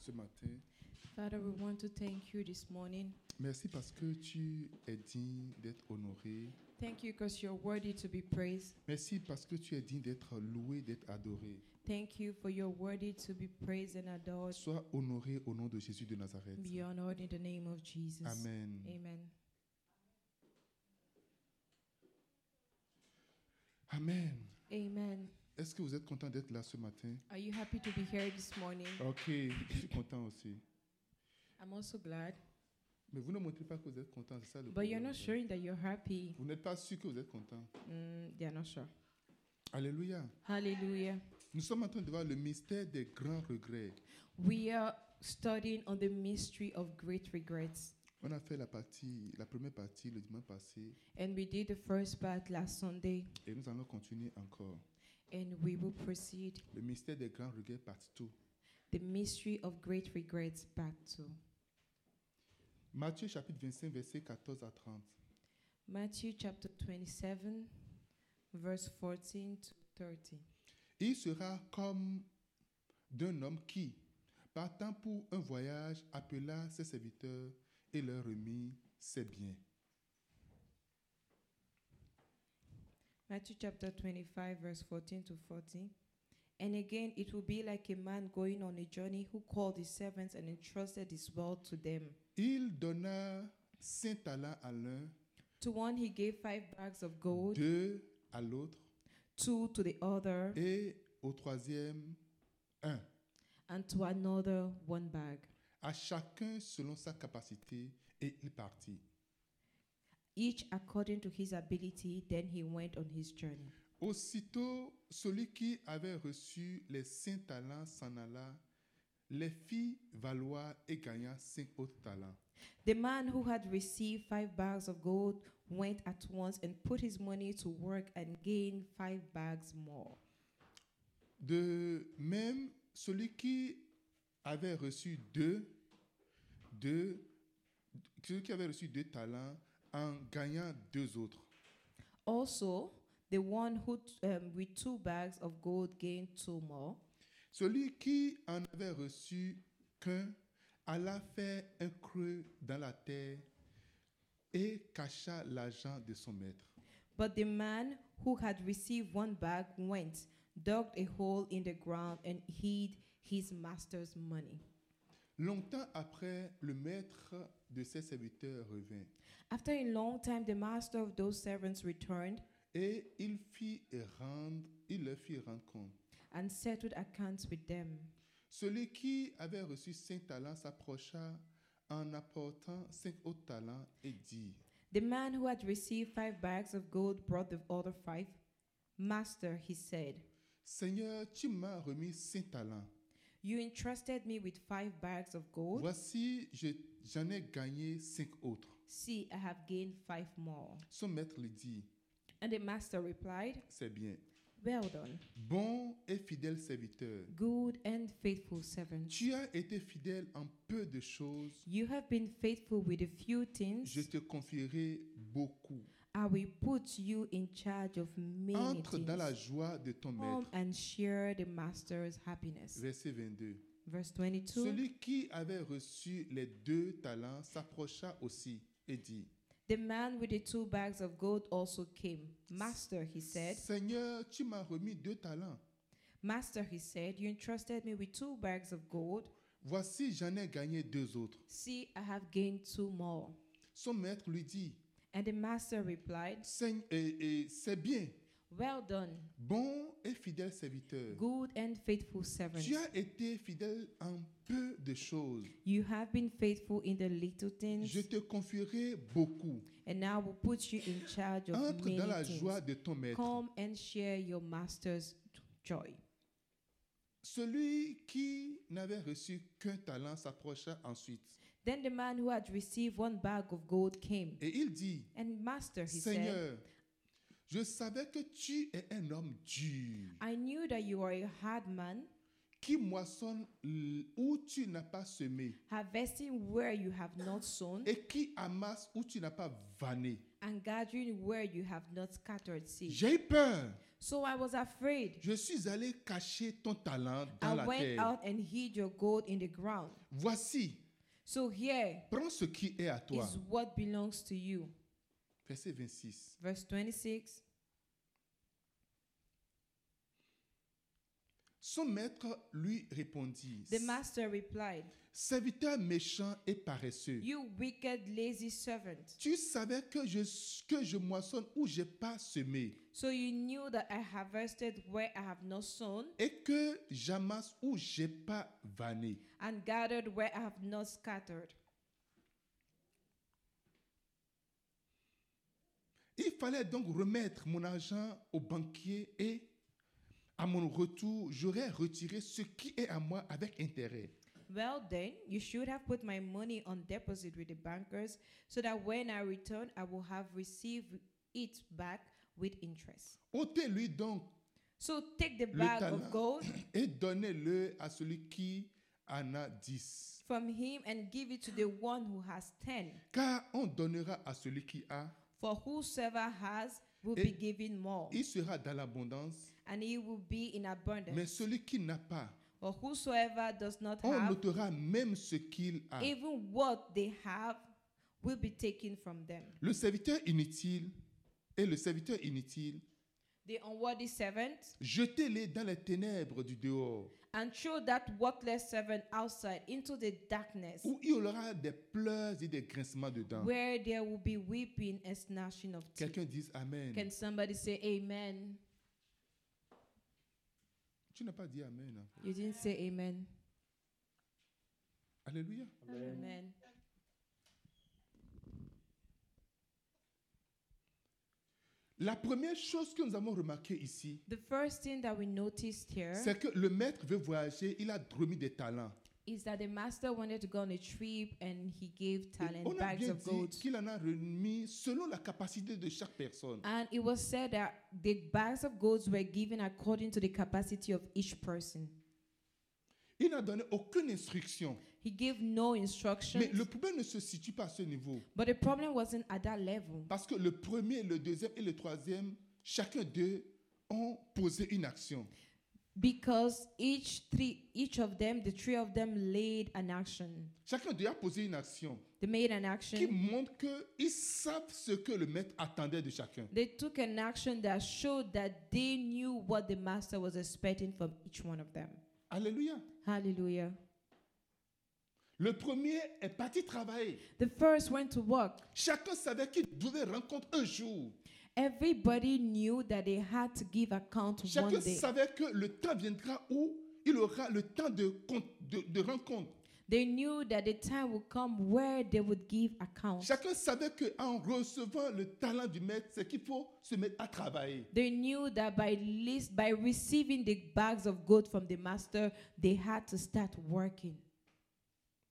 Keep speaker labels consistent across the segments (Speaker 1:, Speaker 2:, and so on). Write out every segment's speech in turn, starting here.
Speaker 1: ce matin.
Speaker 2: Father, we want to thank you this morning.
Speaker 1: Merci parce que tu es digne d'être honoré.
Speaker 2: Thank you because you're worthy to be praised.
Speaker 1: Merci parce que tu es digne d'être loué, d'être adoré.
Speaker 2: Thank you for you're worthy to be praised and adored.
Speaker 1: Sois honoré au nom de Jésus de Nazareth.
Speaker 2: Be honored in the name of Jesus.
Speaker 1: Amen.
Speaker 2: Amen.
Speaker 1: Amen.
Speaker 2: Amen.
Speaker 1: Est-ce que vous êtes content d'être là ce matin?
Speaker 2: Are you happy to be here this morning?
Speaker 1: Ok, je suis content aussi.
Speaker 2: I'm also glad.
Speaker 1: Mais vous ne montrez pas que vous êtes content, c'est ça le
Speaker 2: But you're
Speaker 1: problème.
Speaker 2: not showing that you're happy.
Speaker 1: Vous n'êtes pas sûr que vous êtes content.
Speaker 2: Mm, they're not sure.
Speaker 1: Alléluia.
Speaker 2: Hallelujah.
Speaker 1: Nous sommes en train de voir le mystère des grands regrets.
Speaker 2: We are studying on the mystery of great regrets.
Speaker 1: On a fait la partie, la première partie le dimanche passé
Speaker 2: And we did the first part last Sunday,
Speaker 1: et nous allons continuer encore.
Speaker 2: and we will proceed
Speaker 1: Le mystère des grands regrets partout.
Speaker 2: the mystery of great regrets part 2.
Speaker 1: Matthieu chapitre 25 verset 14 à 30.
Speaker 2: Matthew chapter 27, verse 14 to 30.
Speaker 1: Il sera comme d'un homme qui, partant pour un voyage, appela ses serviteurs et leur remit ses biens.
Speaker 2: Matthew chapter 25, verse 14 to 14. And again, it will be like a man going on a journey who called his servants and entrusted his wealth to them.
Speaker 1: Il donna cinq talents à l'un,
Speaker 2: To one he gave five bags of gold,
Speaker 1: deux à l'autre
Speaker 2: two to the other,
Speaker 1: et au troisième un.
Speaker 2: and to another one bag.
Speaker 1: À chacun selon sa capacité et il partit.
Speaker 2: each according to his ability. Then he went on his journey.
Speaker 1: Aussitôt, celui qui avait reçu les cinq talents s'en alla, les fit valoir et gagna cinq autres talents.
Speaker 2: The man who had received five bags of gold went at once and put his money to work and gained five bags more.
Speaker 1: De même, celui qui avait reçu deux, deux, celui qui avait reçu deux talents en gagnant deux autres.
Speaker 2: Also, the one who t- um, with two bags of gold gained two more.
Speaker 1: Celui qui en avait reçu qu'un alla faire un creux dans la terre et cacha l'argent de son maître.
Speaker 2: But the man who had received one bag went, dug a hole in the ground, and hid his master's money.
Speaker 1: Longtemps après, le maître de ses serviteurs revint
Speaker 2: After a long time, the master of those servants returned
Speaker 1: et il, fit rendre, il leur fit rendre compte.
Speaker 2: and settled accounts with them.
Speaker 1: Celui qui avait reçu cinq talents s'approcha en apportant cinq autres talents et dit,
Speaker 2: The man who had received five bags of gold brought the other five. Master, he said,
Speaker 1: Seigneur, tu m'as remis cinq talents.
Speaker 2: you entrusted me with five bags of gold.
Speaker 1: Voici, je- j'en ai gagné cinq autres.
Speaker 2: See, I have gained five more.
Speaker 1: Son maître lui dit,
Speaker 2: And the master replied,
Speaker 1: c'est bien.
Speaker 2: Well done,
Speaker 1: Bon et fidèle serviteur,
Speaker 2: good and faithful servant.
Speaker 1: tu as été fidèle en peu de choses,
Speaker 2: You have been faithful with a few things.
Speaker 1: je te confierai beaucoup.
Speaker 2: I will put you in charge of many
Speaker 1: Entre dans la
Speaker 2: things.
Speaker 1: joie de ton
Speaker 2: Come
Speaker 1: maître.
Speaker 2: and share the master's happiness.
Speaker 1: Verset 22.
Speaker 2: Verse 22.
Speaker 1: Celui qui avait reçu les deux talents s'approcha aussi et dit,
Speaker 2: The man with the two bags of gold also came. Master, he said,
Speaker 1: Seigneur, tu m'as remis deux talents.
Speaker 2: Master, he said, you entrusted me with two bags of gold.
Speaker 1: Voici, j'en ai gagné deux autres.
Speaker 2: See, I have gained two more.
Speaker 1: Son maître lui dit,
Speaker 2: And the master replied,
Speaker 1: Seigne- et- et c'est bien,
Speaker 2: Well done,
Speaker 1: bon et fidèle serviteur.
Speaker 2: good and faithful servant.
Speaker 1: Tu as été fidèle en peu de choses.
Speaker 2: You have been faithful in the little things,
Speaker 1: Je te confierai beaucoup.
Speaker 2: and I will put you in charge of
Speaker 1: Entre
Speaker 2: many
Speaker 1: dans la
Speaker 2: things.
Speaker 1: joie de ton maître.
Speaker 2: Come and share your master's joy.
Speaker 1: Celui qui n'avait reçu qu'un talent s'approcha ensuite.
Speaker 2: Then the man who had received one bag of gold came.
Speaker 1: Et il dit,
Speaker 2: And master, he said,
Speaker 1: Seigneur, je savais que tu es un homme dur,
Speaker 2: I knew that you are a hard man,
Speaker 1: qui moissonne l- où tu n'as pas semé
Speaker 2: harvesting where you have not sown.
Speaker 1: et qui amasse où tu n'as pas vanné.
Speaker 2: and gathering where you have not scattered seed.
Speaker 1: J'ai eu peur.
Speaker 2: So I was afraid.
Speaker 1: Je suis allé cacher ton talent dans
Speaker 2: I
Speaker 1: la
Speaker 2: went
Speaker 1: terre.
Speaker 2: out and hid your gold in the ground.
Speaker 1: Voici,
Speaker 2: So here
Speaker 1: prends ce qui est à
Speaker 2: is
Speaker 1: toi.
Speaker 2: what belongs to you.
Speaker 1: Verset 26.
Speaker 2: Verse 26.
Speaker 1: Son maître lui répondit,
Speaker 2: The master replied,
Speaker 1: Serviteur méchant et paresseux,
Speaker 2: You wicked, lazy servant.
Speaker 1: tu savais que je, que je moissonne où j'ai pas semé
Speaker 2: So you knew that I harvested where I have not sown
Speaker 1: et que j'amasse où j'ai pas vanné.
Speaker 2: and gathered where I have not scattered.
Speaker 1: Il fallait donc remettre mon argent au banquier et à mon retour, j'aurais retiré ce qui est à moi avec intérêt.
Speaker 2: Well, then, you should have put my money on deposit with the bankers so that when I return, I will have received it back with interest.
Speaker 1: Ôtez-lui donc
Speaker 2: So take the
Speaker 1: Le
Speaker 2: bag
Speaker 1: talent.
Speaker 2: of gold
Speaker 1: et donnez-le à celui qui en a dix.
Speaker 2: from him and give it to the one who has ten.
Speaker 1: Car on donnera à celui qui a,
Speaker 2: For whosoever has will
Speaker 1: Et-
Speaker 2: be given more,
Speaker 1: il sera dans l'abondance.
Speaker 2: and he will be in
Speaker 1: Mais
Speaker 2: abundance.
Speaker 1: celui qui n'a pas,
Speaker 2: For whosoever does not
Speaker 1: on
Speaker 2: have,
Speaker 1: notera même ce qu'il a.
Speaker 2: even what they have will be taken from them.
Speaker 1: Le serviteur inutile et le serviteur inutile,
Speaker 2: The unworthy servant,
Speaker 1: jetez-les dans les ténèbres du dehors,
Speaker 2: and throw that worthless servant outside into the darkness,
Speaker 1: où il y aura des pleurs et des grincements de dents.
Speaker 2: where there will be weeping and gnashing of teeth.
Speaker 1: Quelqu'un dise Amen.
Speaker 2: Can somebody say amen?
Speaker 1: Tu n'as pas dit Amen. hein.
Speaker 2: You didn't say amen.
Speaker 1: Alléluia.
Speaker 2: Amen.
Speaker 1: La première chose que nous avons remarquée ici,
Speaker 2: The first thing that we noticed here
Speaker 1: c'est que le maître veut voyager, il a remis des talents.
Speaker 2: is that the master wanted to go on a trip and he gave
Speaker 1: Et
Speaker 2: talent
Speaker 1: on a
Speaker 2: bags
Speaker 1: bien
Speaker 2: of
Speaker 1: dit
Speaker 2: gold.
Speaker 1: qu'il en a remis selon la capacité de chaque personne.
Speaker 2: And it was said that the bags of gold were given according to the capacity of each person.
Speaker 1: Il n'a donné aucune instruction.
Speaker 2: He gave no
Speaker 1: Mais
Speaker 2: instructions.
Speaker 1: le problème ne se situe pas à ce niveau.
Speaker 2: But the problem wasn't at that level
Speaker 1: Parce que le premier, le deuxième et le troisième, chacun d'eux ont posé une action.
Speaker 2: because each three, each of them, the three of them laid an action.
Speaker 1: Chacun d'eux a posé une action
Speaker 2: They made an
Speaker 1: qui
Speaker 2: action.
Speaker 1: montre qu'ils savent ce que le maître attendait de chacun.
Speaker 2: They took an action that showed that they knew what the master was expecting from each one of them.
Speaker 1: Alléluia.
Speaker 2: Hallelujah.
Speaker 1: Le premier est parti travailler.
Speaker 2: The first went to work.
Speaker 1: Chacun savait qu'il devait rencontrer un jour.
Speaker 2: Everybody knew that they had to give account one
Speaker 1: Chacun
Speaker 2: day.
Speaker 1: savait que le temps viendra où il aura le temps de, con- de, de rencontre.
Speaker 2: They knew that the time would come where they would give account.
Speaker 1: Chacun savait qu'en recevant le talent du maître, c'est qu'il faut se mettre à travailler.
Speaker 2: They knew that by least by receiving the bags of gold from the master, they had to start working.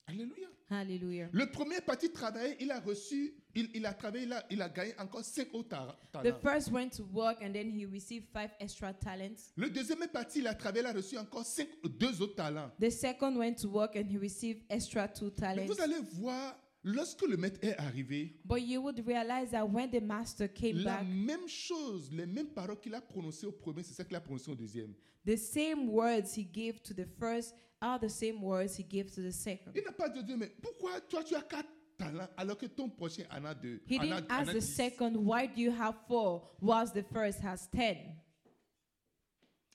Speaker 1: Alléluia.
Speaker 2: Hallelujah.
Speaker 1: Le premier parti travailler, il a reçu, il, il a travaillé, il a, il a gagné encore 5 autres tar-
Speaker 2: The
Speaker 1: talents.
Speaker 2: first went to work and then he received five extra talents.
Speaker 1: Le deuxième parti, il a travaillé, il a reçu encore cinq, deux autres talents.
Speaker 2: The second went to work and he received extra two
Speaker 1: Mais
Speaker 2: talents.
Speaker 1: vous allez voir, lorsque le maître est arrivé,
Speaker 2: But you would realize that when the master came
Speaker 1: la
Speaker 2: back,
Speaker 1: même chose, les mêmes paroles qu'il a prononcées au premier, c'est ça qu'il a prononcé au deuxième.
Speaker 2: the same words he gave to the first are the same words he gave to the second.
Speaker 1: Il n'a pas dit, mais pourquoi toi tu as quatre talents alors que ton prochain en a deux
Speaker 2: He
Speaker 1: en a-
Speaker 2: didn't
Speaker 1: en a
Speaker 2: ask the
Speaker 1: dix?
Speaker 2: second, Why do you have four? whilst the first has ten?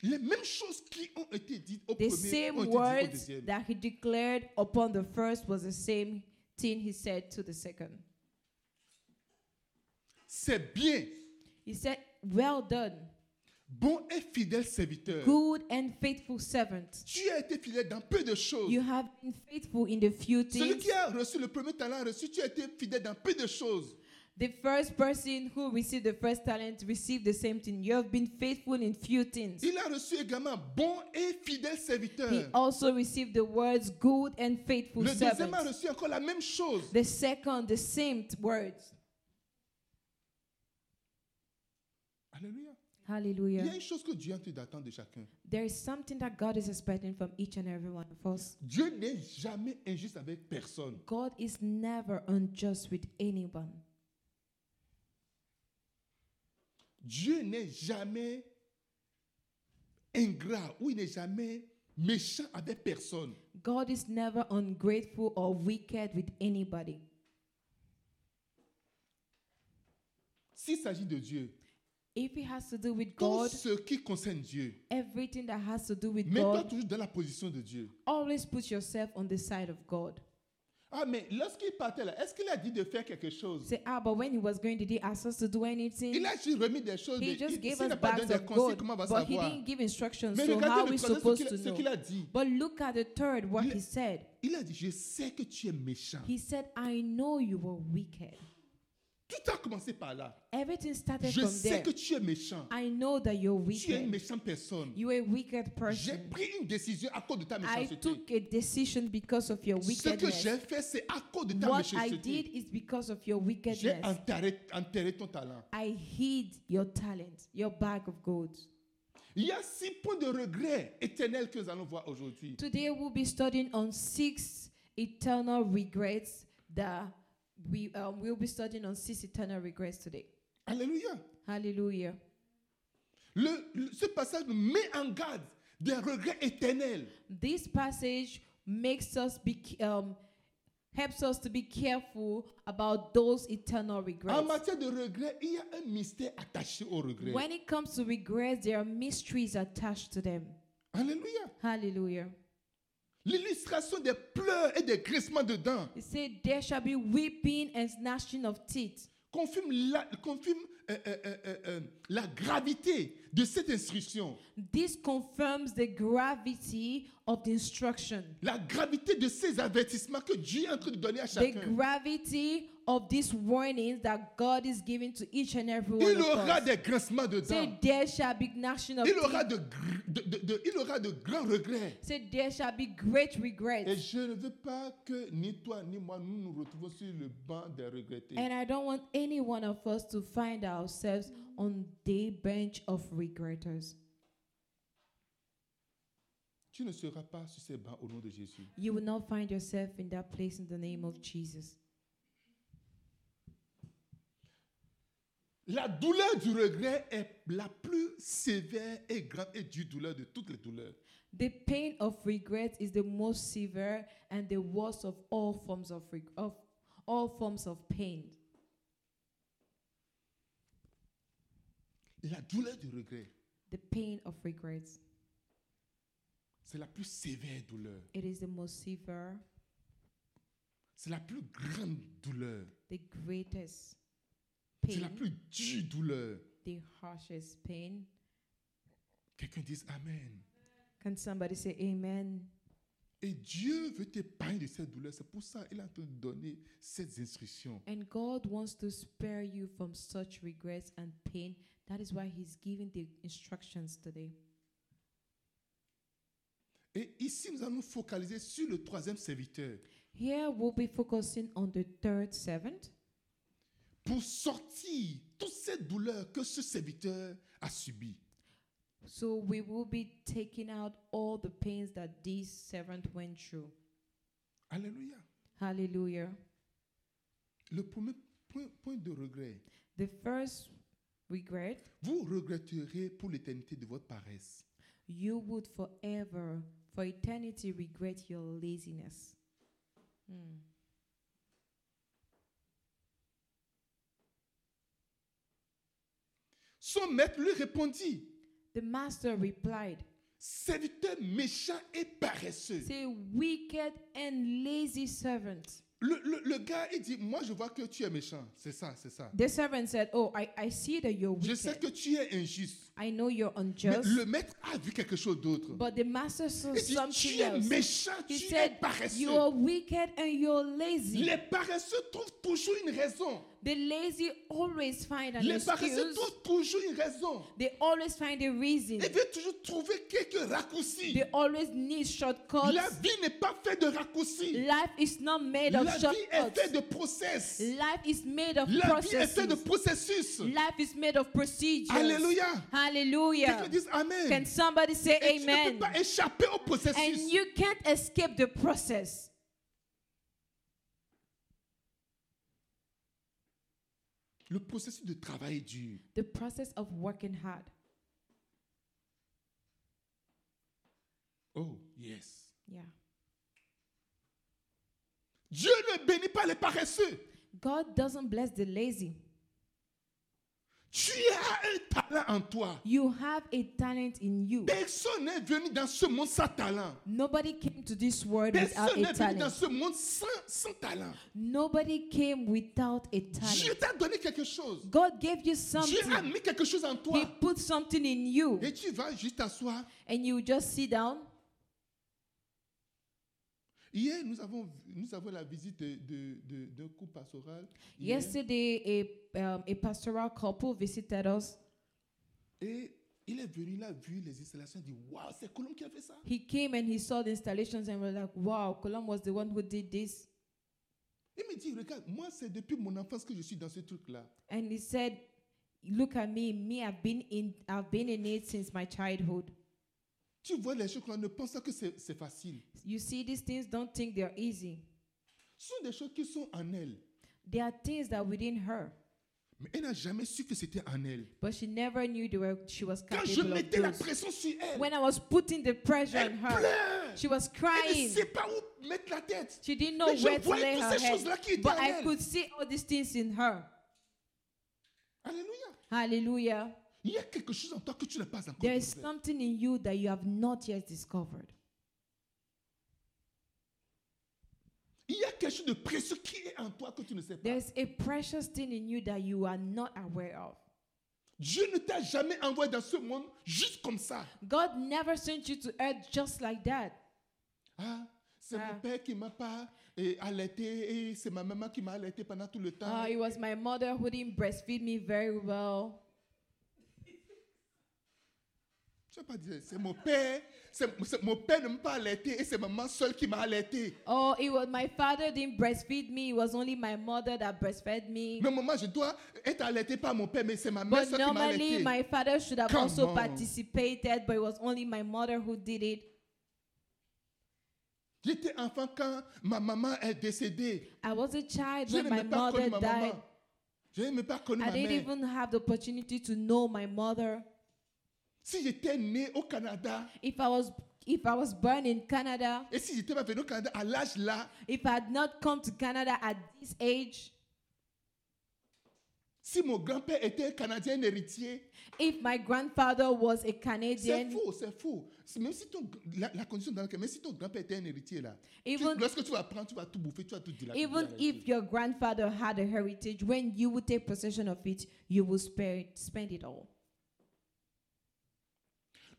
Speaker 1: Les mêmes choses qui ont été dites au
Speaker 2: The
Speaker 1: premier ont
Speaker 2: same
Speaker 1: été dites au
Speaker 2: words
Speaker 1: deuxième.
Speaker 2: that he declared upon the first was the same thing he said to the second.
Speaker 1: C'est bien,
Speaker 2: He said, Well done,
Speaker 1: bon et fidèle serviteur.
Speaker 2: good and faithful servant.
Speaker 1: Tu as été fidèle dans peu de choses.
Speaker 2: You have been faithful in the few
Speaker 1: Celui
Speaker 2: things.
Speaker 1: qui a reçu le premier talent a reçu, tu as été fidèle dans peu de choses.
Speaker 2: The first person who received the first talent received the same thing. You have been faithful in few things.
Speaker 1: Il a reçu également bon et fidèle serviteur.
Speaker 2: He also received the words good and faithful
Speaker 1: Eh. Le deuxième
Speaker 2: servant.
Speaker 1: a reçu encore la même chose.
Speaker 2: The second, the same t- words.
Speaker 1: Alléluia. Il y a
Speaker 2: Hallelujah.
Speaker 1: une chose que Dieu entend d'attendre de chacun.
Speaker 2: There is something that God is expecting from each and every one of us.
Speaker 1: Dieu n'est jamais injuste avec personne.
Speaker 2: God is never unjust with anyone.
Speaker 1: Dieu n'est jamais ingrat ou il n'est jamais méchant avec personne.
Speaker 2: God is never ungrateful or wicked with anybody.
Speaker 1: S'il s'agit de Dieu,
Speaker 2: If it has to do with
Speaker 1: tout
Speaker 2: God,
Speaker 1: ce qui concerne Dieu,
Speaker 2: everything that has to do with
Speaker 1: mets-toi
Speaker 2: God,
Speaker 1: toujours dans la position de Dieu.
Speaker 2: always put yourself on the side of God.
Speaker 1: Ah, mais lorsqu'il partait là, est-ce qu'il a dit de faire quelque chose
Speaker 2: Say, ah, but when he was going, did he ask us to do anything?
Speaker 1: Il a juste remis des choses.
Speaker 2: He
Speaker 1: mais
Speaker 2: just
Speaker 1: il-
Speaker 2: gave
Speaker 1: s'il
Speaker 2: us
Speaker 1: n'a pas donné
Speaker 2: bags
Speaker 1: des
Speaker 2: of
Speaker 1: conseils,
Speaker 2: gold,
Speaker 1: comment on va
Speaker 2: but he
Speaker 1: savoir
Speaker 2: didn't give instructions.
Speaker 1: Mais
Speaker 2: So how are
Speaker 1: regardez
Speaker 2: we
Speaker 1: le troisième, ce
Speaker 2: supposed to
Speaker 1: qu'il- ce
Speaker 2: know?
Speaker 1: qu'il a dit.
Speaker 2: But look at the third, what
Speaker 1: Il-
Speaker 2: he said.
Speaker 1: Il a dit, je sais que tu es méchant.
Speaker 2: He said, I know you were wicked.
Speaker 1: Tout a commencé par là.
Speaker 2: Everything started
Speaker 1: Je
Speaker 2: from
Speaker 1: sais
Speaker 2: there. Ah
Speaker 1: que tu es méchant.
Speaker 2: I know that you're
Speaker 1: Tu es une
Speaker 2: wicked.
Speaker 1: méchante personne.
Speaker 2: You're a wicked
Speaker 1: J'ai
Speaker 2: person.
Speaker 1: pris une décision à cause de ta
Speaker 2: I
Speaker 1: méchanceté.
Speaker 2: took a decision because of your
Speaker 1: Ce que
Speaker 2: wickedness.
Speaker 1: j'ai fait, c'est à cause de ta
Speaker 2: What I
Speaker 1: méchanceté.
Speaker 2: did is because of your
Speaker 1: J'ai
Speaker 2: wickedness.
Speaker 1: enterré, enterré ton talent.
Speaker 2: I hid your talent, your bag of gold.
Speaker 1: Il y a six points de regret éternels que nous allons voir aujourd'hui.
Speaker 2: Today we'll be studying on six eternal regrets that we um, we'll be studying on six eternal regrets today.
Speaker 1: Alléluia.
Speaker 2: Hallelujah.
Speaker 1: Le- le- ce passage nous met en garde des regrets éternels.
Speaker 2: This passage makes us be c- um, helps us to be careful about those eternal
Speaker 1: En
Speaker 2: regrets.
Speaker 1: matière de regrets, il y a un mystère attaché au regret.
Speaker 2: When it comes to regrets, there are mysteries attached to them.
Speaker 1: Alléluia.
Speaker 2: Hallelujah.
Speaker 1: L'illustration des pleurs et des grincements de dents
Speaker 2: It said, There shall be weeping and gnashing of teeth.
Speaker 1: confirme, la, confirme, euh, euh, euh, euh, euh, la gravité de cette instruction,
Speaker 2: This confirms the gravity of the instruction,
Speaker 1: la gravité de ces avertissements que Dieu est en train de donner à
Speaker 2: the
Speaker 1: chacun.
Speaker 2: gravity of these warnings that God is giving to each and every one
Speaker 1: Il
Speaker 2: of
Speaker 1: aura
Speaker 2: us.
Speaker 1: des grincements de
Speaker 2: Say,
Speaker 1: dents.
Speaker 2: there shall be gnashing of
Speaker 1: Il aura
Speaker 2: teeth.
Speaker 1: de, gr- de- de- de- il aura de grands regrets.
Speaker 2: Say, there shall be great regrets.
Speaker 1: Et je ne veux pas que ni toi ni moi nous nous retrouvons sur le banc des regrettés.
Speaker 2: And I don't want any one of us to find ourselves on the bench of regretters.
Speaker 1: Tu ne seras pas sur ces bancs au nom de Jésus.
Speaker 2: You will not find yourself in that place in the name of Jesus.
Speaker 1: La douleur du regret est la plus sévère et grande et dure douleur de toutes les douleurs.
Speaker 2: The pain of regret is the most severe and the worst of all forms of, reg- of all forms of pain.
Speaker 1: La douleur du regret,
Speaker 2: The pain of regrets.
Speaker 1: c'est la plus sévère douleur.
Speaker 2: It is the most severe,
Speaker 1: C'est la plus grande douleur.
Speaker 2: the greatest
Speaker 1: C'est
Speaker 2: pain,
Speaker 1: la plus dure douleur.
Speaker 2: the harshest pain.
Speaker 1: Quelqu'un dise Amen.
Speaker 2: Can somebody say amen?
Speaker 1: Et Dieu veut t'épargner de cette douleur. C'est pour ça qu'il est en train de donner cette instruction.
Speaker 2: And God wants to spare you from such regrets and pain. That is why He's giving the instructions today.
Speaker 1: Et ici, nous allons nous focaliser sur le troisième serviteur.
Speaker 2: Here we'll be focusing on the third servant
Speaker 1: Pour sortir toute cette douleur que ce serviteur a subie.
Speaker 2: So we will be taking out all the pains that this servant went through.
Speaker 1: Alléluia.
Speaker 2: Hallelujah.
Speaker 1: Le premier point, point de regret.
Speaker 2: The first regret,
Speaker 1: Vous regretterez pour l'éternité de votre paresse.
Speaker 2: you would forever, for eternity, regret your laziness. Hmm.
Speaker 1: Son maître lui répondit
Speaker 2: The master replied,
Speaker 1: Serviteur méchant et paresseux.
Speaker 2: Say, wicked and lazy servant.
Speaker 1: Le, le- le gars, il dit Moi, je vois que tu es méchant. C'est ça, c'est ça.
Speaker 2: The servant said, Oh, I, I see that you're
Speaker 1: Je sais
Speaker 2: wicked.
Speaker 1: que tu es injuste.
Speaker 2: I know you're
Speaker 1: Mais
Speaker 2: unjust.
Speaker 1: le maître a vu quelque chose d'autre.
Speaker 2: But the master saw
Speaker 1: Il dit
Speaker 2: something
Speaker 1: Tu es
Speaker 2: else.
Speaker 1: méchant,
Speaker 2: He
Speaker 1: tu es
Speaker 2: said,
Speaker 1: paresseux.
Speaker 2: You are wicked and you're lazy.
Speaker 1: Les paresseux trouvent toujours une raison.
Speaker 2: The lazy always find an
Speaker 1: Les paresseux
Speaker 2: excuse.
Speaker 1: trouvent toujours une raison.
Speaker 2: They always find a reason.
Speaker 1: Ils veulent toujours trouver quelques raccourcis.
Speaker 2: They always need shortcuts.
Speaker 1: La vie n'est pas faite de raccourcis.
Speaker 2: Life is not made
Speaker 1: La
Speaker 2: of
Speaker 1: vie est
Speaker 2: shortcuts.
Speaker 1: faite de process.
Speaker 2: Life is made of
Speaker 1: La vie est
Speaker 2: processes.
Speaker 1: faite de processus.
Speaker 2: Life is made of procedures.
Speaker 1: Alléluia. Quelqu'un
Speaker 2: Hallelujah.
Speaker 1: dise
Speaker 2: Can
Speaker 1: Amen.
Speaker 2: somebody say
Speaker 1: Et tu ne peux
Speaker 2: amen?
Speaker 1: pas échapper au
Speaker 2: And
Speaker 1: processus.
Speaker 2: you can't escape the process.
Speaker 1: Le processus de travail est dur.
Speaker 2: the process of working hard.
Speaker 1: Oh, yes.
Speaker 2: Yeah.
Speaker 1: Dieu ne bénit pas les paresseux.
Speaker 2: God doesn't bless the lazy.
Speaker 1: Tu as un talent en toi.
Speaker 2: You have a talent in you.
Speaker 1: Personne n'est venu dans ce monde sans talent.
Speaker 2: Nobody came to this world without
Speaker 1: Personne
Speaker 2: a
Speaker 1: n'est venu dans
Speaker 2: talent.
Speaker 1: ce monde sans, sans talent.
Speaker 2: Nobody came without a
Speaker 1: Dieu
Speaker 2: talent.
Speaker 1: t'a donné quelque chose.
Speaker 2: God gave you
Speaker 1: Dieu a
Speaker 2: something.
Speaker 1: mis quelque chose en
Speaker 2: He
Speaker 1: toi.
Speaker 2: put something in you,
Speaker 1: Et tu vas juste t'asseoir.
Speaker 2: and you just sit down.
Speaker 1: Hier, nous avons, nous avons la visite de- de- de- d'un couple pastoral. hier.
Speaker 2: Yesterday, a um, a pastoral couple visited us.
Speaker 1: Et il est venu, il a vu les installations, il dit Waouh, c'est Colombe qui a fait ça.
Speaker 2: He came and he saw the installations and was like, "Wow, Colum was the one who did this."
Speaker 1: Il me dit Regarde, moi, c'est depuis mon enfance que je suis dans ce truc-là.
Speaker 2: And he said, "Look at me. Me, I've been in. I've been in it since my childhood.
Speaker 1: Tu vois les choses qu'on ne pense pas que c'est c'est facile.
Speaker 2: You see, these things don't think they're easy.
Speaker 1: Ce sont des choses qui sont en elle.
Speaker 2: There are things that within her,
Speaker 1: Mais elle n'a jamais su que c'était en elle.
Speaker 2: but she never knew they were, she was
Speaker 1: Quand je
Speaker 2: capable of
Speaker 1: mettais la
Speaker 2: those.
Speaker 1: pression sur elle,
Speaker 2: When I was putting the pressure on
Speaker 1: elle
Speaker 2: her,
Speaker 1: pleure.
Speaker 2: she was
Speaker 1: Elle ne
Speaker 2: crying.
Speaker 1: sait pas où mettre la tête.
Speaker 2: She didn't know
Speaker 1: Mais
Speaker 2: where
Speaker 1: je
Speaker 2: to
Speaker 1: voyais
Speaker 2: lay her
Speaker 1: toutes ces
Speaker 2: head,
Speaker 1: choses-là qui étaient
Speaker 2: but
Speaker 1: en
Speaker 2: I
Speaker 1: elle.
Speaker 2: could see all these things in her.
Speaker 1: Alléluia.
Speaker 2: Hallelujah.
Speaker 1: Il y a quelque chose en toi que tu n'as pas encore
Speaker 2: There is
Speaker 1: découvert.
Speaker 2: something in you that you have not yet discovered.
Speaker 1: Il y a quelque chose de précieux qui est en toi que tu ne sais pas.
Speaker 2: There's a precious thing in you that you are not aware of.
Speaker 1: Dieu ne t'a jamais envoyé dans ce monde juste comme ça.
Speaker 2: God never sent you to earth just like that.
Speaker 1: Ah, c'est
Speaker 2: Ah.
Speaker 1: mon père qui m'a pas eh, allaité et c'est ma maman qui m'a allaité pendant tout le temps.
Speaker 2: Uh, it was my mother who didn't breastfeed me very well.
Speaker 1: Tu vas pas dire, c'est mon père, c'est c'est- mon père ne m'a pas allaité et c'est maman seule qui m'a allaité.
Speaker 2: Oh, it was my father didn't breastfeed me. It was only my mother that breastfed me.
Speaker 1: Mais maman, je dois être allaité par mon père, mais c'est ma mère
Speaker 2: But
Speaker 1: seule qui m'a
Speaker 2: normally
Speaker 1: allaité.
Speaker 2: my father should have
Speaker 1: Come
Speaker 2: also
Speaker 1: on.
Speaker 2: participated, but it was only my mother who did it.
Speaker 1: J'étais enfant quand ma maman est décédée.
Speaker 2: I was a child
Speaker 1: Je n'ai
Speaker 2: when my
Speaker 1: même pas
Speaker 2: mother
Speaker 1: connu ma
Speaker 2: died.
Speaker 1: maman. Je n'ai même pas connu
Speaker 2: I
Speaker 1: ma
Speaker 2: didn't
Speaker 1: mère.
Speaker 2: even have the opportunity to know my mother.
Speaker 1: Si j'étais né au Canada
Speaker 2: If I was if I was born in Canada,
Speaker 1: et si j'étais pas venu au Canada à l'âge là,
Speaker 2: if I had not come to Canada at this age,
Speaker 1: si mon grand-père était un Canadien héritier,
Speaker 2: if my grandfather was a
Speaker 1: C'est
Speaker 2: Canadian,
Speaker 1: faux, c'est faux. C'est- Même si ton, la, la condition dans laquelle, même si ton grand-père était un héritier là, tu-
Speaker 2: Even-
Speaker 1: lorsque tu vas prendre, tu vas tout bouffer, tu vas tout dilapider.
Speaker 2: even
Speaker 1: avec
Speaker 2: if
Speaker 1: lui.
Speaker 2: your grandfather had a heritage, when you would take possession of it, you will spare it, spend it all.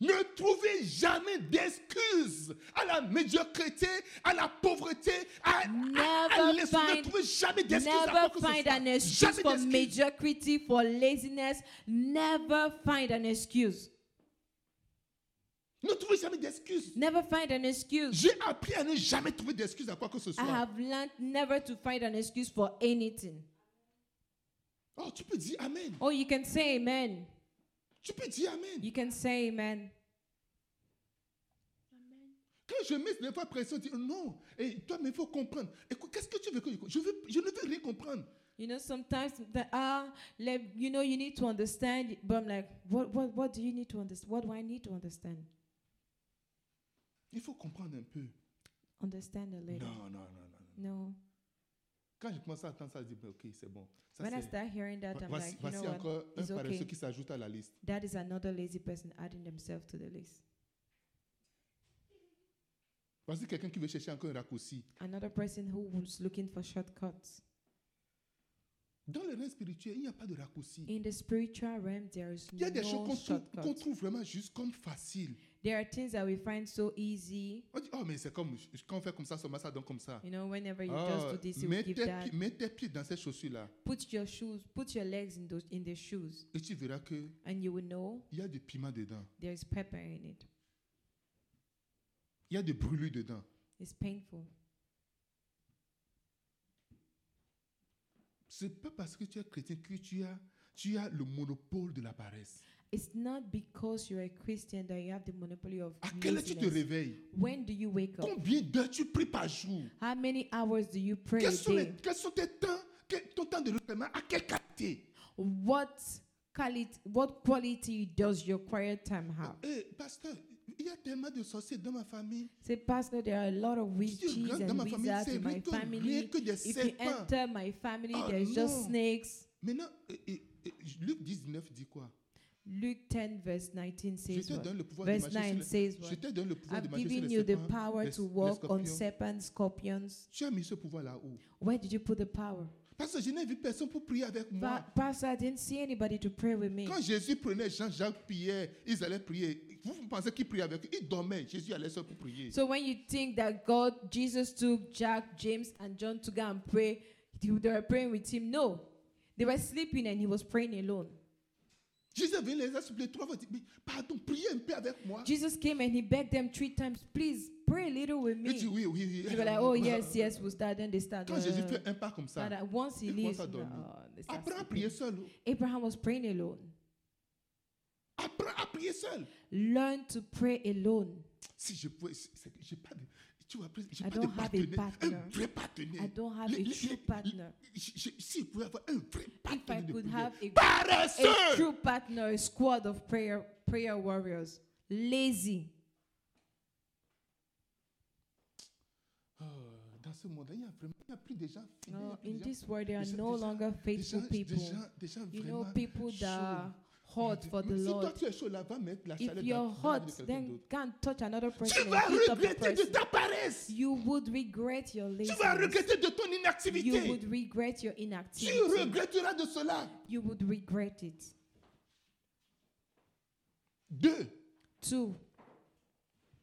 Speaker 1: Ne trouvez jamais d'excuses à la médiocrité, à la pauvreté, à, à- à,
Speaker 2: Never
Speaker 1: l'es- Ne
Speaker 2: find-
Speaker 1: trouvez jamais d'excuses à quoi
Speaker 2: Never
Speaker 1: que ce
Speaker 2: find
Speaker 1: soit.
Speaker 2: an excuse
Speaker 1: Jamais
Speaker 2: for
Speaker 1: d'excuses.
Speaker 2: mediocrity, for laziness. Never find an excuse.
Speaker 1: Ne trouvez jamais d'excuses.
Speaker 2: Never find an excuse.
Speaker 1: J'ai appris à ne jamais trouver d'excuses à quoi que ce
Speaker 2: I
Speaker 1: soit.
Speaker 2: have learned never to find an excuse for anything.
Speaker 1: Oh, tu peux dire Amen.
Speaker 2: Oh, you can say amen.
Speaker 1: Tu peux dire Amen.
Speaker 2: You can say amen.
Speaker 1: Quand je mets des fois pression, je dis non. Et toi, mais il faut comprendre. Écoute, qu'est-ce que tu veux que je comprenne je, veux- je ne veux rien comprendre.
Speaker 2: You know, sometimes the ah, like, you know, you need to understand. But I'm like, what, what, what do you need to understand? What do I need to understand?
Speaker 1: Il faut comprendre un peu.
Speaker 2: Understand a little.
Speaker 1: Non, non, non, non. non.
Speaker 2: No.
Speaker 1: Quand je commence à attendre ça, je dis, ben, ok, c'est bon. Ça,
Speaker 2: when I
Speaker 1: c'est-
Speaker 2: start hearing that,
Speaker 1: Vo-
Speaker 2: I'm
Speaker 1: voici
Speaker 2: like, you
Speaker 1: voici
Speaker 2: know what?
Speaker 1: encore eh, un
Speaker 2: It's
Speaker 1: paresseux
Speaker 2: okay.
Speaker 1: qui s'ajoute à la liste.
Speaker 2: That is another lazy person adding themselves to the list.
Speaker 1: Voici quelqu'un qui veut chercher encore un raccourci.
Speaker 2: Another person who was looking for shortcuts.
Speaker 1: Dans le règne spirituel, il n'y a pas de raccourci.
Speaker 2: In the spiritual realm, there is
Speaker 1: Il y a des choses
Speaker 2: no
Speaker 1: qu'on trouve, qu'on
Speaker 2: shortcuts.
Speaker 1: trouve vraiment juste comme facile.
Speaker 2: There are things that we find so easy.
Speaker 1: On dit, oh, mais c'est comme, je- quand on fait comme ça, seulement ça donne comme ça.
Speaker 2: You know, whenever you
Speaker 1: Ah,
Speaker 2: just do this, you
Speaker 1: mets,
Speaker 2: will give
Speaker 1: tes
Speaker 2: that.
Speaker 1: pieds, mets tes pieds dans ces chaussures-là
Speaker 2: Put your shoes, put your legs in those in the shoes,
Speaker 1: et tu verras qu'il
Speaker 2: and you will know
Speaker 1: y a du piment dedans.
Speaker 2: there is pepper in it.
Speaker 1: Il y a des brûlures dedans.
Speaker 2: It's painful.
Speaker 1: Ce n'est pas parce que tu es chrétien que tu as, tu as le monopole de la paresse.
Speaker 2: It's not because you're a Christian that you have the monopoly of
Speaker 1: À quelle heure tu te
Speaker 2: laziness.
Speaker 1: réveilles
Speaker 2: When do you wake up?
Speaker 1: Combien d'heures tu pries par jour
Speaker 2: How many hours do you pray a
Speaker 1: Quels sont, les-
Speaker 2: day?
Speaker 1: quels sont tes temps, quel- ton temps de recueillement À quelle qualité
Speaker 2: What quality, what quality does your quiet time have?
Speaker 1: Eh, pasteur, il y a tellement de sorciers dans ma famille.
Speaker 2: Say, Pastor, there are a lot of witches
Speaker 1: Dieu rentre dans
Speaker 2: and
Speaker 1: ma famille,
Speaker 2: wizards
Speaker 1: c'est
Speaker 2: in my
Speaker 1: rien que- rien
Speaker 2: family.
Speaker 1: que des
Speaker 2: If you
Speaker 1: serpents.
Speaker 2: enter my family,
Speaker 1: Ah,
Speaker 2: there's just
Speaker 1: non.
Speaker 2: snakes.
Speaker 1: Maintenant, eh, eh, eh, Luc 19 dit quoi
Speaker 2: Luke 10, verse 19
Speaker 1: Je
Speaker 2: says
Speaker 1: te
Speaker 2: what?
Speaker 1: donne le pouvoir de
Speaker 2: Verse
Speaker 1: marcher sur
Speaker 2: 9
Speaker 1: les
Speaker 2: says
Speaker 1: Je
Speaker 2: what?
Speaker 1: te donne le pouvoir de
Speaker 2: I've
Speaker 1: marcher sur
Speaker 2: given
Speaker 1: les
Speaker 2: you the
Speaker 1: serpents,
Speaker 2: power
Speaker 1: les-
Speaker 2: to
Speaker 1: les
Speaker 2: walk on
Speaker 1: scorpions.
Speaker 2: serpents, scorpions.
Speaker 1: Tu as mis ce pouvoir là-haut.
Speaker 2: Where did you put the power?
Speaker 1: Parce que je n'ai vu personne pour prier avec moi.
Speaker 2: But Pastor, I didn't see anybody to pray with me.
Speaker 1: Quand Jésus prenait Jean, Jacques, Pierre, ils allaient prier. Vous vous pensez qu'ils priaient avec eux Ils dormaient. Jésus allait seul pour prier.
Speaker 2: So when you think that God, Jesus took Jack, James, and John to go and pray, they they were praying with him. No, they were sleeping and he was praying alone.
Speaker 1: Jésus est venu les a suppliés trois fois. il dit, Mais pardon, priez un peu avec moi.
Speaker 2: Jesus came and he begged them three times, please pray a little with
Speaker 1: Il dit
Speaker 2: me.
Speaker 1: oui, oui,
Speaker 2: They
Speaker 1: oui.
Speaker 2: were like, oh yes, yes, we'll start. Then they start.
Speaker 1: Quand Jésus
Speaker 2: uh,
Speaker 1: fait un pas comme ça,
Speaker 2: and, uh, once he
Speaker 1: il
Speaker 2: leaves,
Speaker 1: commence à
Speaker 2: no,
Speaker 1: dormir.
Speaker 2: they start
Speaker 1: apprends à
Speaker 2: sleeping.
Speaker 1: prier seul. oh.
Speaker 2: Abraham was praying alone.
Speaker 1: Apprends à prier seul.
Speaker 2: Learn to pray alone.
Speaker 1: Si je pouvais, c'est c'est que j'ai pas de. Tu vois, après, j'ai
Speaker 2: I
Speaker 1: pas de
Speaker 2: don't have a
Speaker 1: partenaire. Un
Speaker 2: partner.
Speaker 1: vrai partenaire.
Speaker 2: I don't have a
Speaker 1: Les- les-
Speaker 2: true
Speaker 1: les-
Speaker 2: partner.
Speaker 1: Je- je- Si je pouvais avoir un vrai
Speaker 2: If I
Speaker 1: partenaire. de
Speaker 2: could
Speaker 1: prière.
Speaker 2: have a a
Speaker 1: Paresseux
Speaker 2: true partner, a squad of prayer prayer warriors. Lazy.
Speaker 1: Oh, Dans ce monde, il y a vraiment il y a plus des gens. fidèles,
Speaker 2: No,
Speaker 1: il y a plus
Speaker 2: Oh,
Speaker 1: des
Speaker 2: in
Speaker 1: gens-
Speaker 2: this world, there are
Speaker 1: Déjà-
Speaker 2: no
Speaker 1: déjà-
Speaker 2: longer
Speaker 1: des
Speaker 2: faithful
Speaker 1: gens- des
Speaker 2: people.
Speaker 1: gens- des gens
Speaker 2: You know,
Speaker 1: vraiment
Speaker 2: people
Speaker 1: chauds.
Speaker 2: that are hot for the
Speaker 1: Mais Si toi
Speaker 2: Lord.
Speaker 1: tu es chaud là, va mettre la
Speaker 2: If
Speaker 1: chaleur
Speaker 2: you're
Speaker 1: dans dans la vie
Speaker 2: hot,
Speaker 1: de quelqu'un
Speaker 2: then
Speaker 1: d'autre.
Speaker 2: can't touch another person
Speaker 1: Tu
Speaker 2: and
Speaker 1: vas
Speaker 2: heat up the
Speaker 1: regretter de
Speaker 2: person.
Speaker 1: ta paresse.
Speaker 2: You would regret your
Speaker 1: Tu vas
Speaker 2: laziness.
Speaker 1: regretter de ton
Speaker 2: You
Speaker 1: inactivité.
Speaker 2: would regret your
Speaker 1: Tu
Speaker 2: inactivity.
Speaker 1: regretteras de cela.
Speaker 2: You would regret it.
Speaker 1: Deux,
Speaker 2: Two,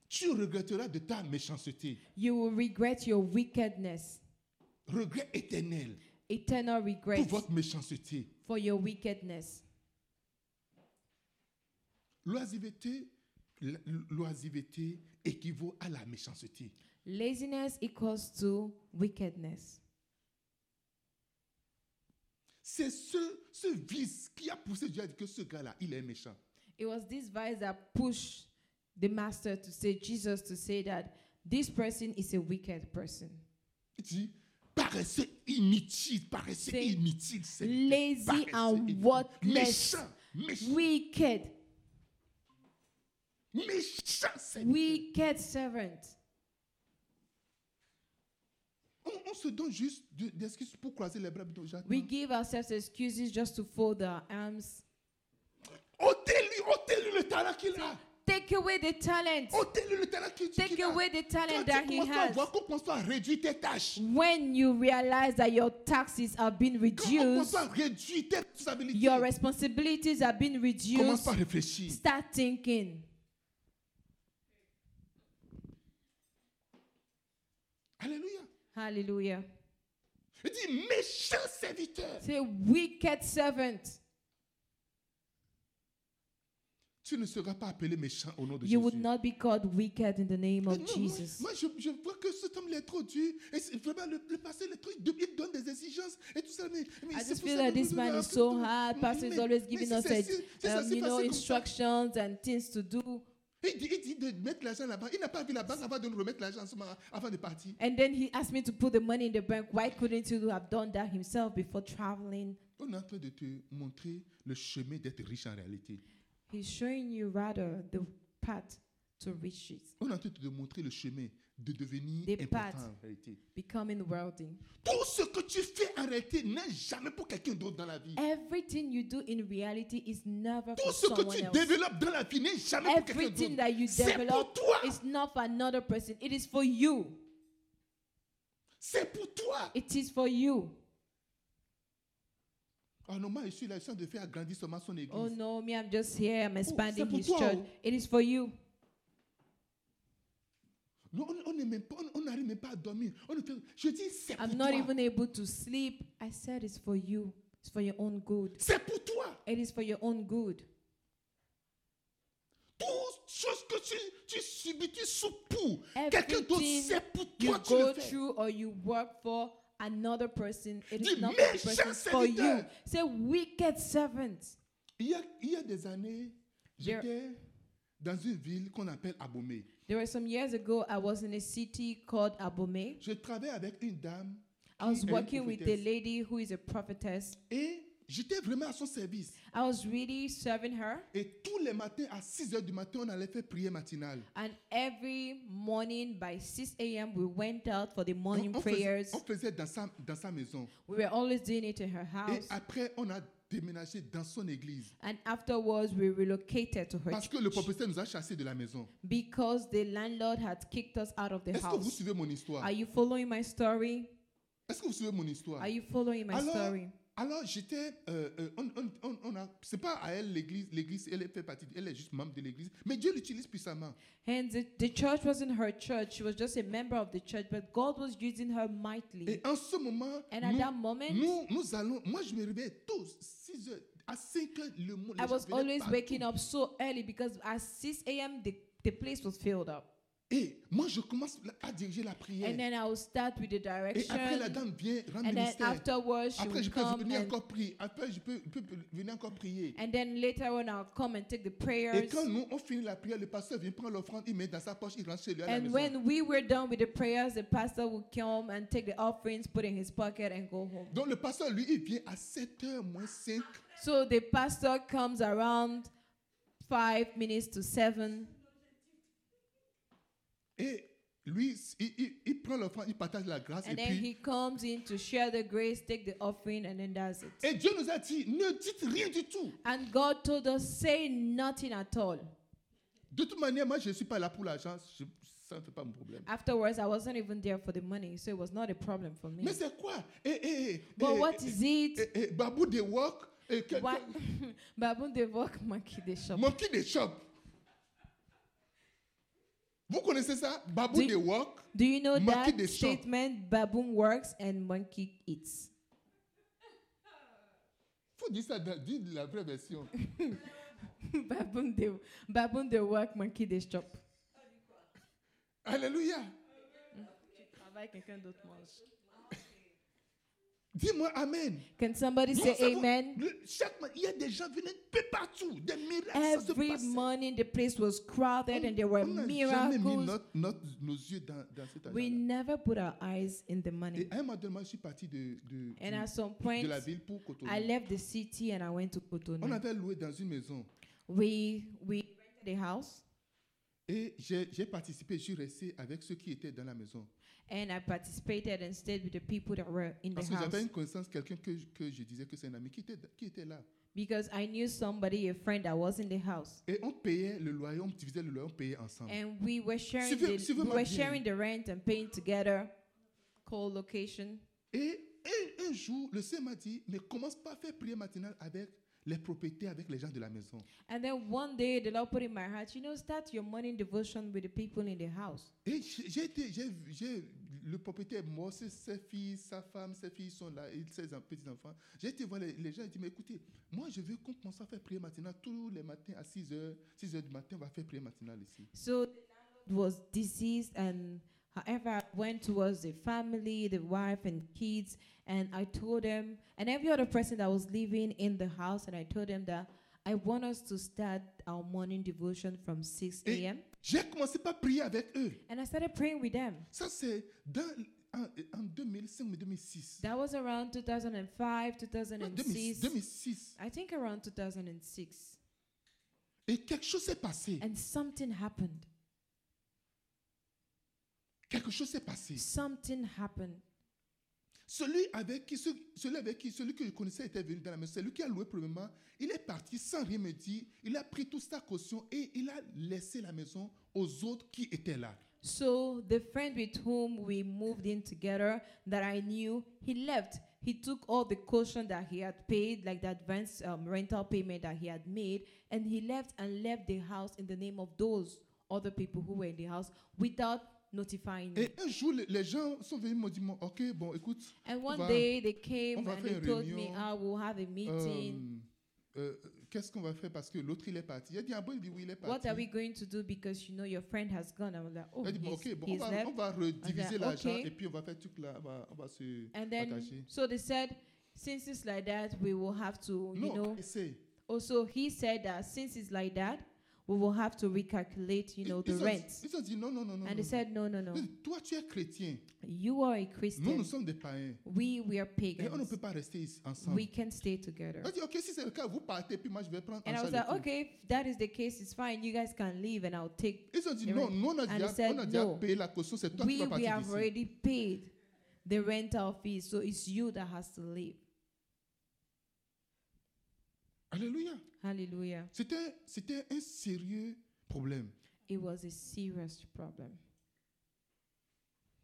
Speaker 1: tu regretteras de ta méchanceté.
Speaker 2: you will regret your wickedness.
Speaker 1: Regret éternel
Speaker 2: Eternal
Speaker 1: pour
Speaker 2: regret
Speaker 1: votre méchanceté.
Speaker 2: for your wickedness.
Speaker 1: L'oisiveté, l- l'oisiveté équivaut à la méchanceté.
Speaker 2: Laziness equals to wickedness.
Speaker 1: C'est ce, ce vice qui a poussé Dieu à dire que ce gars-là, il est méchant.
Speaker 2: It was this vice that pushed the master to say, Jesus to say that this person is a wicked person.
Speaker 1: Il dit, paresseux inutile, paresseux
Speaker 2: C'est
Speaker 1: inutile. c'est-
Speaker 2: lazy
Speaker 1: paresseux
Speaker 2: and
Speaker 1: inutile.
Speaker 2: worthless.
Speaker 1: Méchant, méchant,
Speaker 2: Wicked,
Speaker 1: méchant. c'est-
Speaker 2: wicked servant.
Speaker 1: On, on se donne juste de- des excuses pour croiser les bras de gens.
Speaker 2: We give ourselves excuses just to fold our arms.
Speaker 1: Ôtez-lui, ôtez-lui le talent qu'il a.
Speaker 2: Take away the talent.
Speaker 1: Ôtez-lui le talent qu'il
Speaker 2: Take
Speaker 1: qu'il a.
Speaker 2: away the
Speaker 1: Quand tu
Speaker 2: talent that he
Speaker 1: commences à
Speaker 2: has.
Speaker 1: voir qu'on commence à réduire tes tâches,
Speaker 2: When you realize that your taxes are being
Speaker 1: quand on commence
Speaker 2: reduced,
Speaker 1: à réduire tes responsabilités,
Speaker 2: your responsibilities are being
Speaker 1: commence
Speaker 2: reduced,
Speaker 1: par réfléchir.
Speaker 2: start thinking.
Speaker 1: Alléluia.
Speaker 2: Hallelujah.
Speaker 1: Il dit méchant serviteur.
Speaker 2: Say, wicked servant.
Speaker 1: Tu ne seras pas appelé méchant au nom de
Speaker 2: You
Speaker 1: Jésus.
Speaker 2: would not be called wicked in the name
Speaker 1: Mais
Speaker 2: of
Speaker 1: non,
Speaker 2: Jesus.
Speaker 1: Moi, moi, je, je vois que cet homme il est trop dur. Et c'est vraiment, le, le pasteur, il est trop- il donne- il donne des exigences et tout ça. Mais, mais
Speaker 2: I
Speaker 1: c'est
Speaker 2: just
Speaker 1: pour
Speaker 2: feel
Speaker 1: ça
Speaker 2: that
Speaker 1: que
Speaker 2: this
Speaker 1: nous-
Speaker 2: man
Speaker 1: nous-
Speaker 2: is so
Speaker 1: nous-
Speaker 2: hard.
Speaker 1: mais-
Speaker 2: Pastor is
Speaker 1: mais-
Speaker 2: always
Speaker 1: mais
Speaker 2: giving
Speaker 1: si
Speaker 2: us,
Speaker 1: c'est
Speaker 2: uh,
Speaker 1: si- si c'est
Speaker 2: um,
Speaker 1: si
Speaker 2: you know,
Speaker 1: facile comme ça.
Speaker 2: instructions and things to do.
Speaker 1: Il dit, il dit de mettre l'argent là-bas. Il n'a pas vu la banque avant de nous remettre l'argent ce matin, avant de partir.
Speaker 2: And then he asked me to put the money in the bank. Why couldn't you have done that himself before traveling?
Speaker 1: On est en train de te montrer le chemin d'être riche en réalité.
Speaker 2: He's showing you rather the path to reach it,
Speaker 1: On est en train de te montrer le chemin de devenir
Speaker 2: Des
Speaker 1: important
Speaker 2: pattes.
Speaker 1: en réalité.
Speaker 2: becoming wealthy.
Speaker 1: Tout ce que tu fais en réalité n'est jamais pour quelqu'un d'autre dans la vie.
Speaker 2: Everything you do in reality is never
Speaker 1: Tout
Speaker 2: for
Speaker 1: ce que
Speaker 2: someone
Speaker 1: tu
Speaker 2: else.
Speaker 1: développes dans la vie n'est jamais pour quelqu'un
Speaker 2: Everything
Speaker 1: d'autre.
Speaker 2: that you
Speaker 1: C'est pour
Speaker 2: develop
Speaker 1: toi.
Speaker 2: is not for another person. It is for you.
Speaker 1: C'est pour toi.
Speaker 2: It is for you.
Speaker 1: Ah non, moi, je suis là, je suis en train de faire agrandir seulement son église.
Speaker 2: Oh no, me, I'm just here. I'm expanding
Speaker 1: pour
Speaker 2: his
Speaker 1: toi,
Speaker 2: church.
Speaker 1: oh.
Speaker 2: It is for you.
Speaker 1: Non, on- on n'est même pas- on on n'arrive même pas à dormir. On ne fait- je dis, c'est pour
Speaker 2: I'm not
Speaker 1: toi.
Speaker 2: even able to sleep. I said it's for you. It's for your own good.
Speaker 1: C'est pour toi.
Speaker 2: It is for your own good.
Speaker 1: Toutes choses que tu, tu subis, tu souffres pour quelqu'un d'autre,
Speaker 2: Everything
Speaker 1: c'est pour
Speaker 2: you
Speaker 1: toi tu
Speaker 2: go
Speaker 1: le fais.
Speaker 2: through or you work for another person, it
Speaker 1: Dis,
Speaker 2: is not for the
Speaker 1: méchant
Speaker 2: person, it's for you.
Speaker 1: serviteur.
Speaker 2: Say, wicked servant.
Speaker 1: Il y a, il y a des années,
Speaker 2: There-
Speaker 1: j'étais dans une ville qu'on appelle Abomey.
Speaker 2: There were some years ago, I was in a city called Abome.
Speaker 1: Je travaillais avec une dame
Speaker 2: I was
Speaker 1: Qui est une
Speaker 2: working with a
Speaker 1: prophétesse.
Speaker 2: lady who is a prophetess,
Speaker 1: et J'étais vraiment à son service.
Speaker 2: I was really serving her.
Speaker 1: Et tous les matins, à 6 heures du matin, on allait faire prière matinale.
Speaker 2: And every morning by 6 a.m., we went out for the
Speaker 1: On,
Speaker 2: morning
Speaker 1: on faisait,
Speaker 2: prayers.
Speaker 1: on faisait dans, sa, dans sa maison.
Speaker 2: We were always doing it in her
Speaker 1: Et
Speaker 2: house.
Speaker 1: après, on a déménagé dans son église.
Speaker 2: And afterwards, we relocated to her
Speaker 1: Parce que
Speaker 2: church
Speaker 1: le propriétaire nous a chassés de la maison.
Speaker 2: because the landlord had kicked us out of the
Speaker 1: Est-ce que vous
Speaker 2: house.
Speaker 1: suivez mon histoire
Speaker 2: Are you following my story?
Speaker 1: Est-ce que vous suivez mon histoire
Speaker 2: Are you following my
Speaker 1: Alors-
Speaker 2: story?
Speaker 1: Alors j'étais, euh, euh, on, on, on, on a, c'est pas à elle l'église, l'église elle fait partie, elle est juste membre de l'église, mais Dieu l'utilise puissamment.
Speaker 2: And the, the church wasn't her church. She was just a member of the church, but God was using her mightily.
Speaker 1: Et en ce moment,
Speaker 2: And at that
Speaker 1: nous,
Speaker 2: moment,
Speaker 1: nous, nous allons, moi je me réveillais tous 6 heures, à 5 heures le monde.
Speaker 2: I
Speaker 1: les gens
Speaker 2: was
Speaker 1: venaient
Speaker 2: always
Speaker 1: partout.
Speaker 2: waking up so early because at 6 a.m., the, the place was filled up.
Speaker 1: Et moi je commence la- à diriger la prière.
Speaker 2: And then I would start with the
Speaker 1: Et après la
Speaker 2: direction.
Speaker 1: dame vient rendre
Speaker 2: And then
Speaker 1: ministère.
Speaker 2: afterwards, she
Speaker 1: Après je
Speaker 2: would
Speaker 1: peux
Speaker 2: come.
Speaker 1: venir
Speaker 2: And,
Speaker 1: encore prier. Après je peux, peux- peux venir encore prier.
Speaker 2: and then later on, I'll come and take the
Speaker 1: Et
Speaker 2: prayers.
Speaker 1: quand nous on finit la prière, le pasteur vient prendre l'offrande, il met dans sa poche, il rentre chez lui à la
Speaker 2: And
Speaker 1: maison.
Speaker 2: when we were done with the prayers, the pastor would come and take the offerings, put in his pocket, and go home.
Speaker 1: Donc le pasteur lui il vient à 7h moins 5
Speaker 2: So the pastor comes around five minutes to seven.
Speaker 1: Et lui, il, il- il prend l'offrande, il partage la grâce. Et,
Speaker 2: And then
Speaker 1: puis,
Speaker 2: he comes in to share the grace, take the offering, and then that's it.
Speaker 1: et Dieu nous a dit, ne dites rien du tout.
Speaker 2: And God told us, say nothing at all.
Speaker 1: De toute manière, moi, je ne suis pas là pour l'argent. je- ça ne fait pas mon problème.
Speaker 2: Afterwards, I wasn't even there for the money, so it was not a problem for me.
Speaker 1: Mais c'est quoi et, et, et,
Speaker 2: But what is it?
Speaker 1: et- et Babou de Walk, et quelqu'un-
Speaker 2: What? Babun de Vok Monkey de Shop.
Speaker 1: Monkey de Shop. Vous connaissez ça Babou
Speaker 2: Do-
Speaker 1: de Walk.
Speaker 2: Do you know
Speaker 1: Monkey
Speaker 2: that
Speaker 1: de Shop.
Speaker 2: statement? Baboon works and monkey eats.
Speaker 1: Il faut dire ça, dans- dire la vraie version.
Speaker 2: Baboon de Baboon de Vok Monkey de Shop.
Speaker 1: Alléluia.
Speaker 2: Travaille quelqu'un d'autre mange.
Speaker 1: Dis-moi Amen.
Speaker 2: Can somebody
Speaker 1: Nous
Speaker 2: say
Speaker 1: savons-
Speaker 2: amen?
Speaker 1: le- chaque matin, il y a des gens venant de partout, des miracles. ça se
Speaker 2: Every
Speaker 1: passait.
Speaker 2: morning the place was crowded and there were
Speaker 1: on n'a jamais mis
Speaker 2: miracles.
Speaker 1: notre- notre- nos yeux dans, dans cet
Speaker 2: We
Speaker 1: agenda.
Speaker 2: never put our eyes in the money.
Speaker 1: Et à un moment donné, moi, je suis parti de, de,
Speaker 2: And
Speaker 1: du-
Speaker 2: at some
Speaker 1: de
Speaker 2: point,
Speaker 1: la ville pour Cotonou.
Speaker 2: I left the city and I went to
Speaker 1: On
Speaker 2: Cotonou.
Speaker 1: avait loué dans une maison.
Speaker 2: We we rented a house
Speaker 1: Et j'ai j'ai participé, je suis resté avec ceux qui étaient dans la maison.
Speaker 2: and I participated and stayed with the people that were in the
Speaker 1: Parce que
Speaker 2: house
Speaker 1: j'avais une connaissance, quelqu'un que, je- que je disais que c'est un ami qui était, qui était là.
Speaker 2: because I knew somebody, a friend that was in the house,
Speaker 1: Et on payait le loyer, on divisait le loyer, on payait ensemble.
Speaker 2: and we were sharing
Speaker 1: Suivez-
Speaker 2: the,
Speaker 1: suivez
Speaker 2: we
Speaker 1: ma
Speaker 2: were
Speaker 1: bien.
Speaker 2: sharing the rent and paying together, co-location.
Speaker 1: Et un, un jour, le Seigneur m'a dit, mais commence pas à faire prière matinale avec les propriétés, avec les gens de la maison.
Speaker 2: And then one day the Lord put in my heart, you know, start your morning devotion with the people in the house.
Speaker 1: Et j'ai j'ai été, j'ai, vu- j'ai- le propriétaire est mort, ses, ses filles, sa femme, ses filles sont là, et ses en- petits-enfants. J'ai été voir les, les gens, j'ai dit, mais écoutez, moi je veux qu'on commence à faire prière matinale tous les matins à 6 h 6 h du matin, on va faire prière matinale ici.
Speaker 2: So the landlord was deceased, and however, I went towards the family, the wife, and kids, and I told them, and every other person that was living in the house, and I told them that I want us to start our morning devotion from 6
Speaker 1: Eh.
Speaker 2: a.m.
Speaker 1: J'ai commencé par prier avec eux.
Speaker 2: And I started praying with them.
Speaker 1: Ça, c'est dans, en, en 2005 ou 2006.
Speaker 2: That was around 2005,
Speaker 1: Ouais, 2006.
Speaker 2: 2006.
Speaker 1: 2006.
Speaker 2: I think around 2006.
Speaker 1: Et quelque chose s'est passé.
Speaker 2: And something happened.
Speaker 1: Quelque chose s'est passé.
Speaker 2: Something happened.
Speaker 1: Celui avec qui, ce- celui avec qui, celui que je connaissais était venu dans la maison, celui qui a loué premièrement, il est parti sans rien me dire, il a pris toute sa caution et il a laissé la maison aux autres qui étaient là.
Speaker 2: So the friend with whom we moved in together that I knew, he left. He took all the caution that he had paid, like the advance um, rental payment that he had made, and he left and left the house in the name of those other people who were in the house without notifying me.
Speaker 1: Et un jour, les- les gens sont venus me dire, ok, bon, écoute,
Speaker 2: And one
Speaker 1: va-
Speaker 2: day they
Speaker 1: on
Speaker 2: came
Speaker 1: va
Speaker 2: and
Speaker 1: faire
Speaker 2: they
Speaker 1: une
Speaker 2: told me,
Speaker 1: réunion.
Speaker 2: "I will have a
Speaker 1: euh,
Speaker 2: meeting.
Speaker 1: euh, qu'est-ce qu'on va faire parce que l'autre il est parti. Il a dit, ah bon, il dit oui, il est
Speaker 2: what
Speaker 1: parti.
Speaker 2: are we going to do? Because you know your friend has gone." I was like, "Oh,
Speaker 1: Il a dit, bon,
Speaker 2: he's,
Speaker 1: ok, bon, on
Speaker 2: he's
Speaker 1: va,
Speaker 2: left."
Speaker 1: on va rediviser
Speaker 2: Ok.
Speaker 1: l'argent et puis on va faire tout là, on va, on va se
Speaker 2: And then,
Speaker 1: partager.
Speaker 2: so they said, since it's like that, we will have to, you
Speaker 1: Non,
Speaker 2: know.
Speaker 1: essaye.
Speaker 2: Also, he said that since it's like that, we will have to recalculate, you know,
Speaker 1: Ils-
Speaker 2: the
Speaker 1: ils ont-
Speaker 2: rent.
Speaker 1: Ils ont dit non, non, non, non.
Speaker 2: And
Speaker 1: non.
Speaker 2: they said, no, no, no.
Speaker 1: Ils ont dit, Toi, tu es chrétien.
Speaker 2: You are a
Speaker 1: Nous, nous
Speaker 2: Christian.
Speaker 1: sommes des païens.
Speaker 2: We, we are
Speaker 1: Et on ne
Speaker 2: pagans.
Speaker 1: peut pas rester ici- ensemble.
Speaker 2: We can stay together.
Speaker 1: On dit, OK, si c'est le cas, vous partez, puis moi, je vais prendre en
Speaker 2: And I was
Speaker 1: charge
Speaker 2: like,
Speaker 1: le tout.
Speaker 2: okay, if that is the case, it's fine. You guys can leave and I'll take.
Speaker 1: Ils ont dit,
Speaker 2: They
Speaker 1: non,
Speaker 2: were-
Speaker 1: nous, on a
Speaker 2: and
Speaker 1: déjà,
Speaker 2: they said,
Speaker 1: on a déjà
Speaker 2: no.
Speaker 1: payé la caution, c'est toi qui
Speaker 2: We,
Speaker 1: vas
Speaker 2: we
Speaker 1: partir
Speaker 2: have
Speaker 1: d'ici.
Speaker 2: already paid the rental fee, so it's you that has to leave.
Speaker 1: Alléluia.
Speaker 2: Hallelujah.
Speaker 1: C'était, c'était un sérieux problème.
Speaker 2: It was a serious problem.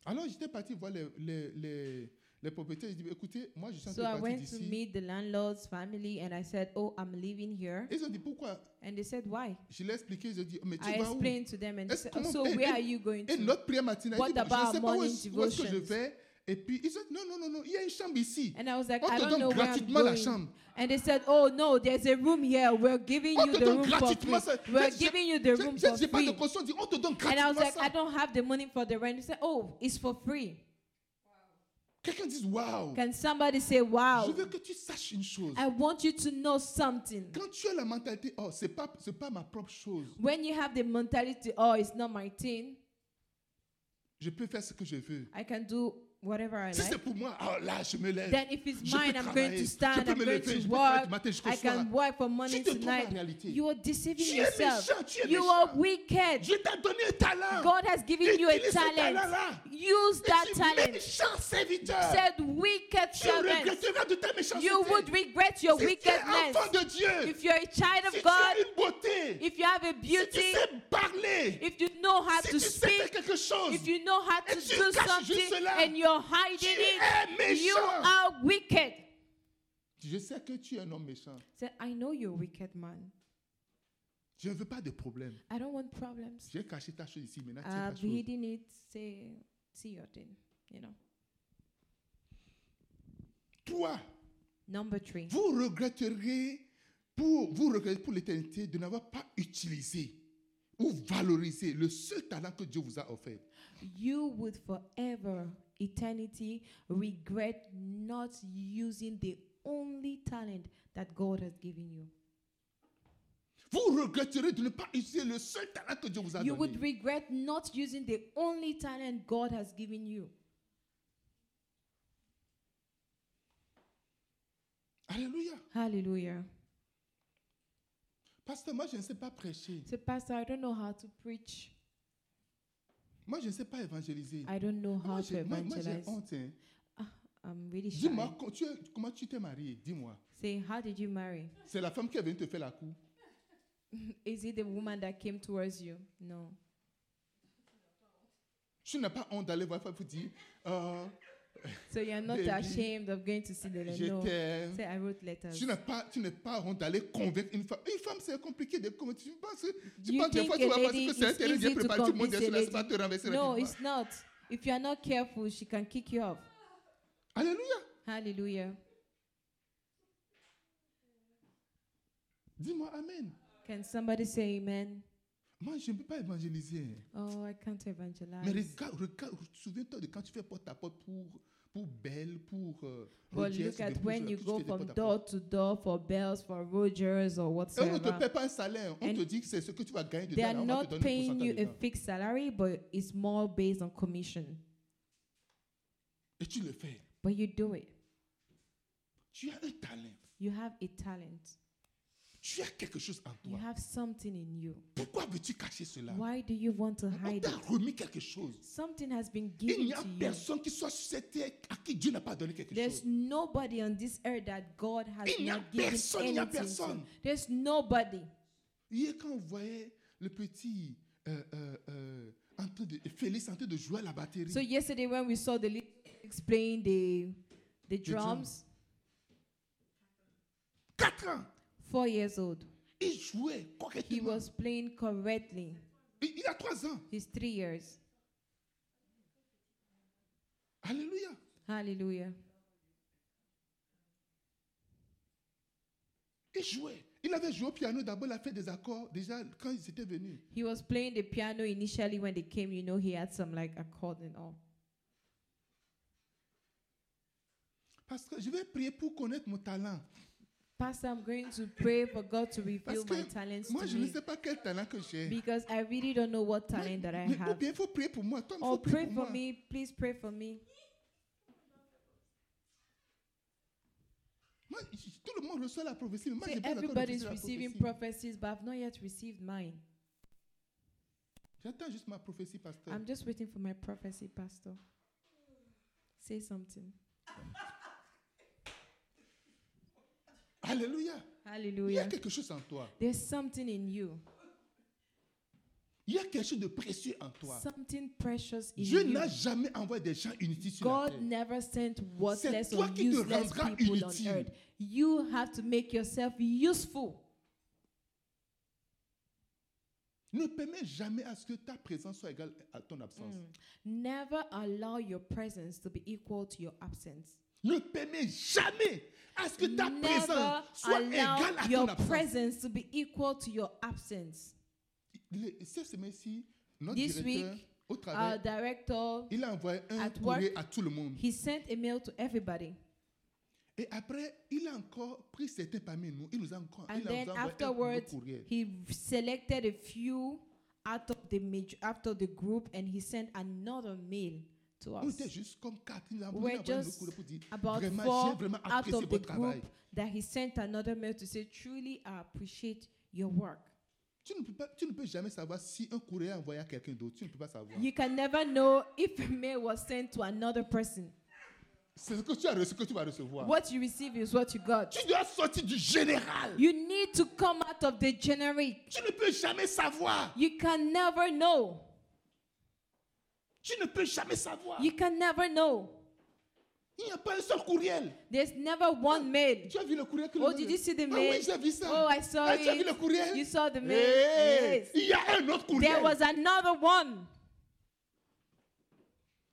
Speaker 1: Alors, j'étais parti voir les, les, les, les propriétaires. Je dis, écoutez, moi, je suis en
Speaker 2: So
Speaker 1: train
Speaker 2: I
Speaker 1: de partir
Speaker 2: went to
Speaker 1: d'ici.
Speaker 2: meet the landlord's family and I said, Oh, I'm leaving here.
Speaker 1: Ils ont dit, pourquoi
Speaker 2: And they said, Why?
Speaker 1: Je l'ai expliqué, je dis, mais tu
Speaker 2: I
Speaker 1: vas où
Speaker 2: explained to them and they
Speaker 1: Est-ce
Speaker 2: said,
Speaker 1: comment-
Speaker 2: So
Speaker 1: eh,
Speaker 2: where
Speaker 1: eh,
Speaker 2: are you going
Speaker 1: Et
Speaker 2: to?
Speaker 1: notre prière matinale,
Speaker 2: What
Speaker 1: elle dit, je ne
Speaker 2: about
Speaker 1: sais pas où
Speaker 2: morning
Speaker 1: est-ce où est-ce que je
Speaker 2: devotions?
Speaker 1: vais. Et puis, ils ont dit, non, non, non, non, il y a une chambre ici.
Speaker 2: And I was like,
Speaker 1: On
Speaker 2: I
Speaker 1: te
Speaker 2: don't know
Speaker 1: donne
Speaker 2: where I'm
Speaker 1: gratuitement la
Speaker 2: going.
Speaker 1: chambre.
Speaker 2: And they said, Oh no, there's a room here. We're giving
Speaker 1: On
Speaker 2: you
Speaker 1: te
Speaker 2: the
Speaker 1: donne
Speaker 2: room for
Speaker 1: gratuitement ça.
Speaker 2: free. We're
Speaker 1: J'ai-
Speaker 2: giving you
Speaker 1: Je
Speaker 2: the room for
Speaker 1: n'ai pas de
Speaker 2: free.
Speaker 1: caution, on dit, on te donne
Speaker 2: And I was
Speaker 1: gratuitement
Speaker 2: like, I
Speaker 1: ça.
Speaker 2: don't have the money for the rent. He said, Oh, it's for free.
Speaker 1: Quelqu'un dit, waouh,
Speaker 2: Can somebody say,
Speaker 1: je
Speaker 2: Wow?
Speaker 1: veux que tu saches une chose.
Speaker 2: I want you to know something.
Speaker 1: Quand tu as la mentalité, oh, ce n'est pas, c'est pas ma propre chose,
Speaker 2: When you have the mentality, Oh, it's not my thing,
Speaker 1: je peux faire ce que je veux.
Speaker 2: I can do whatever I
Speaker 1: Si c'est
Speaker 2: like.
Speaker 1: pour moi, oh là, je me lève.
Speaker 2: Then if it's
Speaker 1: Je peux
Speaker 2: mine, I'm going
Speaker 1: travailler,
Speaker 2: to
Speaker 1: je
Speaker 2: stand,
Speaker 1: peux
Speaker 2: I'm
Speaker 1: me
Speaker 2: going
Speaker 1: lever, je
Speaker 2: to
Speaker 1: peux travailler
Speaker 2: work,
Speaker 1: du matin jusqu'au
Speaker 2: I
Speaker 1: soir.
Speaker 2: can work for
Speaker 1: Tu te
Speaker 2: money
Speaker 1: trompes en
Speaker 2: tonight.
Speaker 1: réalité.
Speaker 2: You are deceiving
Speaker 1: Tu es
Speaker 2: yourself.
Speaker 1: méchant, tu es
Speaker 2: You are
Speaker 1: méchant.
Speaker 2: wicked.
Speaker 1: Je t'ai donné un talent.
Speaker 2: God has given you
Speaker 1: Utilise
Speaker 2: a
Speaker 1: ce
Speaker 2: talent.
Speaker 1: talent-là.
Speaker 2: Use that
Speaker 1: Et tu
Speaker 2: talent.
Speaker 1: Méchant serviteur.
Speaker 2: Said wicked
Speaker 1: Tu
Speaker 2: servant.
Speaker 1: regretteras de ta méchanceté.
Speaker 2: You would regret your
Speaker 1: si
Speaker 2: wickedness.
Speaker 1: tu es enfant de Dieu,
Speaker 2: If you're a
Speaker 1: si
Speaker 2: child of
Speaker 1: tu as
Speaker 2: God,
Speaker 1: une beauté,
Speaker 2: if you have a
Speaker 1: si tu
Speaker 2: beauty,
Speaker 1: sais parler,
Speaker 2: if you know how
Speaker 1: si
Speaker 2: to
Speaker 1: tu sais faire
Speaker 2: speak,
Speaker 1: quelque chose,
Speaker 2: if you know how
Speaker 1: Et
Speaker 2: to
Speaker 1: tu
Speaker 2: do
Speaker 1: caches
Speaker 2: something
Speaker 1: juste cela.
Speaker 2: and you're
Speaker 1: tu
Speaker 2: hiding
Speaker 1: es
Speaker 2: it, you
Speaker 1: méchant.
Speaker 2: are wicked.
Speaker 1: Je sais que tu es un homme méchant.
Speaker 2: Said, I know you're a wicked man.
Speaker 1: Je ne veux pas de problème.
Speaker 2: I don't want problems.
Speaker 1: J'ai caché ta chose ici, maintenant tu as ta
Speaker 2: I've
Speaker 1: chose.
Speaker 2: hidden it. Say, see your thing. You know.
Speaker 1: Toi,
Speaker 2: Number three.
Speaker 1: vous regretterez pour, vous regretterez pour l'éternité de n'avoir pas utilisé ou valorisé le seul talent que Dieu vous a offert.
Speaker 2: You would forever, eternity, regret not using the only talent that God has given you.
Speaker 1: Vous regretterez de ne pas utiliser le seul talent que Dieu vous a
Speaker 2: You
Speaker 1: donné.
Speaker 2: would regret not using the only talent God has given you.
Speaker 1: Alléluia.
Speaker 2: Hallelujah.
Speaker 1: Parce que moi, je ne sais pas prêcher.
Speaker 2: So, Pastor, I don't know how to preach.
Speaker 1: Moi, je ne sais pas évangéliser.
Speaker 2: I don't know how
Speaker 1: Moi,
Speaker 2: to
Speaker 1: j'ai- moi- moi, j'ai
Speaker 2: evangelize.
Speaker 1: honte. hein.
Speaker 2: Ah, I'm really shy.
Speaker 1: Dis-moi, quand tu es- comment tu t'es marié Dis-moi.
Speaker 2: Say, how did you marry?
Speaker 1: C'est la femme qui est venue te faire la cour.
Speaker 2: Is it the woman that came towards you? No.
Speaker 1: Tu n'as pas honte d'aller voir la femme pour dire euh,
Speaker 2: So you're not
Speaker 1: Baby,
Speaker 2: ashamed of going to see the
Speaker 1: Je
Speaker 2: No.
Speaker 1: t'aime.
Speaker 2: Say, I wrote letters.
Speaker 1: Tu n'as pas, tu n'es pas honte d'aller convaincre une femme. Une femme, c'est compliqué de convaincre. Tu penses, tu
Speaker 2: You
Speaker 1: penses des
Speaker 2: think
Speaker 1: fois,
Speaker 2: a
Speaker 1: tu vas penser
Speaker 2: lady
Speaker 1: que c'est un
Speaker 2: is
Speaker 1: terrain bien
Speaker 2: easy to
Speaker 1: préparé. Tout le monde
Speaker 2: convince
Speaker 1: est sur
Speaker 2: a
Speaker 1: la
Speaker 2: lady.
Speaker 1: va te renverser
Speaker 2: No,
Speaker 1: rapidement.
Speaker 2: it's not. If you are not careful, she can kick you off.
Speaker 1: Alléluia.
Speaker 2: Hallelujah.
Speaker 1: Dis-moi Amen.
Speaker 2: Can somebody say amen?
Speaker 1: Moi, je ne peux pas évangéliser. hein.
Speaker 2: Oh, I can't
Speaker 1: Mais
Speaker 2: evangelize.
Speaker 1: regarde, regarde, souviens-toi de quand tu fais porte à porte pour, pour Belle, pour euh,
Speaker 2: But
Speaker 1: Rogers,
Speaker 2: look
Speaker 1: des
Speaker 2: at
Speaker 1: bouches,
Speaker 2: when
Speaker 1: là,
Speaker 2: you
Speaker 1: tout,
Speaker 2: go
Speaker 1: tu fais des
Speaker 2: from
Speaker 1: porte à porte.
Speaker 2: door to door for bells, for Rogers, or
Speaker 1: Et on ne te
Speaker 2: whatsoever.
Speaker 1: paie pas un salaire. On
Speaker 2: And
Speaker 1: te dit que c'est ce que tu vas gagner de
Speaker 2: They
Speaker 1: ta
Speaker 2: are
Speaker 1: vie, on va te
Speaker 2: not
Speaker 1: donner un
Speaker 2: paying you
Speaker 1: pourcentage
Speaker 2: a
Speaker 1: dedans.
Speaker 2: fixed salary, but it's more based on commission.
Speaker 1: Et tu le fais.
Speaker 2: But you do it.
Speaker 1: Tu as un talent.
Speaker 2: You have a talent.
Speaker 1: Tu as quelque chose en
Speaker 2: You
Speaker 1: toi.
Speaker 2: have something in you.
Speaker 1: Pourquoi veux-tu cacher cela
Speaker 2: Why do you want to
Speaker 1: On
Speaker 2: hide
Speaker 1: t'a
Speaker 2: it?
Speaker 1: remis quelque chose.
Speaker 2: Something has been
Speaker 1: Il
Speaker 2: given
Speaker 1: n'y a
Speaker 2: to you.
Speaker 1: personne qui soit sur cette terre à qui Dieu n'a pas donné quelque
Speaker 2: There's
Speaker 1: chose.
Speaker 2: nobody on this earth that God has
Speaker 1: Il n'y a
Speaker 2: not given
Speaker 1: personne, il n'y a
Speaker 2: anything to.
Speaker 1: personne.
Speaker 2: There's nobody.
Speaker 1: Hier, quand on voyait le petit euh, euh, euh, en train de, Félix en train de jouer à la batterie,
Speaker 2: So yesterday when we saw the lead explain the the
Speaker 1: drums.
Speaker 2: drums,
Speaker 1: 4 ans,
Speaker 2: four years old,
Speaker 1: il jouait
Speaker 2: he
Speaker 1: correctement.
Speaker 2: was playing correctly.
Speaker 1: Il il a 3 ans.
Speaker 2: He's three years.
Speaker 1: Alléluia.
Speaker 2: Hallelujah.
Speaker 1: Il jouait. Il avait joué au piano d'abord, il a fait des accords déjà quand il était venu.
Speaker 2: He was playing the piano initially when they came. You know, he had some like accord and all.
Speaker 1: Parce que je vais prier pour connaître mon talent.
Speaker 2: Pastor, I'm going to pray for God to reveal
Speaker 1: Parce
Speaker 2: my
Speaker 1: que
Speaker 2: talents
Speaker 1: Moi,
Speaker 2: to
Speaker 1: je ne
Speaker 2: me
Speaker 1: sais pas quel talent que j'ai.
Speaker 2: because I really don't know what
Speaker 1: Mais-
Speaker 2: talent that I
Speaker 1: mais- Ou
Speaker 2: have.
Speaker 1: bien, il faut prier pour moi. Toi, il
Speaker 2: Oh,
Speaker 1: faut
Speaker 2: pray
Speaker 1: prier pour
Speaker 2: for
Speaker 1: moi.
Speaker 2: me. Please pray for me.
Speaker 1: Moi, j- tout le monde reçoit la prophétie, mais moi,
Speaker 2: Say
Speaker 1: j'ai pas encore reçu
Speaker 2: everybody's
Speaker 1: la
Speaker 2: receiving
Speaker 1: prophétie.
Speaker 2: prophecies, but I've not yet received mine.
Speaker 1: J'attends juste ma prophétie, pasteur.
Speaker 2: I'm just waiting for my prophecy, Pastor. Say something.
Speaker 1: Alléluia. Il y a
Speaker 2: Hallelujah.
Speaker 1: quelque chose en toi.
Speaker 2: There's something in you,
Speaker 1: Il y a quelque chose de précieux en toi.
Speaker 2: something precious in
Speaker 1: Dieu n'a
Speaker 2: you.
Speaker 1: jamais envoyé des gens inutiles sur la
Speaker 2: God
Speaker 1: terre.
Speaker 2: never sent worthless
Speaker 1: toi
Speaker 2: or
Speaker 1: qui te
Speaker 2: useless
Speaker 1: rendras
Speaker 2: people
Speaker 1: inutile.
Speaker 2: on earth. You have to make yourself useful.
Speaker 1: Ne permets jamais à ce que ta présence soit égale à ton absence.
Speaker 2: Mm. Never allow your presence to be equal to your absence.
Speaker 1: Ne permets jamais à ce que ta
Speaker 2: Never
Speaker 1: présence soit
Speaker 2: allow
Speaker 1: égale à ton
Speaker 2: your
Speaker 1: absence.
Speaker 2: presence to be equal to your absence.
Speaker 1: Le- Cette semaine-ci, notre
Speaker 2: This
Speaker 1: directeur,
Speaker 2: week,
Speaker 1: au
Speaker 2: Our
Speaker 1: travail,
Speaker 2: director,
Speaker 1: il a envoyé un
Speaker 2: at
Speaker 1: courrier à tout le monde.
Speaker 2: he sent a mail to everybody.
Speaker 1: Et après, il a encore pris certains parmi nous. Il nous a encore
Speaker 2: And
Speaker 1: il a
Speaker 2: then
Speaker 1: nous a envoyé un
Speaker 2: afterwards,
Speaker 1: nouveau courrier.
Speaker 2: He selected a few out of the major, out of the group, and he sent another mail to
Speaker 1: On était
Speaker 2: us.
Speaker 1: juste comme quatre. Il a
Speaker 2: We're
Speaker 1: envoyé un nouveau
Speaker 2: just
Speaker 1: courrier pour dire
Speaker 2: About
Speaker 1: Vraiment, j'ai
Speaker 2: four
Speaker 1: vraiment
Speaker 2: out
Speaker 1: apprécié
Speaker 2: of the
Speaker 1: votre travail.
Speaker 2: group that he sent another mail to say, "Truly, I appreciate your work."
Speaker 1: Tu ne, peux pas, tu ne peux jamais savoir si un courrier est envoyé à quelqu'un d'autre. Tu ne peux pas savoir.
Speaker 2: You can never know if a mail was sent to another person.
Speaker 1: C'est ce que tu as reçu que tu vas recevoir.
Speaker 2: What you receive is what you got.
Speaker 1: Tu dois sortir du général.
Speaker 2: You need to come out of the generic.
Speaker 1: Tu ne peux jamais savoir.
Speaker 2: You can never know.
Speaker 1: Tu ne peux jamais savoir.
Speaker 2: You can never know.
Speaker 1: Il n'y a pas un seul courriel.
Speaker 2: There's never one mail.
Speaker 1: Tu as vu le courriel que le-
Speaker 2: Oh, did you see the
Speaker 1: Ah
Speaker 2: mail?
Speaker 1: oui, j'ai vu ça.
Speaker 2: Oh, I saw
Speaker 1: Ah, Tu as
Speaker 2: it.
Speaker 1: vu le courriel?
Speaker 2: You saw the mail.
Speaker 1: Hey,
Speaker 2: Yes.
Speaker 1: Il y a un autre courriel.
Speaker 2: There was another one.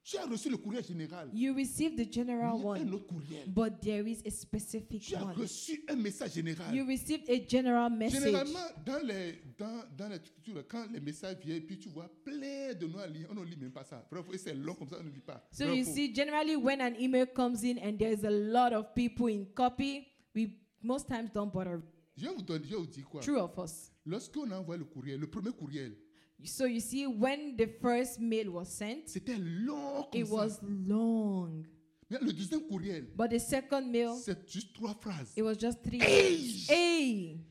Speaker 1: Tu as reçu le courriel général.
Speaker 2: You received the
Speaker 1: Il y a
Speaker 2: general
Speaker 1: un
Speaker 2: one,
Speaker 1: autre courriel.
Speaker 2: but there is a specific
Speaker 1: Tu as
Speaker 2: one.
Speaker 1: reçu un message général.
Speaker 2: You received a general message.
Speaker 1: Généralement, dans les, dans, dans les cultures, quand les messages viennent, puis tu vois plein de noms à lire, on ne lit même pas ça. Vrai, faux, et c'est long comme ça, on ne lit pas.
Speaker 2: So
Speaker 1: Vrai,
Speaker 2: you
Speaker 1: faux.
Speaker 2: see, generally when an email comes in and there's a lot of people in copy, we most times don't bother.
Speaker 1: je vais vous donner, je vais vous dire quoi.
Speaker 2: True of us.
Speaker 1: Lorsqu'on a envoyé le courriel, le premier courriel,
Speaker 2: So you see, when the first mail was sent,
Speaker 1: c'était long comme
Speaker 2: it
Speaker 1: ça.
Speaker 2: was long,
Speaker 1: Mais le deuxième courriel,
Speaker 2: but the second mail,
Speaker 1: c'est juste trois phrases.
Speaker 2: it was just three.
Speaker 1: Hey!
Speaker 2: Hey!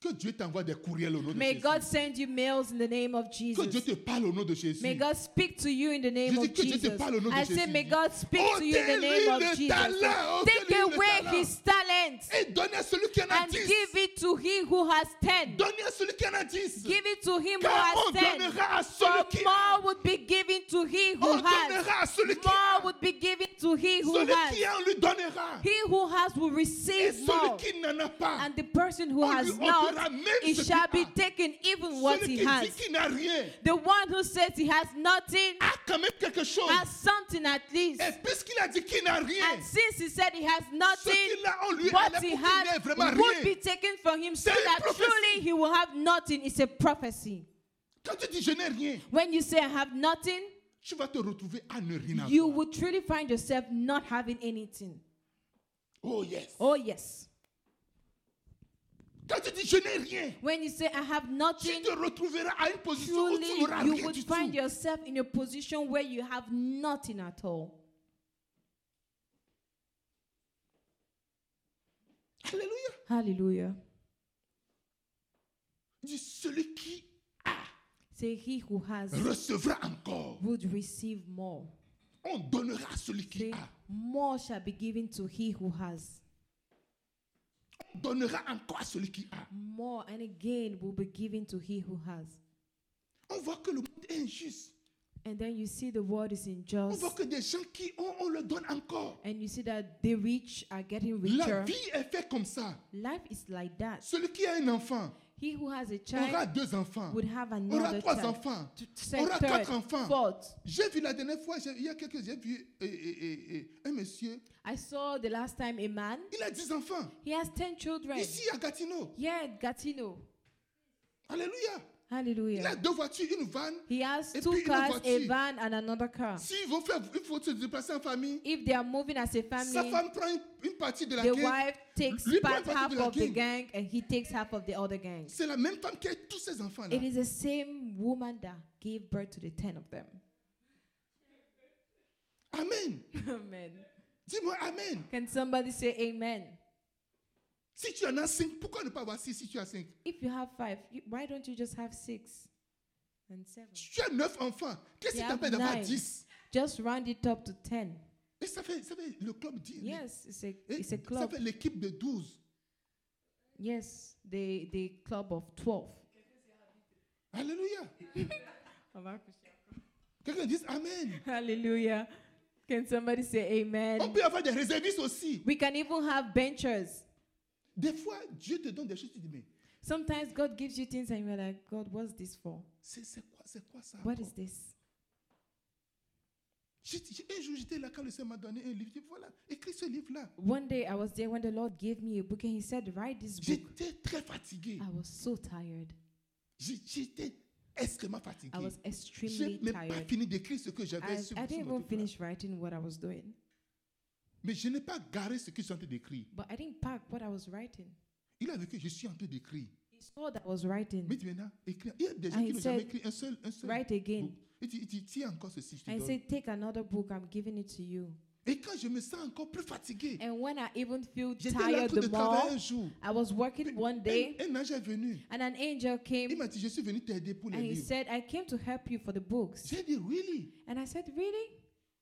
Speaker 1: Que Dieu t'envoie des courriels au nom de
Speaker 2: May
Speaker 1: Jésus.
Speaker 2: God send you mails in the name of
Speaker 1: que Dieu
Speaker 2: Jesus.
Speaker 1: te parle au nom de Jésus.
Speaker 2: May God speak to you in the name
Speaker 1: Jésus,
Speaker 2: of
Speaker 1: que Dieu te
Speaker 2: Jesus.
Speaker 1: parle au nom de
Speaker 2: I say,
Speaker 1: Jésus.
Speaker 2: may God speak to you in the name
Speaker 1: Ôtez-lui
Speaker 2: of
Speaker 1: le
Speaker 2: Jesus.
Speaker 1: talent,
Speaker 2: Take
Speaker 1: ôtez-lui le
Speaker 2: away
Speaker 1: talent.
Speaker 2: his talents
Speaker 1: Et donnez à celui qui en a
Speaker 2: and
Speaker 1: dix.
Speaker 2: give it to him who has ten.
Speaker 1: Donnez à celui qui en a dix.
Speaker 2: Give it to him who
Speaker 1: Car on
Speaker 2: has ten.
Speaker 1: donnera à celui
Speaker 2: For
Speaker 1: qui a.
Speaker 2: more would be given to he
Speaker 1: On
Speaker 2: who has.
Speaker 1: donnera à celui qui a.
Speaker 2: More would be given to he who
Speaker 1: Celui qui
Speaker 2: has.
Speaker 1: a, on lui donnera.
Speaker 2: He who has will
Speaker 1: Et
Speaker 2: receive
Speaker 1: celui
Speaker 2: more.
Speaker 1: qui n'en a pas,
Speaker 2: And the person who
Speaker 1: on lui
Speaker 2: has
Speaker 1: ôtera
Speaker 2: not,
Speaker 1: même
Speaker 2: it
Speaker 1: ce
Speaker 2: shall be
Speaker 1: qu'il a.
Speaker 2: taken even what
Speaker 1: celui
Speaker 2: he
Speaker 1: qui
Speaker 2: has.
Speaker 1: dit qu'il n'a rien,
Speaker 2: The one who says he has nothing
Speaker 1: a quand même quelque chose.
Speaker 2: has something at least.
Speaker 1: Et puisqu'il a dit qu'il n'a rien,
Speaker 2: And since he said he has
Speaker 1: ce
Speaker 2: nothing,
Speaker 1: qu'il a, on lui
Speaker 2: what
Speaker 1: enlève
Speaker 2: he
Speaker 1: pour qu'il n'ait
Speaker 2: has
Speaker 1: vraiment
Speaker 2: would be
Speaker 1: rien.
Speaker 2: taken from him so
Speaker 1: C'est une
Speaker 2: that
Speaker 1: prophétie.
Speaker 2: truly he will have nothing. It's a prophecy.
Speaker 1: Quand tu dis je n'ai rien,
Speaker 2: When you say I have nothing,
Speaker 1: tu vas te retrouver à ne rien
Speaker 2: you
Speaker 1: avoir.
Speaker 2: will truly find yourself not having anything.
Speaker 1: Oh yes.
Speaker 2: Oh, yes.
Speaker 1: Quand tu dis je n'ai rien,
Speaker 2: When you say I have
Speaker 1: tu
Speaker 2: nothing,
Speaker 1: te retrouveras à une position où
Speaker 2: truly
Speaker 1: tu n'auras
Speaker 2: you
Speaker 1: rien
Speaker 2: would
Speaker 1: du
Speaker 2: find
Speaker 1: tout.
Speaker 2: yourself in a position where you have nothing at all.
Speaker 1: Alléluia.
Speaker 2: Hallelujah.
Speaker 1: Il dit celui qui a
Speaker 2: Say, He who has
Speaker 1: recevra encore.
Speaker 2: would receive more.
Speaker 1: On donnera à celui qui
Speaker 2: Say,
Speaker 1: a.
Speaker 2: more shall be given to he who has.
Speaker 1: On donnera encore à celui qui a.
Speaker 2: More and again will be given to he who has.
Speaker 1: On voit que le monde est injuste.
Speaker 2: And then you see the world is
Speaker 1: On
Speaker 2: unjust.
Speaker 1: voit que des gens qui ont, on leur donne encore.
Speaker 2: And you see that the rich are getting
Speaker 1: La
Speaker 2: richer.
Speaker 1: vie est faite comme ça.
Speaker 2: Life is like that.
Speaker 1: Celui qui a un enfant
Speaker 2: He who has a
Speaker 1: aura
Speaker 2: child
Speaker 1: deux enfants,
Speaker 2: would have
Speaker 1: aura
Speaker 2: another
Speaker 1: trois
Speaker 2: child.
Speaker 1: enfants.
Speaker 2: T- second,
Speaker 1: aura
Speaker 2: third,
Speaker 1: quatre enfants.
Speaker 2: fourth.
Speaker 1: J'ai vu la dernière fois, j'ai- il y a quelques j'ai vu euh, euh, euh, euh, un monsieur,
Speaker 2: I saw the last time a man.
Speaker 1: il a dix enfants.
Speaker 2: He has ten children.
Speaker 1: Ici à Gatineau.
Speaker 2: Yeah, Gatineau.
Speaker 1: Alléluia. Il a
Speaker 2: Hallelujah.
Speaker 1: deux voitures, une van.
Speaker 2: He has
Speaker 1: Et
Speaker 2: two
Speaker 1: puis une
Speaker 2: cars, a
Speaker 1: voiture.
Speaker 2: van, and another car.
Speaker 1: S'ils vont faire, il faut se déplacer en famille.
Speaker 2: If they are moving as a
Speaker 1: Sa
Speaker 2: family,
Speaker 1: femme prend une, une partie de la
Speaker 2: the
Speaker 1: gang.
Speaker 2: wife takes
Speaker 1: Lui prend
Speaker 2: part
Speaker 1: partie
Speaker 2: half
Speaker 1: de la
Speaker 2: of the
Speaker 1: gang.
Speaker 2: gang and he takes half of the other gang.
Speaker 1: C'est la même femme qui a tous ses enfants là.
Speaker 2: It is the same woman that gave birth to the ten of them.
Speaker 1: Amen.
Speaker 2: Amen.
Speaker 1: Dis-moi Amen.
Speaker 2: Can somebody say amen?
Speaker 1: Si tu en as cinq, pourquoi ne pas avoir six si tu as cinq
Speaker 2: If you have five, you, why don't you just have six and seven?
Speaker 1: Tu as neuf enfants. Qu'est-ce qui
Speaker 2: Yeah,
Speaker 1: t'empêche d'avoir
Speaker 2: nine.
Speaker 1: dix
Speaker 2: Just round it up to ten.
Speaker 1: Et ça fait, ça fait le club dix.
Speaker 2: Yes, it's a
Speaker 1: Et
Speaker 2: it's a
Speaker 1: Ça
Speaker 2: club.
Speaker 1: fait l'équipe de douze.
Speaker 2: Yes, the the club of twelve.
Speaker 1: Alléluia. Quelqu'un dit Amen.
Speaker 2: Hallelujah. Can somebody say
Speaker 1: On
Speaker 2: amen?
Speaker 1: peut avoir des réservistes aussi.
Speaker 2: We can even have benchers.
Speaker 1: Des fois, Dieu te donne des choses, tu dis, mais
Speaker 2: Sometimes God gives you things and you're like, God, what's this for?
Speaker 1: c'est c'est quoi, c'est quoi ça
Speaker 2: What
Speaker 1: encore?
Speaker 2: is this?
Speaker 1: J'ai- j'ai- Un jour, j'étais là quand le Seigneur m'a donné un livre. J'ai dit, voilà, écris ce livre-là.
Speaker 2: One day I was there when the Lord gave me a book and He said, Write this book. Ah.
Speaker 1: J'étais très fatigué.
Speaker 2: I was so tired.
Speaker 1: J'ai- J'étais extrêmement fatigué.
Speaker 2: I was
Speaker 1: Je
Speaker 2: extremely
Speaker 1: n'ai même pas
Speaker 2: tired.
Speaker 1: fini d'écrire ce que j'avais
Speaker 2: I,
Speaker 1: sur,
Speaker 2: I
Speaker 1: sur
Speaker 2: didn't
Speaker 1: mon
Speaker 2: even
Speaker 1: truc là.
Speaker 2: finish writing what I was doing,
Speaker 1: Mais je n'ai pas garé ce que j'étais en train d'écrire.
Speaker 2: but I didn't pack what I was writing.
Speaker 1: Il a vécu, je suis en train d'écrire.
Speaker 2: He saw that I was writing.
Speaker 1: Mais tu maintenant, écrire. Il y a des gens
Speaker 2: And
Speaker 1: qui
Speaker 2: he
Speaker 1: n'ont jamais
Speaker 2: said,
Speaker 1: écrit un seul, un seul
Speaker 2: Write again.
Speaker 1: book. Il dit, il dit, tiens encore ceci, je te
Speaker 2: And
Speaker 1: donne.
Speaker 2: he said, Take another book. I'm giving it to you.
Speaker 1: Et quand je me sens encore plus fatigué,
Speaker 2: And when I even feel
Speaker 1: j'étais là en
Speaker 2: tired
Speaker 1: train de
Speaker 2: the more,
Speaker 1: travailler un jour.
Speaker 2: I was working one day
Speaker 1: Un, un ange est venu.
Speaker 2: and an angel
Speaker 1: Il
Speaker 2: came
Speaker 1: m'a dit, je suis venu t'aider pour les
Speaker 2: and he
Speaker 1: livres.
Speaker 2: said, I came to help you for the books.
Speaker 1: J'ai dit, really?
Speaker 2: And I said, Really?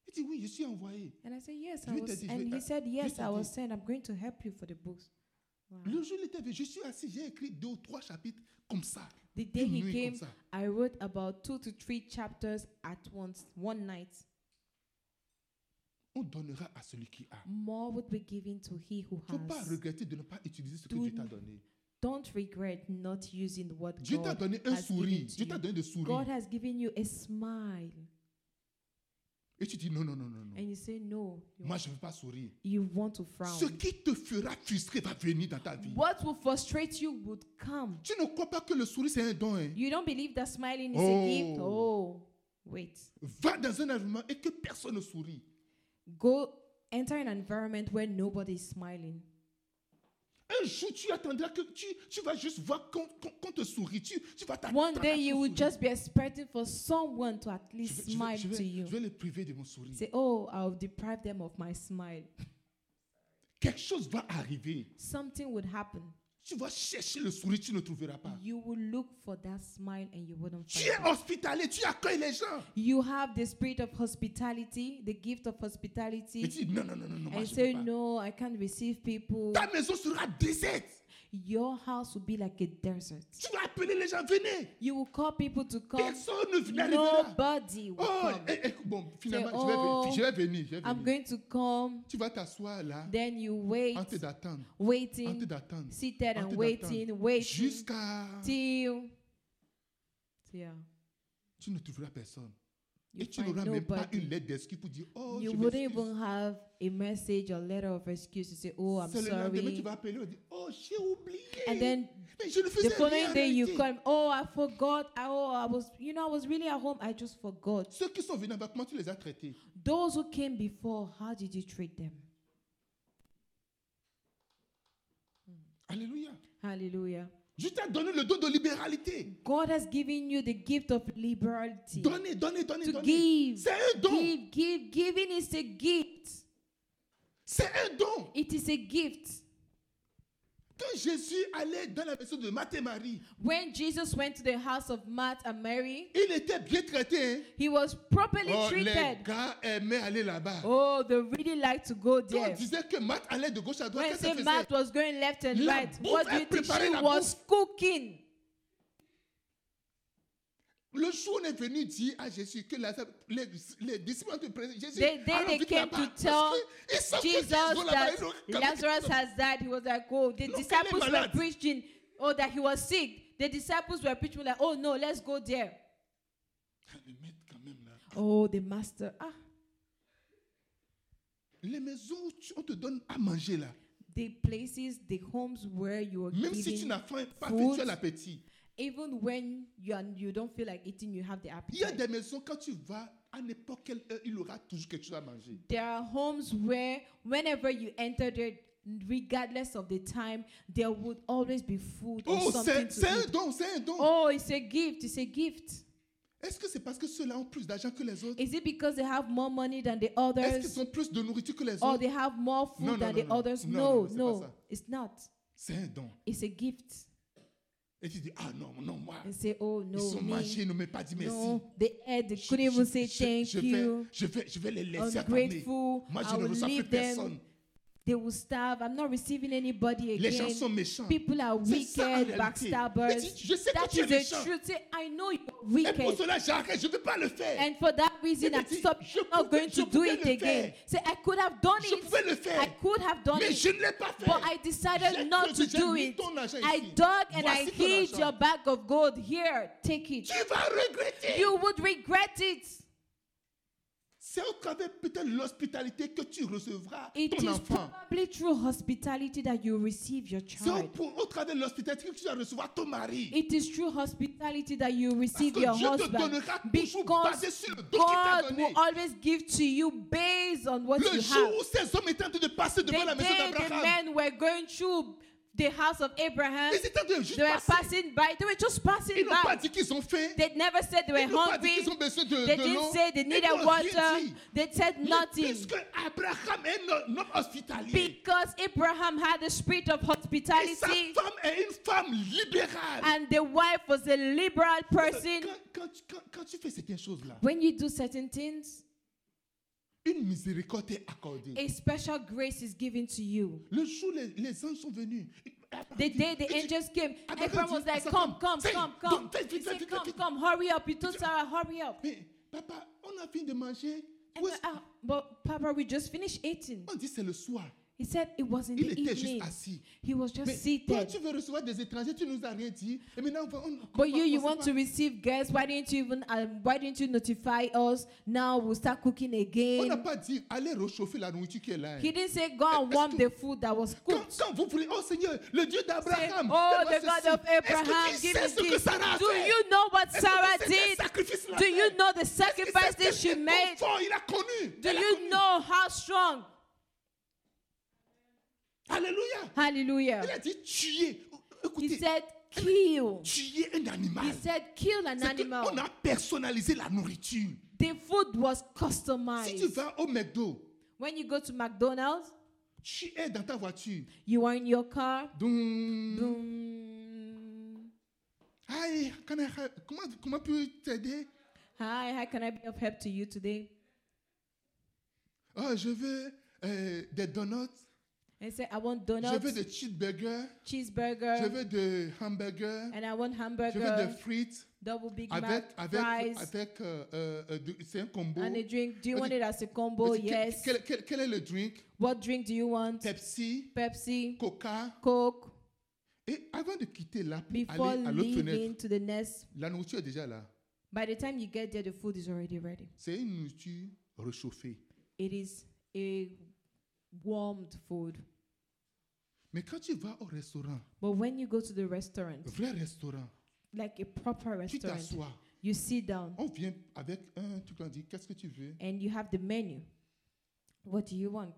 Speaker 1: Il dit, oui, je suis envoyé.
Speaker 2: And I said, Yes, I
Speaker 1: Lui
Speaker 2: was.
Speaker 1: t'a dit, je
Speaker 2: And
Speaker 1: vais-
Speaker 2: he said, Yes,
Speaker 1: t'a
Speaker 2: I was
Speaker 1: dit-
Speaker 2: sent. I'm going to help you for the books. Wow.
Speaker 1: Le jour où il était venu, je suis assis, j'ai écrit deux ou trois chapitres comme ça.
Speaker 2: The day
Speaker 1: Une
Speaker 2: he
Speaker 1: nuit
Speaker 2: came,
Speaker 1: comme ça.
Speaker 2: I wrote about two to three chapters at once, one night.
Speaker 1: On donnera à celui qui a.
Speaker 2: More would be given to he who
Speaker 1: Il ne faut pas
Speaker 2: has.
Speaker 1: regretter de ne pas utiliser ce que
Speaker 2: Do
Speaker 1: Dieu t'a
Speaker 2: not-
Speaker 1: donné.
Speaker 2: Don't regret not using what
Speaker 1: Dieu t'a
Speaker 2: God.
Speaker 1: donné un
Speaker 2: has given
Speaker 1: sourire.
Speaker 2: to
Speaker 1: Dieu t'a
Speaker 2: you.
Speaker 1: donné des sourires.
Speaker 2: God has given you a smile,
Speaker 1: Et tu dis, non, non, non, non, non.
Speaker 2: and you say no. You,
Speaker 1: Moi, je ne veux pas sourire.
Speaker 2: you want to
Speaker 1: Ce
Speaker 2: frown.
Speaker 1: qui te fera frustrer va venir dans ta vie.
Speaker 2: What will frustrate you would come.
Speaker 1: Tu ne crois pas que le sourire, c'est un don. hein.
Speaker 2: You don't believe that smiling is a gift. Oh, wait.
Speaker 1: Va dans un environnement et que personne ne sourit.
Speaker 2: Go enter an environment where nobody is smiling.
Speaker 1: Un jour, tu attendras que tu, tu vas juste voir qu'on qu'on- qu'on te sourit. Tu, tu vas t'attendre.
Speaker 2: One
Speaker 1: à
Speaker 2: day
Speaker 1: ce
Speaker 2: you will
Speaker 1: sourire.
Speaker 2: just be expecting for someone to at
Speaker 1: Je vais-
Speaker 2: least
Speaker 1: je vais-
Speaker 2: smile
Speaker 1: je vais-
Speaker 2: to you.
Speaker 1: Je vais les priver de mon sourire.
Speaker 2: Say, oh, I'll deprive them of my smile.
Speaker 1: Quelque chose va arriver.
Speaker 2: Something would happen.
Speaker 1: Tu vas chercher le sourire, tu ne trouveras pas.
Speaker 2: You will look for that smile and you wouldn't
Speaker 1: Tu
Speaker 2: find
Speaker 1: es
Speaker 2: it.
Speaker 1: hospitalier, tu accueilles les gens.
Speaker 2: You have the spirit of hospitality, the gift of
Speaker 1: Et
Speaker 2: hospitality,
Speaker 1: tu dis non, non, non, non, non, moi,
Speaker 2: and
Speaker 1: je peux
Speaker 2: say,
Speaker 1: pas.
Speaker 2: no, I can't receive people.
Speaker 1: Ta maison sera déserte.
Speaker 2: Your house will be like a desert.
Speaker 1: Tu vas appeler les gens, venez.
Speaker 2: You will call people to come.
Speaker 1: Personne ne n'arrivera.
Speaker 2: Nobody will
Speaker 1: Oh,
Speaker 2: come.
Speaker 1: eh, eh, bon, finalement,
Speaker 2: Say, oh,
Speaker 1: je, vais, venir, je vais venir. je vais venir.
Speaker 2: I'm going to come.
Speaker 1: Tu vas t'asseoir là,
Speaker 2: Then you wait,
Speaker 1: en train d'attendre, en train
Speaker 2: waiting,
Speaker 1: d'attendre,
Speaker 2: seated
Speaker 1: en
Speaker 2: and
Speaker 1: train
Speaker 2: waiting,
Speaker 1: d'attendre,
Speaker 2: waiting
Speaker 1: jusqu'à...
Speaker 2: till yeah.
Speaker 1: Tu ne trouveras personne.
Speaker 2: You
Speaker 1: Et tu
Speaker 2: find
Speaker 1: n'auras même pas une
Speaker 2: nobody.
Speaker 1: lettre d'excuse pour dire, oh,
Speaker 2: You
Speaker 1: je
Speaker 2: wouldn't
Speaker 1: m'excuse.
Speaker 2: even have a message or letter of excuse to say, "Oh, I'm
Speaker 1: C'est le lendemain, tu
Speaker 2: sorry."
Speaker 1: vas appeler, on dit, oh, j'ai oublié.
Speaker 2: And then
Speaker 1: Mais je ne faisais
Speaker 2: the
Speaker 1: rien en
Speaker 2: following day you
Speaker 1: réalité.
Speaker 2: come, "Oh, I forgot. Oh, I was, you know, I was really at home. I just forgot."
Speaker 1: Ceux qui sont venus avec moi, tu les as traités.
Speaker 2: Those who came before, how did you treat them?
Speaker 1: Alléluia.
Speaker 2: Hallelujah.
Speaker 1: Je t'ai donné le don de libéralité.
Speaker 2: God has given you the gift of liberality.
Speaker 1: Donnez, donnez, donnez,
Speaker 2: To
Speaker 1: donnez.
Speaker 2: give.
Speaker 1: C'est un don.
Speaker 2: Give, give, giving is a gift.
Speaker 1: C'est un don.
Speaker 2: It is a gift.
Speaker 1: Quand Jésus allait dans la maison de Matthieu et Marie,
Speaker 2: When Jesus went to the house of Martha and Mary,
Speaker 1: il était bien traité. hein.
Speaker 2: he was properly
Speaker 1: Oh, les
Speaker 2: treated.
Speaker 1: gars aimaient aller là-bas.
Speaker 2: Oh, they really like to go
Speaker 1: Quand on
Speaker 2: there.
Speaker 1: disait que Matt allait de gauche à droite,
Speaker 2: When
Speaker 1: qu'est-ce qu'elle faisait?
Speaker 2: Saint Matt was going left and
Speaker 1: La
Speaker 2: right, what do you
Speaker 1: bouffe est
Speaker 2: think she
Speaker 1: préparée, la
Speaker 2: was cooking?
Speaker 1: Le jour où on est venu dire à Jésus que la- les, les disciples ont été présents, Jésus
Speaker 2: They- they-
Speaker 1: allons
Speaker 2: they
Speaker 1: vite
Speaker 2: came
Speaker 1: là-bas,
Speaker 2: to
Speaker 1: parce
Speaker 2: tell
Speaker 1: que ils savent que
Speaker 2: Jesus
Speaker 1: Jésus va là-bas,
Speaker 2: that
Speaker 1: ils ont- comment-
Speaker 2: Lazarus has died. He was like, oh, the
Speaker 1: Look, elle est
Speaker 2: disciples were
Speaker 1: malade.
Speaker 2: preaching, oh, that he was sick. The disciples were preaching like, oh no, let's go there.
Speaker 1: Ah, le maître, quand même, là.
Speaker 2: Oh, the master, ah,
Speaker 1: Les maisons où tu- on te donne à manger là,
Speaker 2: the places, the homes where you were
Speaker 1: même si tu
Speaker 2: giving,
Speaker 1: n'as faim, pas fait,
Speaker 2: food.
Speaker 1: tu as l'appétit.
Speaker 2: Even when you are, you don't feel like eating, you have the
Speaker 1: Il y a
Speaker 2: appetite.
Speaker 1: des maisons, quand tu vas, à n'importe quelle heure, il aura toujours quelque chose à manger.
Speaker 2: There are homes where, whenever you enter there, regardless of the time, there would always be food or
Speaker 1: Oh,
Speaker 2: something
Speaker 1: c'est
Speaker 2: to
Speaker 1: c'est un
Speaker 2: eat.
Speaker 1: don, c'est un don.
Speaker 2: Oh, it's a gift. It's a gift.
Speaker 1: Est-ce que c'est parce que ceux-là ont plus d'argent que les autres
Speaker 2: Is it because they have more money than the
Speaker 1: Est-ce qu'ils
Speaker 2: others,
Speaker 1: ont plus de nourriture que les
Speaker 2: or
Speaker 1: autres
Speaker 2: they have more food
Speaker 1: No, no,
Speaker 2: than
Speaker 1: no,
Speaker 2: the
Speaker 1: no.
Speaker 2: others?
Speaker 1: No, no, no,
Speaker 2: No,
Speaker 1: c'est pas
Speaker 2: no,
Speaker 1: ça.
Speaker 2: it's not.
Speaker 1: C'est un don.
Speaker 2: It's a gift.
Speaker 1: Et tu dis, ah non, non, moi,
Speaker 2: They say, "Oh
Speaker 1: ils
Speaker 2: no,
Speaker 1: sont mangés,
Speaker 2: me,
Speaker 1: ils ne m'ont pas dit merci.
Speaker 2: no, they ate. They
Speaker 1: Je-
Speaker 2: couldn't even
Speaker 1: je-
Speaker 2: say
Speaker 1: je-
Speaker 2: thank
Speaker 1: je
Speaker 2: you.
Speaker 1: vais, je, vais, je vais les laisser abandonner.
Speaker 2: Ungrateful.
Speaker 1: Moi, je
Speaker 2: I
Speaker 1: ne
Speaker 2: will
Speaker 1: reçois plus
Speaker 2: leave
Speaker 1: personne.
Speaker 2: them. They will starve. I'm not receiving anybody
Speaker 1: Les gens
Speaker 2: again.
Speaker 1: sont méchants.
Speaker 2: People are
Speaker 1: C'est ça, en
Speaker 2: wicked,
Speaker 1: réalité. Mais
Speaker 2: backstabbers.
Speaker 1: tu- je sais que
Speaker 2: That
Speaker 1: tu es
Speaker 2: is the
Speaker 1: méchant.
Speaker 2: truth. Say, I know you're
Speaker 1: Et pour
Speaker 2: wicked.
Speaker 1: cela, j'arrête, je ne veux pas le faire.
Speaker 2: And for that reason,
Speaker 1: Mais
Speaker 2: I'm
Speaker 1: tu-
Speaker 2: stop-
Speaker 1: je
Speaker 2: not
Speaker 1: pouvais-
Speaker 2: going
Speaker 1: je
Speaker 2: to do
Speaker 1: pouvais
Speaker 2: it
Speaker 1: le
Speaker 2: again.
Speaker 1: faire.
Speaker 2: Say, I could have done
Speaker 1: Je pouvais le
Speaker 2: it.
Speaker 1: faire.
Speaker 2: I could have done
Speaker 1: Mais
Speaker 2: it.
Speaker 1: je ne l'ai pas fait.
Speaker 2: But I decided
Speaker 1: J'ai
Speaker 2: not to
Speaker 1: creusé, j'ai
Speaker 2: do
Speaker 1: mis
Speaker 2: it.
Speaker 1: ton argent
Speaker 2: I
Speaker 1: ici.
Speaker 2: dug and I
Speaker 1: Voici ton
Speaker 2: hid
Speaker 1: argent.
Speaker 2: your bag of gold. Here, take it.
Speaker 1: Tu vas regretter.
Speaker 2: You would regret it.
Speaker 1: C'est au travers peut-être de l'hospitalité que tu recevras
Speaker 2: It
Speaker 1: ton
Speaker 2: is
Speaker 1: enfant.
Speaker 2: probably through hospitality that you receive your
Speaker 1: C'est au,
Speaker 2: child.
Speaker 1: pour- au travers de l'hospitalité que tu vas recevoir ton mari.
Speaker 2: It is through hospitality that you
Speaker 1: Parce
Speaker 2: receive
Speaker 1: que
Speaker 2: your
Speaker 1: Dieu te
Speaker 2: husband.
Speaker 1: donnera toujours basé
Speaker 2: Because
Speaker 1: sur le don qu'il t'a
Speaker 2: God
Speaker 1: donné.
Speaker 2: will always give to you based on what
Speaker 1: Le
Speaker 2: you
Speaker 1: jour
Speaker 2: have.
Speaker 1: où ces hommes étaient en train de passer devant la
Speaker 2: The
Speaker 1: maison
Speaker 2: day the
Speaker 1: d'Abraham,
Speaker 2: men were going through the house of Abraham,
Speaker 1: ils étaient en train de juste
Speaker 2: they were
Speaker 1: passer.
Speaker 2: passing by. They were just
Speaker 1: Ils
Speaker 2: passing
Speaker 1: n'ont pas
Speaker 2: by.
Speaker 1: dit qu'ils ont faim.
Speaker 2: They never said
Speaker 1: Ils
Speaker 2: they were
Speaker 1: n'ont pas dit
Speaker 2: hungry.
Speaker 1: qu'ils ont besoin de,
Speaker 2: They
Speaker 1: de l'eau.
Speaker 2: didn't say they
Speaker 1: Ils
Speaker 2: needed
Speaker 1: n'ont rien
Speaker 2: water.
Speaker 1: dit.
Speaker 2: They said
Speaker 1: Mais
Speaker 2: nothing.
Speaker 1: Puisque Abraham est un homme hospitalier.
Speaker 2: Because Abraham had the spirit of
Speaker 1: Et sa
Speaker 2: hospitality,
Speaker 1: femme est une femme libérale.
Speaker 2: and the wife was a liberal person.
Speaker 1: Quand, quand tu- quand- quand tu fais certaines choses-là,
Speaker 2: When you do certain things,
Speaker 1: une miséricorde est accordée.
Speaker 2: a special grace is given to you.
Speaker 1: Le jour les, les anges sont venus.
Speaker 2: The day the
Speaker 1: Et tu-
Speaker 2: angels came,
Speaker 1: Abraham
Speaker 2: Abraham was
Speaker 1: dit à
Speaker 2: like,
Speaker 1: sa
Speaker 2: Come,
Speaker 1: femme,
Speaker 2: come,
Speaker 1: Fais,
Speaker 2: come,
Speaker 1: donc,
Speaker 2: come.
Speaker 1: fais
Speaker 2: He
Speaker 1: vite,
Speaker 2: said,
Speaker 1: vite,
Speaker 2: Come,
Speaker 1: vite.
Speaker 2: come, hurry up. He told Sarah, Hurry up.
Speaker 1: Mais papa, on a fini de manger.
Speaker 2: And
Speaker 1: Où
Speaker 2: the-
Speaker 1: est-ce-
Speaker 2: ah, but Papa, we just finished eating.
Speaker 1: On dit c'est le soir.
Speaker 2: He said it was in
Speaker 1: Il
Speaker 2: the
Speaker 1: était juste
Speaker 2: evening.
Speaker 1: assis.
Speaker 2: He was
Speaker 1: Mais
Speaker 2: just
Speaker 1: toi,
Speaker 2: seated.
Speaker 1: tu veux recevoir des étrangers, tu nous as rien dit. Et maintenant, on va- on, on
Speaker 2: But
Speaker 1: va-
Speaker 2: you,
Speaker 1: on
Speaker 2: you
Speaker 1: sait
Speaker 2: want
Speaker 1: pas.
Speaker 2: to receive guests. Why didn't you even? Um, why didn't you notify us? Now we'll start cooking
Speaker 1: On n'a
Speaker 2: again.
Speaker 1: pas dit allez réchauffer la nourriture qui est là. hein.
Speaker 2: He didn't say go and
Speaker 1: Est-ce
Speaker 2: warm
Speaker 1: que-
Speaker 2: the food that was
Speaker 1: Quand,
Speaker 2: cooked.
Speaker 1: quand vous priez, oh Seigneur, le Dieu
Speaker 2: Say,
Speaker 1: d'Abraham,
Speaker 2: oh,
Speaker 1: fais-moi
Speaker 2: the God
Speaker 1: ceci.
Speaker 2: of Abraham,
Speaker 1: Est-ce que tu
Speaker 2: give
Speaker 1: sais
Speaker 2: me
Speaker 1: ce que
Speaker 2: this.
Speaker 1: Sarah a
Speaker 2: Do
Speaker 1: fait?
Speaker 2: you know what
Speaker 1: Est-ce que
Speaker 2: Sarah
Speaker 1: tu sais quel
Speaker 2: did?
Speaker 1: sacrifice elle a
Speaker 2: Do you
Speaker 1: fait?
Speaker 2: know the
Speaker 1: Est-ce que
Speaker 2: sacrifice
Speaker 1: c'est
Speaker 2: that she
Speaker 1: quel
Speaker 2: made?
Speaker 1: confort il a connu.
Speaker 2: Do
Speaker 1: Elle a
Speaker 2: you
Speaker 1: connu.
Speaker 2: know how strong?
Speaker 1: Alléluia.
Speaker 2: Hallelujah.
Speaker 1: Il a dit tuer.
Speaker 2: He
Speaker 1: Écoutez,
Speaker 2: said kill.
Speaker 1: tuer un
Speaker 2: He
Speaker 1: animal.
Speaker 2: said kill an
Speaker 1: C'est que
Speaker 2: animal.
Speaker 1: On a personnalisé la nourriture.
Speaker 2: The food was
Speaker 1: Si tu
Speaker 2: customized.
Speaker 1: vas au McDo,
Speaker 2: When you go to McDonald's,
Speaker 1: tu es dans ta voiture.
Speaker 2: you are in your car.
Speaker 1: Doum.
Speaker 2: Boom.
Speaker 1: Hi, can I have- comment, comment peux-je t'aider?
Speaker 2: Hi, how can I be of help to you today?
Speaker 1: Oh, je veux euh, des donuts.
Speaker 2: I said, I want
Speaker 1: Je veux
Speaker 2: donuts, Euh.
Speaker 1: des cheeseburgers. Je
Speaker 2: cheeseburger,
Speaker 1: veux des hamburgers.
Speaker 2: and I want
Speaker 1: Je veux
Speaker 2: hamburger,
Speaker 1: des frites
Speaker 2: double Big
Speaker 1: avec,
Speaker 2: Mac,
Speaker 1: avec,
Speaker 2: fries,
Speaker 1: avec euh, euh, euh, de- c'est un combo.
Speaker 2: and a drink. Do you
Speaker 1: Je
Speaker 2: want
Speaker 1: dis-
Speaker 2: it as a combo?
Speaker 1: Parce que-
Speaker 2: Yes.
Speaker 1: Quel, quel- quel est le drink?
Speaker 2: What drink do you want?
Speaker 1: Pepsi,
Speaker 2: Pepsi,
Speaker 1: Coca.
Speaker 2: Coke.
Speaker 1: Et avant de quitter là pour
Speaker 2: Before
Speaker 1: aller à l'autre
Speaker 2: leaving
Speaker 1: fenêtre,
Speaker 2: to the next,
Speaker 1: la nourriture est déjà là.
Speaker 2: by the time you get there, the food is already ready.
Speaker 1: C'est une nourriture réchauffée.
Speaker 2: It is a warmed food.
Speaker 1: Mais quand tu vas au restaurant,
Speaker 2: But when you go to the restaurant,
Speaker 1: vrai restaurant,
Speaker 2: like a proper
Speaker 1: tu
Speaker 2: restaurant,
Speaker 1: t'assois,
Speaker 2: you sit down
Speaker 1: on vient avec un truc, on dit qu'est-ce que tu veux
Speaker 2: and you have the menu. What do you want?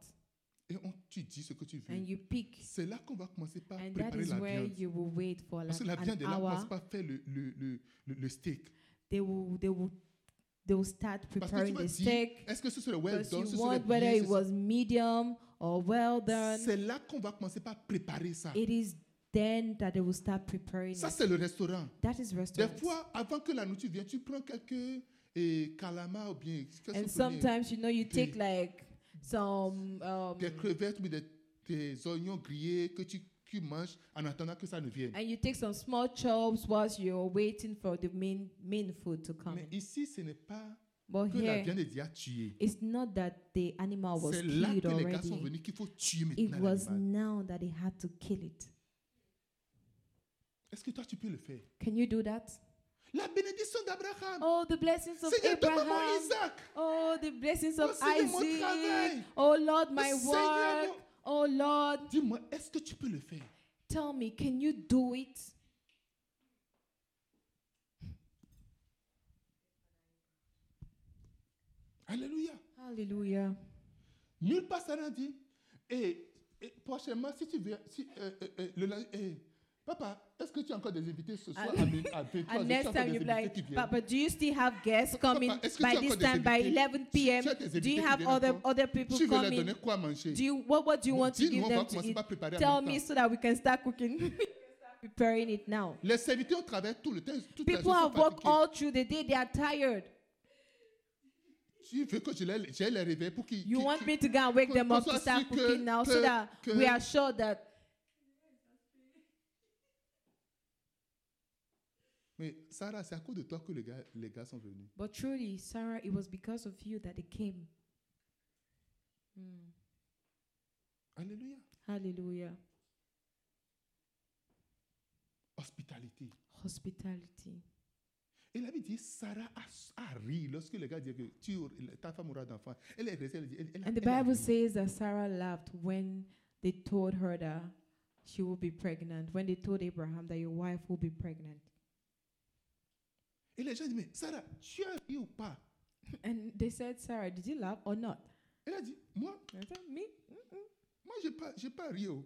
Speaker 1: et on tu dis ce que tu veux.
Speaker 2: And you pick.
Speaker 1: C'est là qu'on va commencer par
Speaker 2: And that
Speaker 1: préparer
Speaker 2: is
Speaker 1: la
Speaker 2: where
Speaker 1: viande.
Speaker 2: you will wait for
Speaker 1: Parce
Speaker 2: like
Speaker 1: que la
Speaker 2: an
Speaker 1: viande, est là, on ne
Speaker 2: hour.
Speaker 1: commence pas à faire le, le, le, le, le steak.
Speaker 2: They will, they will, they will start
Speaker 1: Parce que tu
Speaker 2: preparing
Speaker 1: vas
Speaker 2: the
Speaker 1: dire,
Speaker 2: steak.
Speaker 1: est-ce que ce serait well
Speaker 2: Because
Speaker 1: done, ce
Speaker 2: you
Speaker 1: serait
Speaker 2: want whether
Speaker 1: bien,
Speaker 2: it
Speaker 1: ce serait-
Speaker 2: was medium or well done.
Speaker 1: C'est là qu'on va commencer par préparer ça.
Speaker 2: It is then that they will start preparing.
Speaker 1: Ça,
Speaker 2: it.
Speaker 1: c'est le restaurant.
Speaker 2: That is
Speaker 1: Des
Speaker 2: restaurant.
Speaker 1: fois, avant que la nourriture vienne, tu prends quelques et calamars ou bien qu'est-ce qu'on
Speaker 2: And
Speaker 1: prenait?
Speaker 2: sometimes you know you
Speaker 1: Des-
Speaker 2: take like some um,
Speaker 1: des crevettes ou des, des oignons grillés que tu, tu manges en attendant que ça ne vienne.
Speaker 2: and you take some small chops whilst you're waiting for the main main food to come.
Speaker 1: Mais
Speaker 2: in. Oh,
Speaker 1: ici, ce n'est pas
Speaker 2: But
Speaker 1: que la
Speaker 2: here
Speaker 1: viande est déjà tuée.
Speaker 2: it's not that the animal was
Speaker 1: C'est là
Speaker 2: killed
Speaker 1: que les gars sont
Speaker 2: already.
Speaker 1: venus qu'il faut tuer
Speaker 2: It
Speaker 1: maintenant
Speaker 2: was
Speaker 1: l'animal.
Speaker 2: now that they had to kill it.
Speaker 1: Est-ce que toi, tu peux le faire
Speaker 2: Can you do that?
Speaker 1: La bénédiction d'Abraham.
Speaker 2: Oh, the blessings of
Speaker 1: Seigneur, donne-moi
Speaker 2: Abraham.
Speaker 1: Isaac.
Speaker 2: Oh, the blessings of
Speaker 1: Voici mon
Speaker 2: Isaac.
Speaker 1: travail.
Speaker 2: Oh, Lord, my
Speaker 1: Seigneur,
Speaker 2: work. Oh, Lord,
Speaker 1: Dis-moi, est-ce que tu peux le faire
Speaker 2: tell me, can you do it?
Speaker 1: Alléluia.
Speaker 2: Hallelujah.
Speaker 1: Nulle part ça n'a dit. Et, et prochainement, si tu viens, si, euh, euh, euh, le lin- eh, papa, est-ce que tu as encore des invités ce soir à min- à 23
Speaker 2: And Ah, next time
Speaker 1: des
Speaker 2: you'll be
Speaker 1: invités qui
Speaker 2: like,
Speaker 1: viennent.
Speaker 2: Papa, do you still have guests coming
Speaker 1: est-ce que
Speaker 2: by
Speaker 1: tu as
Speaker 2: this
Speaker 1: encore des
Speaker 2: time, by
Speaker 1: invités?
Speaker 2: 11
Speaker 1: Tu- tu
Speaker 2: p.m.?
Speaker 1: as des
Speaker 2: Do
Speaker 1: invités
Speaker 2: you
Speaker 1: qui
Speaker 2: have
Speaker 1: viennent
Speaker 2: other
Speaker 1: encore?
Speaker 2: other people
Speaker 1: Tu veux leur donner
Speaker 2: coming?
Speaker 1: quoi manger?
Speaker 2: Do you what what do you
Speaker 1: Bon,
Speaker 2: want to
Speaker 1: dis-nous,
Speaker 2: give
Speaker 1: on
Speaker 2: them
Speaker 1: va
Speaker 2: to
Speaker 1: commencer
Speaker 2: eat?
Speaker 1: par préparer en
Speaker 2: Tell
Speaker 1: même
Speaker 2: me
Speaker 1: temps.
Speaker 2: so that we can start cooking. We can start preparing it now.
Speaker 1: Les serviteurs ont travaillé tout le temps. Toute la
Speaker 2: People
Speaker 1: journée,
Speaker 2: have
Speaker 1: sont
Speaker 2: worked
Speaker 1: fatigués.
Speaker 2: all through the day. They are tired.
Speaker 1: Tu veux que je les, je les réveille pour qu'ils.
Speaker 2: You
Speaker 1: qu'ils-
Speaker 2: want
Speaker 1: qu'ils-
Speaker 2: me to go and wake
Speaker 1: qu'on-
Speaker 2: them
Speaker 1: qu'on
Speaker 2: up to
Speaker 1: soit
Speaker 2: start
Speaker 1: sûr que-
Speaker 2: cooking now so
Speaker 1: que-
Speaker 2: that
Speaker 1: que-
Speaker 2: we are sure that
Speaker 1: Mais Sarah, c'est à cause de toi que les gars, les gars sont venus.
Speaker 2: but truly, Sarah, it was because of you that it came. Mm.
Speaker 1: Alléluia.
Speaker 2: Hallelujah.
Speaker 1: Hospitalité.
Speaker 2: Hospitality.
Speaker 1: Et la Bible dit Sarah a, a ri lorsque les gars disaient que tu, auras- ta femme aura d'enfants. Elle est restée, elle dit. Elle, elle a-
Speaker 2: And the
Speaker 1: elle a
Speaker 2: Bible
Speaker 1: ri.
Speaker 2: says that Sarah laughed when they told her that she will be pregnant, when they told Abraham that your wife will be pregnant.
Speaker 1: Et les gens disent Mais Sarah, tu as ri ou pas
Speaker 2: And they said, Sarah, did you laugh or not?
Speaker 1: Elle a dit Moi,
Speaker 2: I said, Me?
Speaker 1: moi, j'ai pas, j'ai pas ri. oh.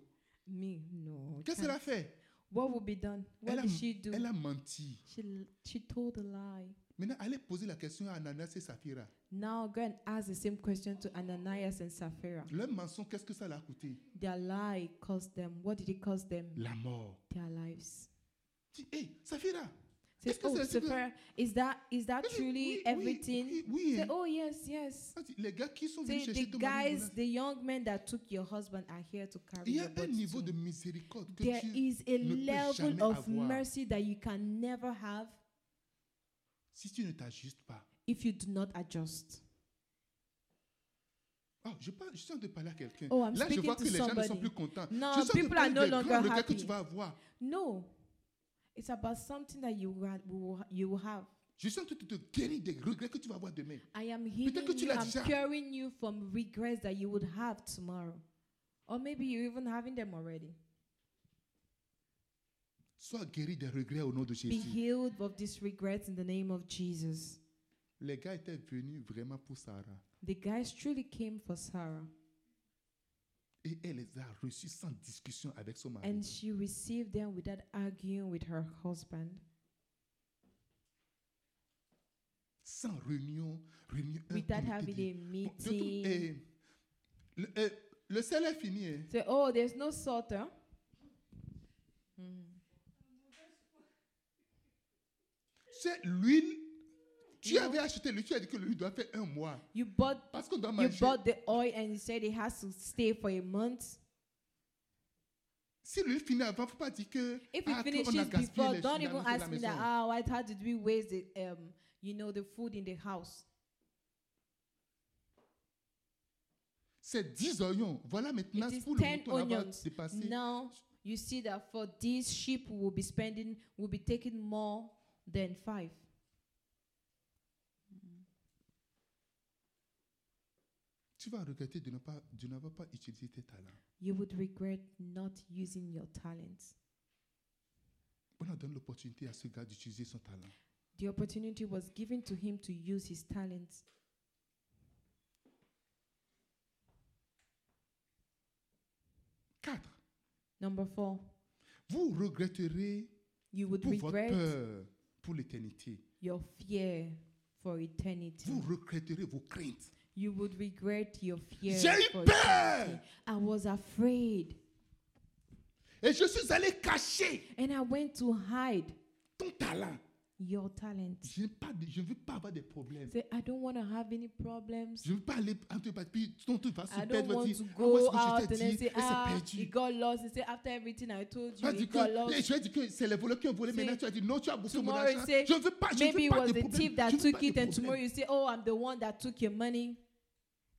Speaker 2: Me? No.
Speaker 1: Qu'est-ce
Speaker 2: can't.
Speaker 1: qu'elle a fait
Speaker 2: What will be done? What
Speaker 1: elle, a,
Speaker 2: did she do?
Speaker 1: elle a menti.
Speaker 2: She, l- she told a lie.
Speaker 1: Maintenant, allez poser la question à Ananas et Saphira.
Speaker 2: Now go and ask the same question to Ananias and Sapphira.
Speaker 1: Leur mensonge, qu'est-ce que ça l'a coûté
Speaker 2: Their lie cost them. What did it cost them?
Speaker 1: La mort.
Speaker 2: Their lives.
Speaker 1: Dis, hé, Saphira,
Speaker 2: Says,
Speaker 1: Qu'est-ce que
Speaker 2: oh,
Speaker 1: c'est- c'est que-
Speaker 2: Sapphira, is that is that
Speaker 1: qu'est-ce que-
Speaker 2: Ah, truly
Speaker 1: oui, oui,
Speaker 2: everything?
Speaker 1: Oui, oui,
Speaker 2: Say,
Speaker 1: hein.
Speaker 2: oh yes, yes.
Speaker 1: Ah, dis, Les gars qui sont venus
Speaker 2: Say,
Speaker 1: chercher
Speaker 2: the
Speaker 1: ton mari
Speaker 2: guys,
Speaker 1: Bonas,
Speaker 2: the young men that took your husband are here to carry
Speaker 1: Il y
Speaker 2: your
Speaker 1: a un
Speaker 2: body
Speaker 1: niveau de
Speaker 2: too.
Speaker 1: miséricorde que
Speaker 2: There
Speaker 1: tu,
Speaker 2: is a
Speaker 1: ne peux
Speaker 2: level
Speaker 1: jamais
Speaker 2: of
Speaker 1: avoir.
Speaker 2: mercy that you can never have
Speaker 1: si tu ne t'ajustes pas.
Speaker 2: if you do not adjust.
Speaker 1: Oh, je, parle, je suis en train de parler à quelqu'un.
Speaker 2: Oh, I'm
Speaker 1: Là, je
Speaker 2: speaking
Speaker 1: vois
Speaker 2: to
Speaker 1: que les gens ne sont
Speaker 2: somebody.
Speaker 1: plus contents.
Speaker 2: No,
Speaker 1: je suis en train de
Speaker 2: people are
Speaker 1: parler
Speaker 2: no
Speaker 1: des grands
Speaker 2: longer
Speaker 1: regrets que
Speaker 2: happy.
Speaker 1: tu vas avoir.
Speaker 2: No, it's about something that you will, will- you will have.
Speaker 1: Je suis en train de te guérir des regrets que tu vas avoir demain.
Speaker 2: I am
Speaker 1: que
Speaker 2: healing
Speaker 1: tu
Speaker 2: you.
Speaker 1: l'as
Speaker 2: I'm
Speaker 1: déjà.
Speaker 2: curing you from regrets that you would have tomorrow, or maybe you're even having them already.
Speaker 1: Sois guéri des regrets au nom de
Speaker 2: Be
Speaker 1: Jésus.
Speaker 2: healed of these regrets in the name of Jesus.
Speaker 1: Les gars étaient venus vraiment pour Sarah.
Speaker 2: The guys truly came for Sarah,
Speaker 1: Et elle les a reçus sans discussion avec son mari.
Speaker 2: and she received them without arguing with her husband,
Speaker 1: sans réunion, réunion. un
Speaker 2: without
Speaker 1: comité
Speaker 2: having
Speaker 1: de-
Speaker 2: a
Speaker 1: Bon, de tout-
Speaker 2: meeting.
Speaker 1: eh, le, eh, le sel est fini. hein.
Speaker 2: Say, oh, there's no salt, huh? Mm.
Speaker 1: C'est l'huile. Tu
Speaker 2: Non.
Speaker 1: avais acheté l'huile, tu as dit que l'huile doit faire un mois.
Speaker 2: You bought
Speaker 1: Parce qu'on doit
Speaker 2: you
Speaker 1: manger.
Speaker 2: bought the oil and you said it has to stay for a month.
Speaker 1: Si l'huile finit avant, faut pas dire que.
Speaker 2: If it
Speaker 1: ah, que on a
Speaker 2: finishes
Speaker 1: gaspillé
Speaker 2: before,
Speaker 1: les
Speaker 2: don't
Speaker 1: choses
Speaker 2: even
Speaker 1: dans la
Speaker 2: ask me
Speaker 1: maison.
Speaker 2: that. Ah, why, how did we waste the um, you know, the food in the house?
Speaker 1: C'est 10 oignons. Voilà maintenant
Speaker 2: It is
Speaker 1: pour le
Speaker 2: 10
Speaker 1: mouton, on va
Speaker 2: onions.
Speaker 1: dépasser.
Speaker 2: Now you see that for these sheep we will be spending, will be taking more than five.
Speaker 1: Tu vas regretter de ne pas, de n'avoir pas utilisé tes talents.
Speaker 2: You would regret not using your talents.
Speaker 1: On donne l'opportunité à ce gars d'utiliser son talent.
Speaker 2: The opportunity was given to him to use his talents.
Speaker 1: Quatre.
Speaker 2: Number four,
Speaker 1: Vous regretterez
Speaker 2: you would
Speaker 1: pour votre
Speaker 2: regret
Speaker 1: peur pour l'éternité.
Speaker 2: your fear for eternity.
Speaker 1: Vous regretterez vos craintes.
Speaker 2: You would regret your fear.
Speaker 1: J'ai eu
Speaker 2: for
Speaker 1: peur!
Speaker 2: eternity. I was afraid.
Speaker 1: Et je suis allé cacher
Speaker 2: And I went to hide
Speaker 1: ton talent.
Speaker 2: your talent.
Speaker 1: Je n'ai pas de- je ne veux pas avoir des problèmes.
Speaker 2: Say, I don't want to have any problems.
Speaker 1: Je ne veux pas aller en tout cas, puis ton truc va se
Speaker 2: I don't
Speaker 1: perdre. va
Speaker 2: want
Speaker 1: dire,
Speaker 2: to
Speaker 1: Ah, où est-ce
Speaker 2: go out
Speaker 1: que
Speaker 2: and
Speaker 1: je t'ai
Speaker 2: then
Speaker 1: dit,
Speaker 2: say,
Speaker 1: et
Speaker 2: ah,
Speaker 1: c'est perdu.
Speaker 2: it got lost. And say, after everything I told
Speaker 1: Tu
Speaker 2: you,
Speaker 1: as dit
Speaker 2: it
Speaker 1: que,
Speaker 2: got lost.
Speaker 1: et je vais dire que c'est les voleurs qui ont volé. Maintenant, tu as dit non, tu as bouffé mon
Speaker 2: Tomorrow,
Speaker 1: argent.
Speaker 2: you say,
Speaker 1: Je ne veux pas, je ne
Speaker 2: Maybe
Speaker 1: veux
Speaker 2: it
Speaker 1: pas
Speaker 2: was
Speaker 1: de
Speaker 2: the
Speaker 1: problème.
Speaker 2: thief that
Speaker 1: je veux
Speaker 2: took
Speaker 1: pas de
Speaker 2: it, and tomorrow
Speaker 1: problème.
Speaker 2: you say, oh, I'm the one that took your money.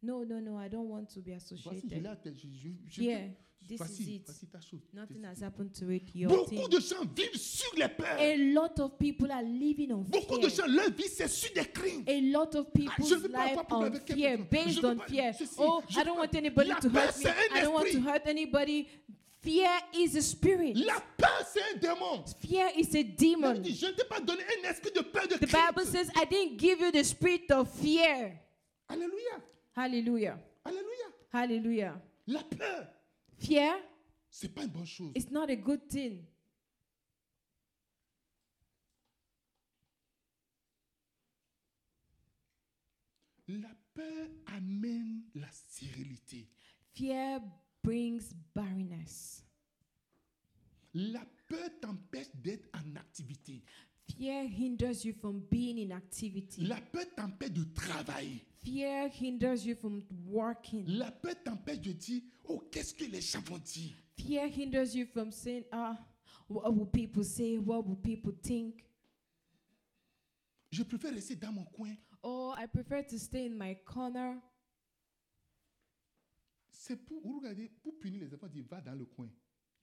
Speaker 2: No, no, no, I don't want to be
Speaker 1: Voici, je l'ai
Speaker 2: associated.
Speaker 1: atteint, je- je- je-
Speaker 2: Here, this is
Speaker 1: voici,
Speaker 2: it.
Speaker 1: voici ta chose.
Speaker 2: Nothing
Speaker 1: Voici.
Speaker 2: has happened to it. Your
Speaker 1: Beaucoup
Speaker 2: thing.
Speaker 1: de gens vivent sur les peurs.
Speaker 2: A lot of people are living on
Speaker 1: Beaucoup de
Speaker 2: fear.
Speaker 1: gens, leur vie, c'est sur des crimes.
Speaker 2: A lot of
Speaker 1: je
Speaker 2: people's
Speaker 1: veux pas
Speaker 2: life
Speaker 1: avoir problème
Speaker 2: on
Speaker 1: avec
Speaker 2: fear,
Speaker 1: quelqu'un. Je
Speaker 2: based
Speaker 1: veux
Speaker 2: on
Speaker 1: pas-
Speaker 2: fear.
Speaker 1: ceci,
Speaker 2: Oh,
Speaker 1: je
Speaker 2: I
Speaker 1: veux
Speaker 2: don't
Speaker 1: pas-
Speaker 2: want anybody
Speaker 1: La
Speaker 2: to
Speaker 1: peur,
Speaker 2: hurt me.
Speaker 1: c'est un
Speaker 2: I don't want to
Speaker 1: esprit.
Speaker 2: hurt anybody. Fear is a spirit.
Speaker 1: La peur, c'est un démon.
Speaker 2: Fear is a
Speaker 1: La Bible
Speaker 2: demon.
Speaker 1: dit, je ne t'ai pas donné un esprit de peur de
Speaker 2: The Bible
Speaker 1: Christ.
Speaker 2: says, I didn't give you the spirit of fear,
Speaker 1: Alléluia.
Speaker 2: Hallelujah.
Speaker 1: Alléluia.
Speaker 2: Hallelujah.
Speaker 1: La peur,
Speaker 2: Fear
Speaker 1: c'est pas une bonne chose.
Speaker 2: is not a good thing.
Speaker 1: La peur amène la stérilité.
Speaker 2: Fear brings barrenness.
Speaker 1: La peur t'empêche d'être en activité.
Speaker 2: Fear hinders you from being in activity.
Speaker 1: La peur t'empêche de travailler.
Speaker 2: Fear hinders you from working.
Speaker 1: La peur t'empêche de dire, oh, qu'est-ce que les gens vont dire
Speaker 2: Fear hinders you from saying, ah, what will people say? What will people think?
Speaker 1: Je préfère rester dans mon coin.
Speaker 2: Or I prefer to stay in my corner.
Speaker 1: C'est pour, vous regardez, pour punir les enfants, dire, va dans le coin.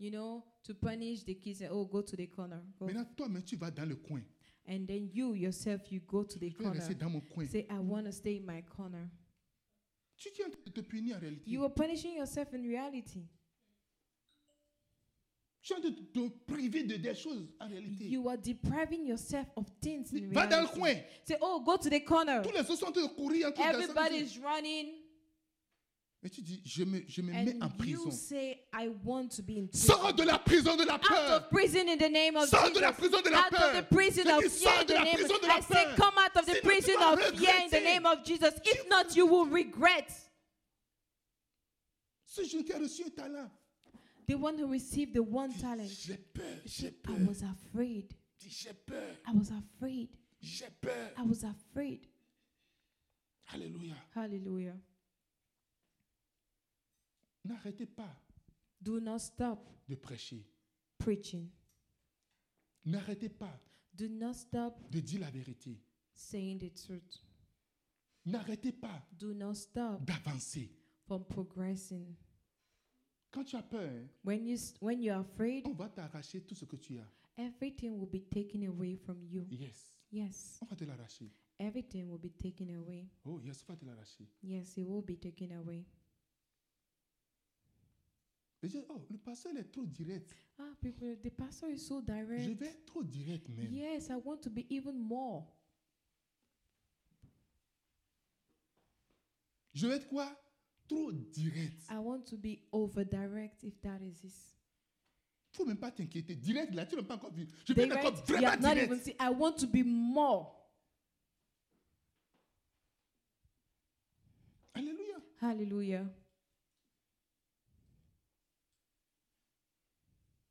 Speaker 2: You know, to punish the kids. and, Oh, go to the corner. Go.
Speaker 1: Maintenant, toi, mais tu vas dans le coin.
Speaker 2: And then you yourself, you go to
Speaker 1: Je
Speaker 2: the
Speaker 1: vais
Speaker 2: corner.
Speaker 1: rester dans mon coin.
Speaker 2: Say, I want to stay in my corner.
Speaker 1: Tu tiens de te punir en réalité.
Speaker 2: You are punishing yourself in reality.
Speaker 1: Tu es en train de te priver de des choses en réalité.
Speaker 2: You are depriving yourself of things in
Speaker 1: Va dans le
Speaker 2: reality.
Speaker 1: coin.
Speaker 2: Say, oh, go to the corner.
Speaker 1: Tous les autres sont en train de courir. en train de danser.
Speaker 2: Everybody's running.
Speaker 1: Mais tu dis, je me, je me mets
Speaker 2: And
Speaker 1: en prison.
Speaker 2: you say, I want to be in prison.
Speaker 1: Sors de la prison de la
Speaker 2: Out
Speaker 1: peur.
Speaker 2: of prison in the name of
Speaker 1: Sors de
Speaker 2: Jesus.
Speaker 1: la prison de la
Speaker 2: out
Speaker 1: peur.
Speaker 2: of the prison
Speaker 1: Je
Speaker 2: of
Speaker 1: dis,
Speaker 2: fear
Speaker 1: sors
Speaker 2: in
Speaker 1: de
Speaker 2: the
Speaker 1: la
Speaker 2: name
Speaker 1: prison
Speaker 2: of
Speaker 1: de la
Speaker 2: I say,
Speaker 1: peur.
Speaker 2: come out of the
Speaker 1: Sinon, tu
Speaker 2: prison
Speaker 1: vas
Speaker 2: of fear in the
Speaker 1: regretter.
Speaker 2: name of Jesus. If not, you will regret.
Speaker 1: Ce jeune qui a reçu un talent.
Speaker 2: The one who received the one talent,
Speaker 1: J'ai peur, j'ai
Speaker 2: I
Speaker 1: peur.
Speaker 2: was afraid.
Speaker 1: Dis, J'ai peur,
Speaker 2: I was afraid.
Speaker 1: j'ai peur.
Speaker 2: I was afraid.
Speaker 1: Alléluia.
Speaker 2: Hallelujah.
Speaker 1: N'arrêtez pas
Speaker 2: Do not stop
Speaker 1: de prêcher.
Speaker 2: preaching.
Speaker 1: N'arrêtez pas
Speaker 2: Do not stop
Speaker 1: de dire la vérité.
Speaker 2: saying the truth.
Speaker 1: N'arrêtez pas
Speaker 2: Do not stop
Speaker 1: d'avancer.
Speaker 2: from progressing.
Speaker 1: Quand tu as peur, hein,
Speaker 2: When you s- when you're afraid,
Speaker 1: on va t'arracher tout ce que tu as.
Speaker 2: everything will be taken away from you.
Speaker 1: Yes.
Speaker 2: Yes,
Speaker 1: On va te l'arracher.
Speaker 2: everything will be taken away.
Speaker 1: Oh, yes, on va te l'arracher.
Speaker 2: Yes, it will be taken away.
Speaker 1: Mais je- oh, le pasteur il est trop direct.
Speaker 2: Ah, people, the pastor is so
Speaker 1: Je
Speaker 2: direct.
Speaker 1: vais être trop direct même.
Speaker 2: Yes, I want to be even more.
Speaker 1: Je vais être quoi Trop direct.
Speaker 2: I want to be over direct if that is his.
Speaker 1: faut même pas t'inquiéter. Direct, là, tu n'as pas encore vu. Je vais être encore
Speaker 2: Direct, you have
Speaker 1: vraiment
Speaker 2: not even
Speaker 1: direct.
Speaker 2: seen. I want to be more.
Speaker 1: Alléluia.
Speaker 2: Hallelujah.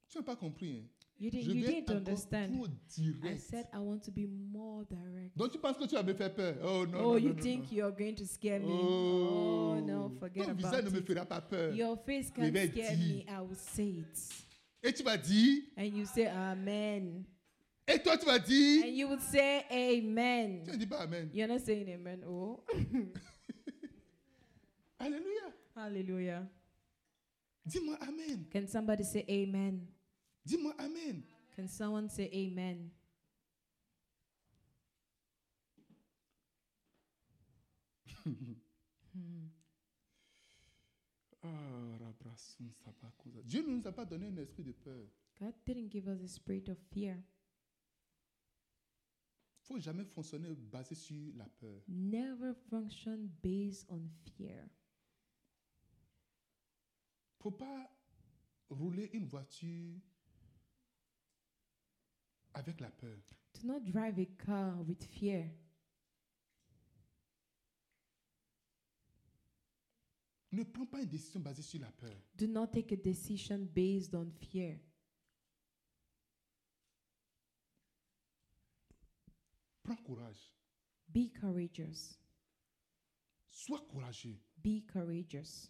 Speaker 1: Tu n'as pas compris. hein.
Speaker 2: You didn't,
Speaker 1: Je vais
Speaker 2: you didn't
Speaker 1: être encore
Speaker 2: understand.
Speaker 1: trop
Speaker 2: I
Speaker 1: direct.
Speaker 2: said I want to be more direct.
Speaker 1: Donc tu penses que tu vas me faire peur. Oh non.
Speaker 2: oh,
Speaker 1: non,
Speaker 2: you
Speaker 1: non, non,
Speaker 2: think
Speaker 1: non.
Speaker 2: you're going to scare me?
Speaker 1: Oh.
Speaker 2: Oh, no, forget
Speaker 1: Ton
Speaker 2: about
Speaker 1: visage ne me
Speaker 2: it.
Speaker 1: fera pas peur.
Speaker 2: Your face
Speaker 1: Je
Speaker 2: can
Speaker 1: vais
Speaker 2: scare
Speaker 1: dire.
Speaker 2: me. I will say it.
Speaker 1: Et tu vas dire.
Speaker 2: And you say amen.
Speaker 1: Et toi, tu vas dire.
Speaker 2: And you would say
Speaker 1: Tu
Speaker 2: amen.
Speaker 1: ne dis pas Amen.
Speaker 2: You're not saying amen. Oh,
Speaker 1: Alléluia.
Speaker 2: hallelujah.
Speaker 1: Dis-moi Amen.
Speaker 2: Can somebody say amen?
Speaker 1: Dis-moi Amen.
Speaker 2: Can someone say amen? Hmm.
Speaker 1: Ah, rabrassons, sabacousa. Dieu ne nous a pas donné un esprit de peur.
Speaker 2: God didn't give us a spirit of fear.
Speaker 1: Il ne faut jamais fonctionner basé sur la peur.
Speaker 2: Never function based on fear.
Speaker 1: faut pas rouler une voiture avec la peur.
Speaker 2: Do not drive a car with fear.
Speaker 1: Ne prends pas une décision basée sur la peur.
Speaker 2: Do not take a decision based on fear.
Speaker 1: Prends courage.
Speaker 2: Be courageous.
Speaker 1: Sois courageux.
Speaker 2: Be courageous.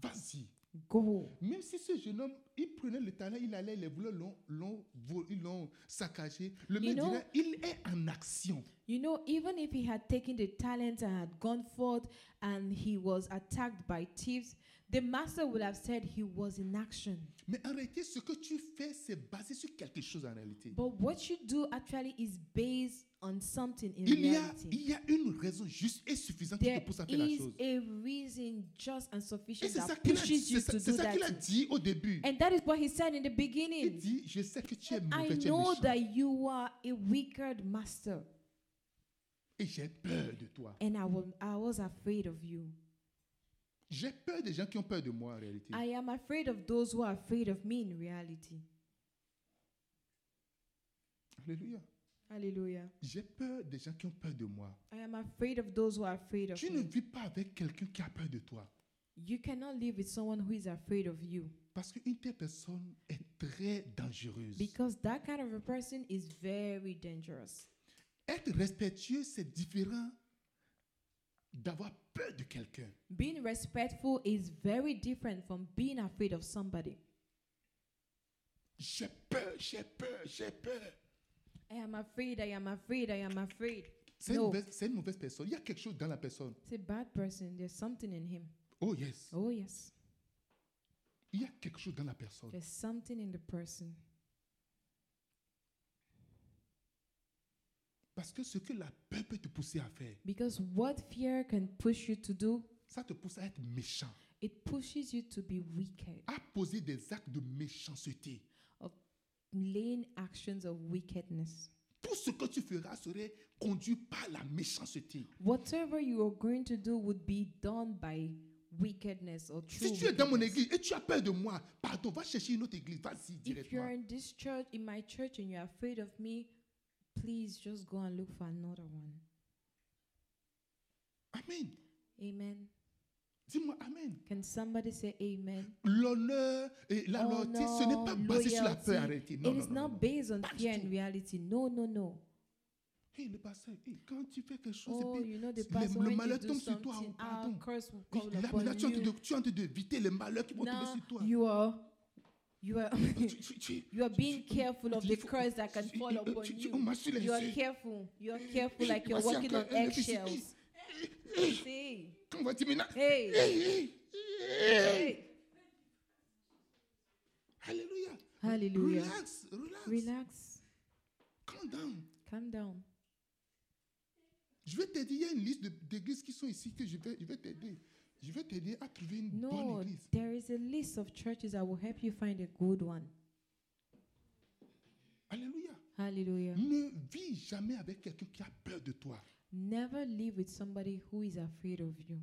Speaker 1: Vas-y.
Speaker 2: Go.
Speaker 1: Même si ce jeune homme, il prenait le talent, il allait, les voleurs l'ont- l'ont vol- ils l'ont saccagé. Le
Speaker 2: You
Speaker 1: mec
Speaker 2: know-
Speaker 1: dirait, il est en action.
Speaker 2: You know, even if he had taken the talent and had gone forth and he was attacked by thieves, the master would have said he was in action.
Speaker 1: Mais en réalité, ce que tu fais, c'est basé sur quelque chose en réalité.
Speaker 2: But what you do actually is based on something in
Speaker 1: Il y, a,
Speaker 2: reality.
Speaker 1: il y a une raison juste et suffisante qui
Speaker 2: There
Speaker 1: te pousse à faire la
Speaker 2: is
Speaker 1: chose.
Speaker 2: a reason just and
Speaker 1: Et
Speaker 2: sufficient
Speaker 1: c'est ça
Speaker 2: that
Speaker 1: qu'il a,
Speaker 2: pushes
Speaker 1: c'est
Speaker 2: you
Speaker 1: ça-
Speaker 2: to
Speaker 1: c'est
Speaker 2: do
Speaker 1: ça
Speaker 2: that.
Speaker 1: qu'il a dit au début.
Speaker 2: And that is what he said in the
Speaker 1: Il
Speaker 2: beginning.
Speaker 1: dit, je sais que tu es
Speaker 2: I
Speaker 1: mauvais, tu es
Speaker 2: know
Speaker 1: méchant.
Speaker 2: that you are a wicked master.
Speaker 1: et j'ai peur de toi.
Speaker 2: and I, will, I was afraid of you.
Speaker 1: J'ai peur des gens qui ont peur de moi en réalité.
Speaker 2: I am afraid of those who are afraid of me in reality.
Speaker 1: Alléluia.
Speaker 2: Hallelujah.
Speaker 1: J'ai peur des gens qui ont peur de moi.
Speaker 2: I am afraid of those who are afraid of
Speaker 1: Tu ne
Speaker 2: me.
Speaker 1: vis pas avec quelqu'un qui a peur de toi.
Speaker 2: You cannot live with someone who is afraid of you
Speaker 1: Parce qu'une telle personne est très dangereuse.
Speaker 2: because that kind of a person is very dangerous.
Speaker 1: Être respectueux, c'est différent d'avoir peur de quelqu'un.
Speaker 2: Being respectful is very different from being afraid of somebody.
Speaker 1: J'ai peur, j'ai peur, j'ai peur.
Speaker 2: I am afraid, I am afraid, I am afraid.
Speaker 1: C'est une,
Speaker 2: No.
Speaker 1: mauvaise- c'est une mauvaise personne. Il y a quelque chose dans la personne.
Speaker 2: It's a bad person. There's something in him.
Speaker 1: Oh yes.
Speaker 2: Oh, yes.
Speaker 1: Il y a quelque chose dans la personne.
Speaker 2: There's something in the person.
Speaker 1: Parce que ce que la peur peut te pousser à faire,
Speaker 2: Because what fear can push you to do,
Speaker 1: ça te pousse à être méchant,
Speaker 2: it pushes you to be wicked,
Speaker 1: à poser des actes de méchanceté.
Speaker 2: laying actions of wickedness.
Speaker 1: Tout ce que tu feras serait conduit par la méchanceté.
Speaker 2: Whatever you are going to do would be done by wickedness or true.
Speaker 1: Si tu es dans mon
Speaker 2: wickedness.
Speaker 1: église et tu as peur de moi, pardon, va chercher une autre église, vas-y
Speaker 2: If you're
Speaker 1: directement.
Speaker 2: in this church, in my church, and you're afraid of me, please just go and look for another one.
Speaker 1: Amen.
Speaker 2: Amen.
Speaker 1: Dis-moi Amen.
Speaker 2: Can somebody say amen?
Speaker 1: L'honneur et la
Speaker 2: Honor,
Speaker 1: loyauté, ce n'est pas basé sur la peur en
Speaker 2: loyalty.
Speaker 1: réalité. Non, non,
Speaker 2: Oh It is
Speaker 1: non, non,
Speaker 2: not
Speaker 1: non.
Speaker 2: based on
Speaker 1: Pas du
Speaker 2: fear and
Speaker 1: tout.
Speaker 2: reality. No, no, no.
Speaker 1: Hey, le pasteur, hey, quand tu fais quelque chose,
Speaker 2: Oh,
Speaker 1: et puis,
Speaker 2: you know the
Speaker 1: le-
Speaker 2: pastor
Speaker 1: le
Speaker 2: when they
Speaker 1: malheur
Speaker 2: do
Speaker 1: tombe sur toi,
Speaker 2: something,
Speaker 1: oh,
Speaker 2: our
Speaker 1: pardon.
Speaker 2: curse will
Speaker 1: oui,
Speaker 2: come
Speaker 1: là, maintenant,
Speaker 2: upon
Speaker 1: tu es en train
Speaker 2: you.
Speaker 1: de- tu es en train d'éviter les malheurs qui vont tomber
Speaker 2: Now
Speaker 1: sur toi.
Speaker 2: you are, you are,
Speaker 1: Tu- tu- tu-
Speaker 2: you are being careful of
Speaker 1: Il
Speaker 2: the
Speaker 1: faut-
Speaker 2: curse that can
Speaker 1: il-
Speaker 2: fall
Speaker 1: il-
Speaker 2: upon
Speaker 1: tu- tu- on
Speaker 2: you.
Speaker 1: m'a sur les
Speaker 2: You are
Speaker 1: yeux.
Speaker 2: careful. You are careful like you're
Speaker 1: Voici
Speaker 2: walking on
Speaker 1: encore un déficit.
Speaker 2: eggshells. See,
Speaker 1: Quand on va dire maintenant,
Speaker 2: hey, hey.
Speaker 1: Alléluia.
Speaker 2: Hallelujah.
Speaker 1: Relax, relax.
Speaker 2: Relax.
Speaker 1: Calm down.
Speaker 2: Calm down.
Speaker 1: Je vais t'aider. Il y a une liste de- d'églises qui sont ici que je vais, je vais t'aider. Je vais t'aider à trouver une bonne
Speaker 2: No,
Speaker 1: église.
Speaker 2: there is a list of churches that will help you find a good one.
Speaker 1: Alléluia.
Speaker 2: Hallelujah.
Speaker 1: Ne vis jamais avec quelqu'un qui a peur de toi.
Speaker 2: Never live with somebody who is afraid of you.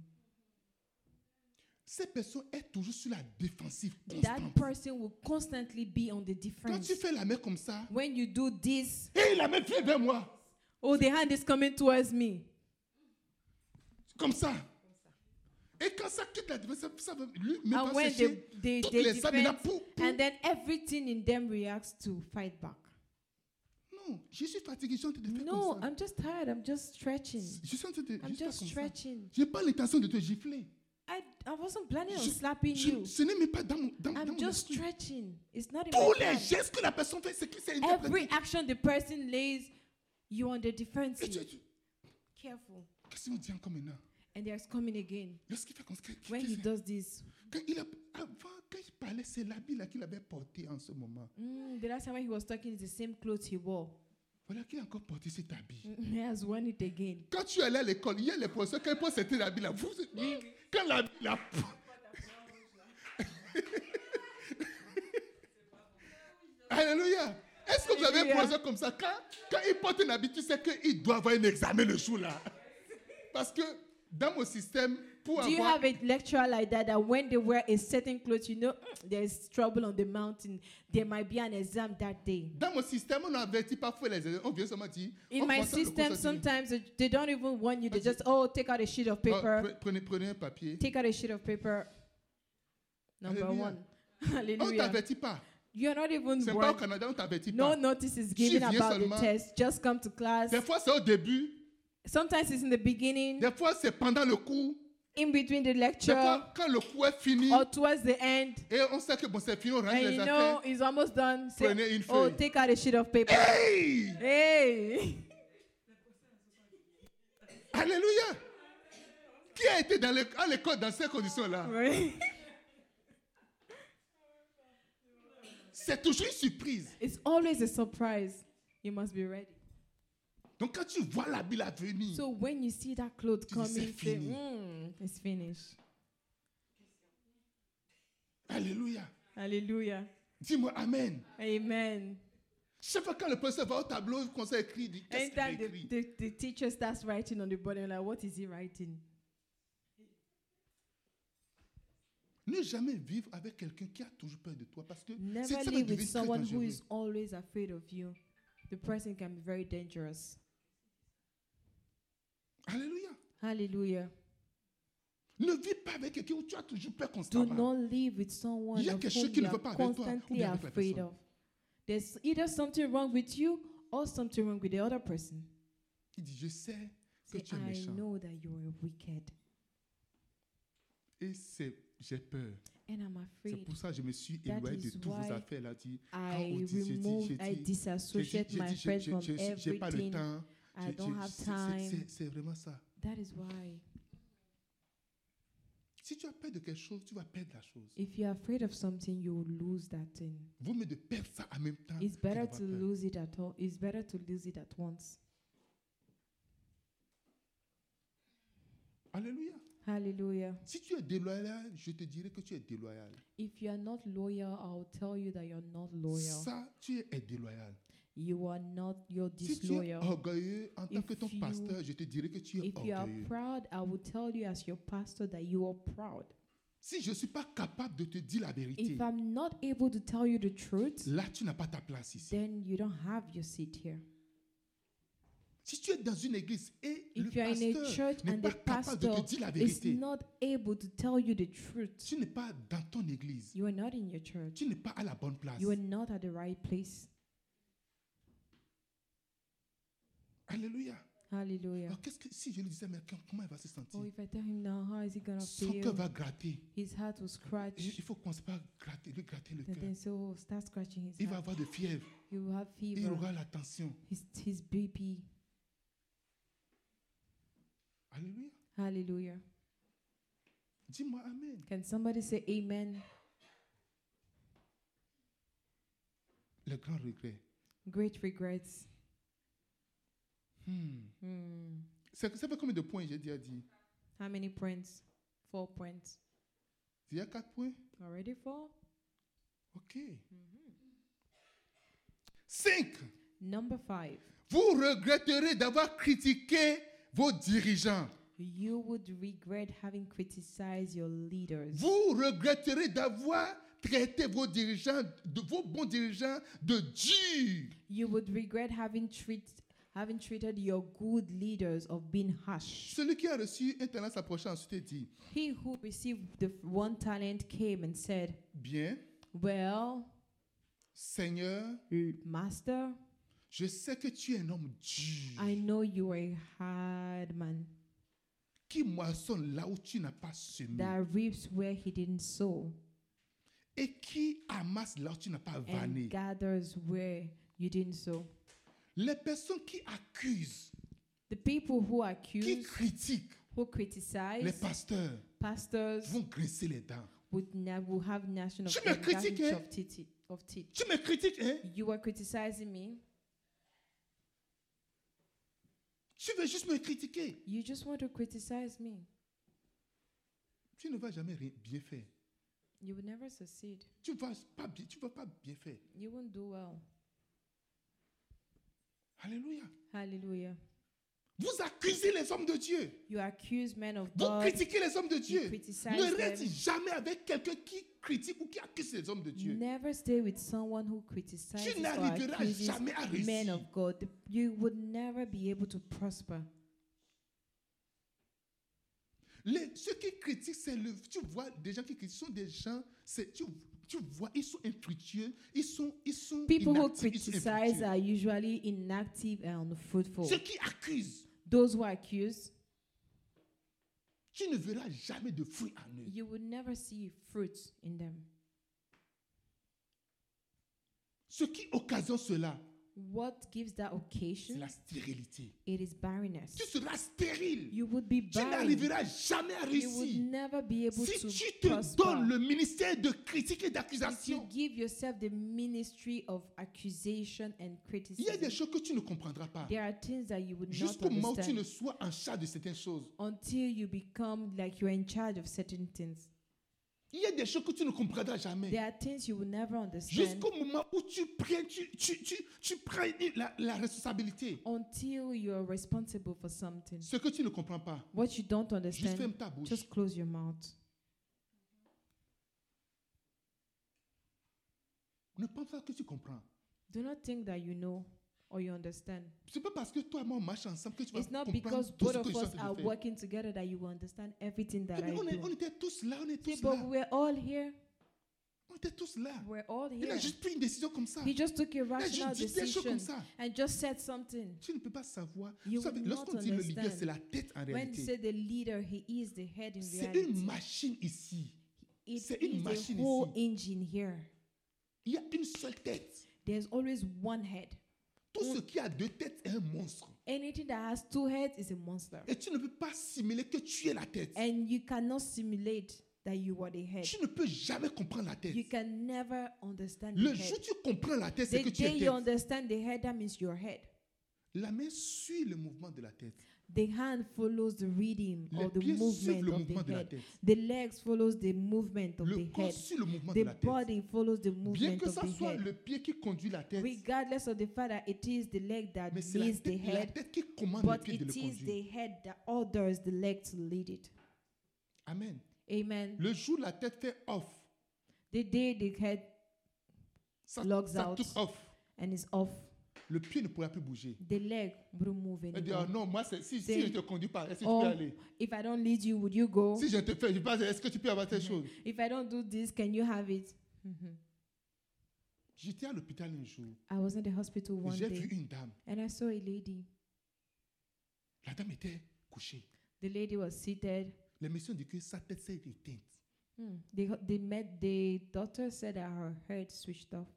Speaker 1: Cette personne est toujours sur la défensive
Speaker 2: That
Speaker 1: constante.
Speaker 2: person will constantly be on the
Speaker 1: Quand
Speaker 2: defense.
Speaker 1: tu fais la main comme ça,
Speaker 2: When you do this,
Speaker 1: et la main vient vers moi,
Speaker 2: oh, the hand is coming towards me.
Speaker 1: comme ça. Et quand ça quitte la défense, ça va lui même
Speaker 2: And
Speaker 1: va
Speaker 2: when they,
Speaker 1: chercher
Speaker 2: they,
Speaker 1: toutes
Speaker 2: they
Speaker 1: les armes là
Speaker 2: defend,
Speaker 1: pour, pour-
Speaker 2: and then everything in them reacts to fight back.
Speaker 1: Non, je suis fatigué, je suis en train de faire
Speaker 2: No,
Speaker 1: comme ça.
Speaker 2: I'm just tired. I'm just stretching.
Speaker 1: Je suis en train de
Speaker 2: I'm
Speaker 1: juste faire
Speaker 2: just
Speaker 1: comme ça.
Speaker 2: stretching.
Speaker 1: J'ai pas l'intention de te gifler.
Speaker 2: I, I wasn't planning on
Speaker 1: Je-
Speaker 2: slapping
Speaker 1: Je-
Speaker 2: you.
Speaker 1: ce n'est même pas dans mon, dans, dans
Speaker 2: I'm
Speaker 1: mon
Speaker 2: just
Speaker 1: esprit.
Speaker 2: stretching. It's not in my
Speaker 1: Tous les
Speaker 2: plan.
Speaker 1: gestes que la personne fait, c'est que c'est interprété.
Speaker 2: Every action the person lays, you on the defensive.
Speaker 1: Et tu- tu-
Speaker 2: Careful.
Speaker 1: Qu'est-ce qu'on dit encore maintenant
Speaker 2: And there's coming again.
Speaker 1: Lorsqu'il fait comme ça, qu'est-
Speaker 2: When he
Speaker 1: qu'est-ce-
Speaker 2: does this,
Speaker 1: quand il a, avant, quand il parlait, c'est l'habit là qu'il avait porté en ce moment.
Speaker 2: mm, the last time when he was talking is the same clothes he wore.
Speaker 1: Voilà qu'il a encore porté cet habit.
Speaker 2: He has worn it again.
Speaker 1: Quand tu allais à l'école, il y a les professeurs, quand ils portent cet habit là, vous, quand l'habit là, Alléluia. Est-ce que vous avez un
Speaker 2: Alléluia.
Speaker 1: professeur comme ça quand, quand il porte un habit, tu sais qu'il doit avoir un examen le jour là. Parce que dans mon système, pour
Speaker 2: Do you
Speaker 1: avoir
Speaker 2: have a lecturer like that that when they wear a certain clothes, you know "Mm, there's trouble on the mountain. There might be an exam that day.
Speaker 1: Dans mon système, on n'avertit pas parfois les élèves. On vient seulement dire.
Speaker 2: In
Speaker 1: on
Speaker 2: my
Speaker 1: concentre le
Speaker 2: system,
Speaker 1: concentre.
Speaker 2: sometimes they- they don't even warn you. They
Speaker 1: Vas-y.
Speaker 2: just oh, take out a sheet of
Speaker 1: Oh,
Speaker 2: paper.
Speaker 1: pre- prenez, prenez un papier.
Speaker 2: Take out a sheet of paper. Number
Speaker 1: Alléluia.
Speaker 2: one.
Speaker 1: On ne
Speaker 2: Hallelujah.
Speaker 1: t'avertit pas.
Speaker 2: You're not even
Speaker 1: C'est pas au
Speaker 2: warned.
Speaker 1: Canada, on ne t'avertit
Speaker 2: No
Speaker 1: pas.
Speaker 2: notice is
Speaker 1: Tu
Speaker 2: given
Speaker 1: viens
Speaker 2: about the
Speaker 1: seulement.
Speaker 2: test. Just come to class.
Speaker 1: Des fois, c'est au début.
Speaker 2: Sometimes it's in the beginning,
Speaker 1: Des fois, c'est pendant le cours.
Speaker 2: in between the
Speaker 1: Des
Speaker 2: lecture,
Speaker 1: fois, quand le cours est fini.
Speaker 2: or towards the end.
Speaker 1: Et on sait que bon, c'est fini, on range
Speaker 2: And
Speaker 1: les
Speaker 2: you Oh. know
Speaker 1: affaires.
Speaker 2: it's almost done. Say,
Speaker 1: Prenez une
Speaker 2: oh,
Speaker 1: feuille.
Speaker 2: take out a sheet of paper.
Speaker 1: Hey!
Speaker 2: Hey!
Speaker 1: Alléluia! Qui a été dans le- à l'école dans ces conditions-là? C'est toujours une surprise.
Speaker 2: it's always a surprise. You must be ready.
Speaker 1: Donc, quand tu vois l'habit la venir,
Speaker 2: So when you see that cloth
Speaker 1: Tu dis,
Speaker 2: coming,
Speaker 1: "C'est
Speaker 2: say,
Speaker 1: fini."
Speaker 2: mm, it's finished.
Speaker 1: Alléluia!
Speaker 2: Hallelujah.
Speaker 1: Dis-moi Amen.
Speaker 2: Amen.
Speaker 1: Chaque fois quand le professeur va au tableau, le conseil écrit, il dit qu'est-ce qu'il
Speaker 2: Anytime the,
Speaker 1: écrit
Speaker 2: the, the teacher starts writing on the board, I'm like, what is he writing?
Speaker 1: Ne jamais vivre avec quelqu'un qui a toujours peur de toi parce que c'est ça
Speaker 2: Never
Speaker 1: va
Speaker 2: live
Speaker 1: devenir
Speaker 2: with
Speaker 1: très
Speaker 2: someone who
Speaker 1: dangereux.
Speaker 2: is always afraid of you. The person can be very dangerous.
Speaker 1: Alléluia.
Speaker 2: Hallelujah.
Speaker 1: Ne vis pas avec quelqu'un où tu as toujours peur
Speaker 2: Do
Speaker 1: constamment.
Speaker 2: not live with
Speaker 1: Ah, Il
Speaker 2: someone
Speaker 1: y a
Speaker 2: of
Speaker 1: quelque
Speaker 2: whom
Speaker 1: chose qui
Speaker 2: you
Speaker 1: ne va
Speaker 2: are
Speaker 1: pas avec toi, ou
Speaker 2: constantly
Speaker 1: bien avec la
Speaker 2: afraid
Speaker 1: personne.
Speaker 2: of. There's either something wrong with you or something wrong with the other person.
Speaker 1: Il dit, je sais que
Speaker 2: Say,
Speaker 1: tu es
Speaker 2: I
Speaker 1: méchant
Speaker 2: know that you are wicked
Speaker 1: et c'est, j'ai peur.
Speaker 2: and I'm
Speaker 1: C'est
Speaker 2: afraid.
Speaker 1: pour ça que je me suis
Speaker 2: That
Speaker 1: éloigné de
Speaker 2: is
Speaker 1: toutes vos
Speaker 2: why
Speaker 1: affaires. Là, dit, Ah,
Speaker 2: I
Speaker 1: oh, dis- j'ai dit-
Speaker 2: removed,
Speaker 1: j'ai
Speaker 2: I
Speaker 1: dit- j'ai dit-
Speaker 2: disassociate
Speaker 1: j'ai
Speaker 2: my
Speaker 1: dit, je-
Speaker 2: friends
Speaker 1: je-
Speaker 2: from
Speaker 1: je- j'ai pas le
Speaker 2: everything.
Speaker 1: temps.
Speaker 2: I
Speaker 1: Je- je-
Speaker 2: don't have
Speaker 1: c'est- c'est-
Speaker 2: time.
Speaker 1: c'est- C'est vraiment ça.
Speaker 2: That is why.
Speaker 1: Si tu as peur de quelque chose, tu vas perdre la chose.
Speaker 2: If you're afraid of something, you will lose that thing.
Speaker 1: Vaut mieux de perdre ça en même temps.
Speaker 2: It's
Speaker 1: que
Speaker 2: better
Speaker 1: d'avoir
Speaker 2: to
Speaker 1: peur.
Speaker 2: lose it at all. It's better to lose it at once.
Speaker 1: Alléluia.
Speaker 2: Hallelujah.
Speaker 1: Si tu es déloyal, je te dirais que tu es déloyal.
Speaker 2: If you are not loyal, I'll tell you that you're not loyal.
Speaker 1: Ça, tu es déloyal.
Speaker 2: You are not. You're
Speaker 1: Si tu es
Speaker 2: disloyal.
Speaker 1: orgueilleux en tant
Speaker 2: If
Speaker 1: que ton
Speaker 2: you-
Speaker 1: pasteur, je te dirais que tu es
Speaker 2: If you are
Speaker 1: orgueilleux.
Speaker 2: proud, I will tell you as your pastor that you are proud.
Speaker 1: Si je ne suis pas capable de te dire la vérité,
Speaker 2: If I'm not able to tell you the truth,
Speaker 1: là, tu n'as pas ta place ici.
Speaker 2: then you don't have your seat here.
Speaker 1: Si tu es dans une église et le
Speaker 2: If you are in a
Speaker 1: pasteur
Speaker 2: church
Speaker 1: n'est
Speaker 2: and
Speaker 1: pas
Speaker 2: the
Speaker 1: capable de
Speaker 2: pastor
Speaker 1: te dire la
Speaker 2: is
Speaker 1: vérité,
Speaker 2: not able to tell you the truth,
Speaker 1: tu n'es pas dans ton église,
Speaker 2: you are not in your church.
Speaker 1: tu n'es pas à la bonne place.
Speaker 2: You are not at the right place.
Speaker 1: Alléluia.
Speaker 2: Hallelujah.
Speaker 1: Alors, qu'est-ce que, si je lui disais, mais comment il va se sentir
Speaker 2: Oh, if I tell him now, how is he gonna
Speaker 1: Son cœur
Speaker 2: feel?
Speaker 1: va gratter.
Speaker 2: His heart will scratch.
Speaker 1: Et il faut commencer par gratter, lui gratter le
Speaker 2: And
Speaker 1: cœur.
Speaker 2: then so he'll start scratching his
Speaker 1: Il va
Speaker 2: heart.
Speaker 1: avoir de fièvre.
Speaker 2: He will have
Speaker 1: Il
Speaker 2: fever.
Speaker 1: aura la tension.
Speaker 2: His his BP.
Speaker 1: Alléluia.
Speaker 2: Hallelujah.
Speaker 1: Dis-moi Amen.
Speaker 2: Can somebody say amen?
Speaker 1: Le grand regret.
Speaker 2: Great regrets.
Speaker 1: Hmm.
Speaker 2: Hmm.
Speaker 1: Ça, ça fait combien de points j'ai déjà dit
Speaker 2: How many points? Four points.
Speaker 1: Il y a quatre points
Speaker 2: Already four?
Speaker 1: Ok.
Speaker 2: Mhm.
Speaker 1: Cinq.
Speaker 2: Number five.
Speaker 1: Vous regretterez d'avoir critiqué vos dirigeants.
Speaker 2: You would regret having criticized your leaders.
Speaker 1: Vous regretterez d'avoir traité vos dirigeants, de vos bons dirigeants, de durs.
Speaker 2: You would regret having treat having treated your good leaders of being harsh.
Speaker 1: Celui qui a reçu un talent s'approcha ensuite et dit
Speaker 2: He who received the one talent came and said,
Speaker 1: Bien,
Speaker 2: Well,
Speaker 1: Seigneur,
Speaker 2: l- master,
Speaker 1: je sais que tu es un homme dur
Speaker 2: I know you are a hard man
Speaker 1: qui moissonne là où tu n'as pas semé
Speaker 2: that reaps where he didn't sow
Speaker 1: et qui amasse là où tu n'as pas vanné.
Speaker 2: and gathers where you didn't sow.
Speaker 1: Les personnes qui accusent,
Speaker 2: The people who
Speaker 1: qui
Speaker 2: accuse,
Speaker 1: critiquent
Speaker 2: who
Speaker 1: les
Speaker 2: criticize
Speaker 1: pasteurs
Speaker 2: pastors
Speaker 1: vont grincer les dents.
Speaker 2: would na- will have nation of,
Speaker 1: Je me
Speaker 2: um, gnashing
Speaker 1: critiquais.
Speaker 2: of teeth. Of teeth.
Speaker 1: Tu me critiques, hein
Speaker 2: You are criticizing me.
Speaker 1: Tu veux juste me critiquer.
Speaker 2: You just want to criticize me.
Speaker 1: Tu ne vas jamais rien- bien faire.
Speaker 2: You will never succeed.
Speaker 1: Tu ne vas pas bien, tu vas pas bien faire.
Speaker 2: You won't do well.
Speaker 1: Alléluia.
Speaker 2: Hallelujah.
Speaker 1: Vous accusez les hommes de Dieu.
Speaker 2: You accuse men of
Speaker 1: Vous
Speaker 2: God.
Speaker 1: critiquez les hommes de
Speaker 2: You
Speaker 1: Dieu.
Speaker 2: criticize
Speaker 1: Ne reste
Speaker 2: them.
Speaker 1: jamais avec quelqu'un qui critique ou qui accuse les hommes de Dieu.
Speaker 2: Never stay with someone who criticizes
Speaker 1: Tu
Speaker 2: or
Speaker 1: n'arriveras
Speaker 2: accuses
Speaker 1: jamais à
Speaker 2: men
Speaker 1: réussir.
Speaker 2: of God. You would never be able to prosper.
Speaker 1: Les- ceux qui critiquent, c'est le. Tu vois, des gens qui critiquent sont des gens. c'est- Tu, tu vois, ils sont infructueux. Ils sont. Ils sont
Speaker 2: People who
Speaker 1: inactifs, ils sont
Speaker 2: criticize
Speaker 1: infructueux.
Speaker 2: are usually inactive and unfruitful.
Speaker 1: Ceux qui accusent,
Speaker 2: Those who accuse,
Speaker 1: tu ne verras jamais de fruits en eux.
Speaker 2: you would never see fruit in them.
Speaker 1: Ce qui occasionne cela,
Speaker 2: What gives that
Speaker 1: c'est
Speaker 2: occasion?
Speaker 1: la stérilité.
Speaker 2: It is barrenness.
Speaker 1: Tu seras stérile.
Speaker 2: You would be
Speaker 1: Tu
Speaker 2: barren.
Speaker 1: n'arriveras jamais à
Speaker 2: You would
Speaker 1: réussir.
Speaker 2: never be able
Speaker 1: Si
Speaker 2: to
Speaker 1: tu te
Speaker 2: prosper.
Speaker 1: donnes le ministère de critique et
Speaker 2: If you
Speaker 1: d'accusation,
Speaker 2: give yourself the ministry of accusation
Speaker 1: il y a
Speaker 2: and
Speaker 1: des
Speaker 2: criticism,
Speaker 1: choses que tu ne comprendras pas.
Speaker 2: there are things that you would not
Speaker 1: Jusqu'au moment où tu ne
Speaker 2: understand
Speaker 1: sois en charge de certaines choses.
Speaker 2: until you become like you're in charge of certain things.
Speaker 1: Il y a des choses que tu ne comprendras jamais.
Speaker 2: There are things you will never understand
Speaker 1: Jusqu'au moment où tu prends, tu, tu, tu, tu prends une- la, la responsabilité.
Speaker 2: until you're responsible for something.
Speaker 1: Ce que tu ne comprends pas,
Speaker 2: What you don't
Speaker 1: juste ferme
Speaker 2: understand,
Speaker 1: ta bouche.
Speaker 2: just close your mouth.
Speaker 1: Ne pense pas que tu comprends.
Speaker 2: Do not think that you know or you understand.
Speaker 1: C'est pas parce que toi et moi on marche ensemble que tu vas
Speaker 2: It's not
Speaker 1: comprendre
Speaker 2: because
Speaker 1: tout
Speaker 2: both
Speaker 1: ce que
Speaker 2: of
Speaker 1: je suis en
Speaker 2: us
Speaker 1: train
Speaker 2: are
Speaker 1: de faire.
Speaker 2: working together that you will understand everything
Speaker 1: Eh
Speaker 2: that I
Speaker 1: bien, on, est- on
Speaker 2: do.
Speaker 1: était tous là, on est
Speaker 2: See,
Speaker 1: tous
Speaker 2: but
Speaker 1: là.
Speaker 2: we're all here.
Speaker 1: On était tous là.
Speaker 2: We're all
Speaker 1: Il a
Speaker 2: here.
Speaker 1: juste pris une décision comme ça.
Speaker 2: He just took a
Speaker 1: Il a juste
Speaker 2: rational
Speaker 1: dit des choses
Speaker 2: decision
Speaker 1: comme ça.
Speaker 2: and just said something.
Speaker 1: Tu ne peux pas savoir.
Speaker 2: You
Speaker 1: Vous savez,
Speaker 2: will not
Speaker 1: lorsqu'on dit le leader,
Speaker 2: understand.
Speaker 1: c'est la tête en
Speaker 2: When you say
Speaker 1: réalité.
Speaker 2: the leader, he is the head in
Speaker 1: C'est une
Speaker 2: reality.
Speaker 1: machine ici.
Speaker 2: It
Speaker 1: c'est une
Speaker 2: is
Speaker 1: machine
Speaker 2: a whole
Speaker 1: ici.
Speaker 2: engine here.
Speaker 1: Il y a une seule tête.
Speaker 2: There's always one head.
Speaker 1: Tout
Speaker 2: On-
Speaker 1: ce qui a deux têtes est un monstre.
Speaker 2: Anything that has two heads is a monster.
Speaker 1: Et tu ne peux pas simuler que tu es la tête.
Speaker 2: And you cannot simulate that you are the head.
Speaker 1: Tu ne peux jamais comprendre la tête.
Speaker 2: You can never understand
Speaker 1: Le
Speaker 2: the head.
Speaker 1: jour où tu comprends la tête, c'est
Speaker 2: The
Speaker 1: que tu
Speaker 2: day
Speaker 1: es
Speaker 2: you
Speaker 1: tête.
Speaker 2: understand the head, that means your head.
Speaker 1: La main suit le mouvement de la tête.
Speaker 2: The hand follows the rhythm
Speaker 1: Les
Speaker 2: or the
Speaker 1: pieds suivent
Speaker 2: movement
Speaker 1: le
Speaker 2: of
Speaker 1: mouvement
Speaker 2: the
Speaker 1: de la
Speaker 2: head.
Speaker 1: tête.
Speaker 2: The legs follows the movement of
Speaker 1: Le
Speaker 2: the
Speaker 1: corps
Speaker 2: head.
Speaker 1: suit le mouvement de
Speaker 2: The
Speaker 1: la tête.
Speaker 2: body follows the
Speaker 1: Bien
Speaker 2: movement
Speaker 1: que
Speaker 2: of
Speaker 1: ça
Speaker 2: the
Speaker 1: soit
Speaker 2: head.
Speaker 1: le pied qui conduit la tête,
Speaker 2: Regardless of the fact that it is the leg that
Speaker 1: mais c'est la
Speaker 2: leads the
Speaker 1: tête, la
Speaker 2: head,
Speaker 1: tête qui commande le
Speaker 2: but
Speaker 1: pied de
Speaker 2: it
Speaker 1: le
Speaker 2: is
Speaker 1: conduire.
Speaker 2: the head that orders the leg to lead it.
Speaker 1: Amen.
Speaker 2: Amen.
Speaker 1: Le jour où la tête fait off,
Speaker 2: The day the head
Speaker 1: ça,
Speaker 2: Logs
Speaker 1: ça
Speaker 2: out.
Speaker 1: took off.
Speaker 2: and is off,
Speaker 1: Le pied ne pourra plus bouger.
Speaker 2: the leg will move
Speaker 1: Elle dit, ah non,
Speaker 2: anymore.
Speaker 1: moi, c'est- si, si
Speaker 2: C'est-
Speaker 1: je ne te conduis pas, est-ce que
Speaker 2: Oh.
Speaker 1: tu peux aller
Speaker 2: If I don't lead you, would you go?
Speaker 1: Si je ne te fais je passe, est-ce que tu peux avoir cette
Speaker 2: Mhm.
Speaker 1: chose
Speaker 2: If I don't do this, can you have it? Mhm.
Speaker 1: J'étais à l'hôpital un jour.
Speaker 2: I was in the hospital
Speaker 1: et
Speaker 2: one
Speaker 1: J'ai vu
Speaker 2: day
Speaker 1: une dame.
Speaker 2: and I saw a lady.
Speaker 1: La dame était couchée.
Speaker 2: The lady was seated.
Speaker 1: Les médecins ont dit que sa tête s'est éteinte.
Speaker 2: Hmm. The, ho- the, med, the doctor said that her head switched off.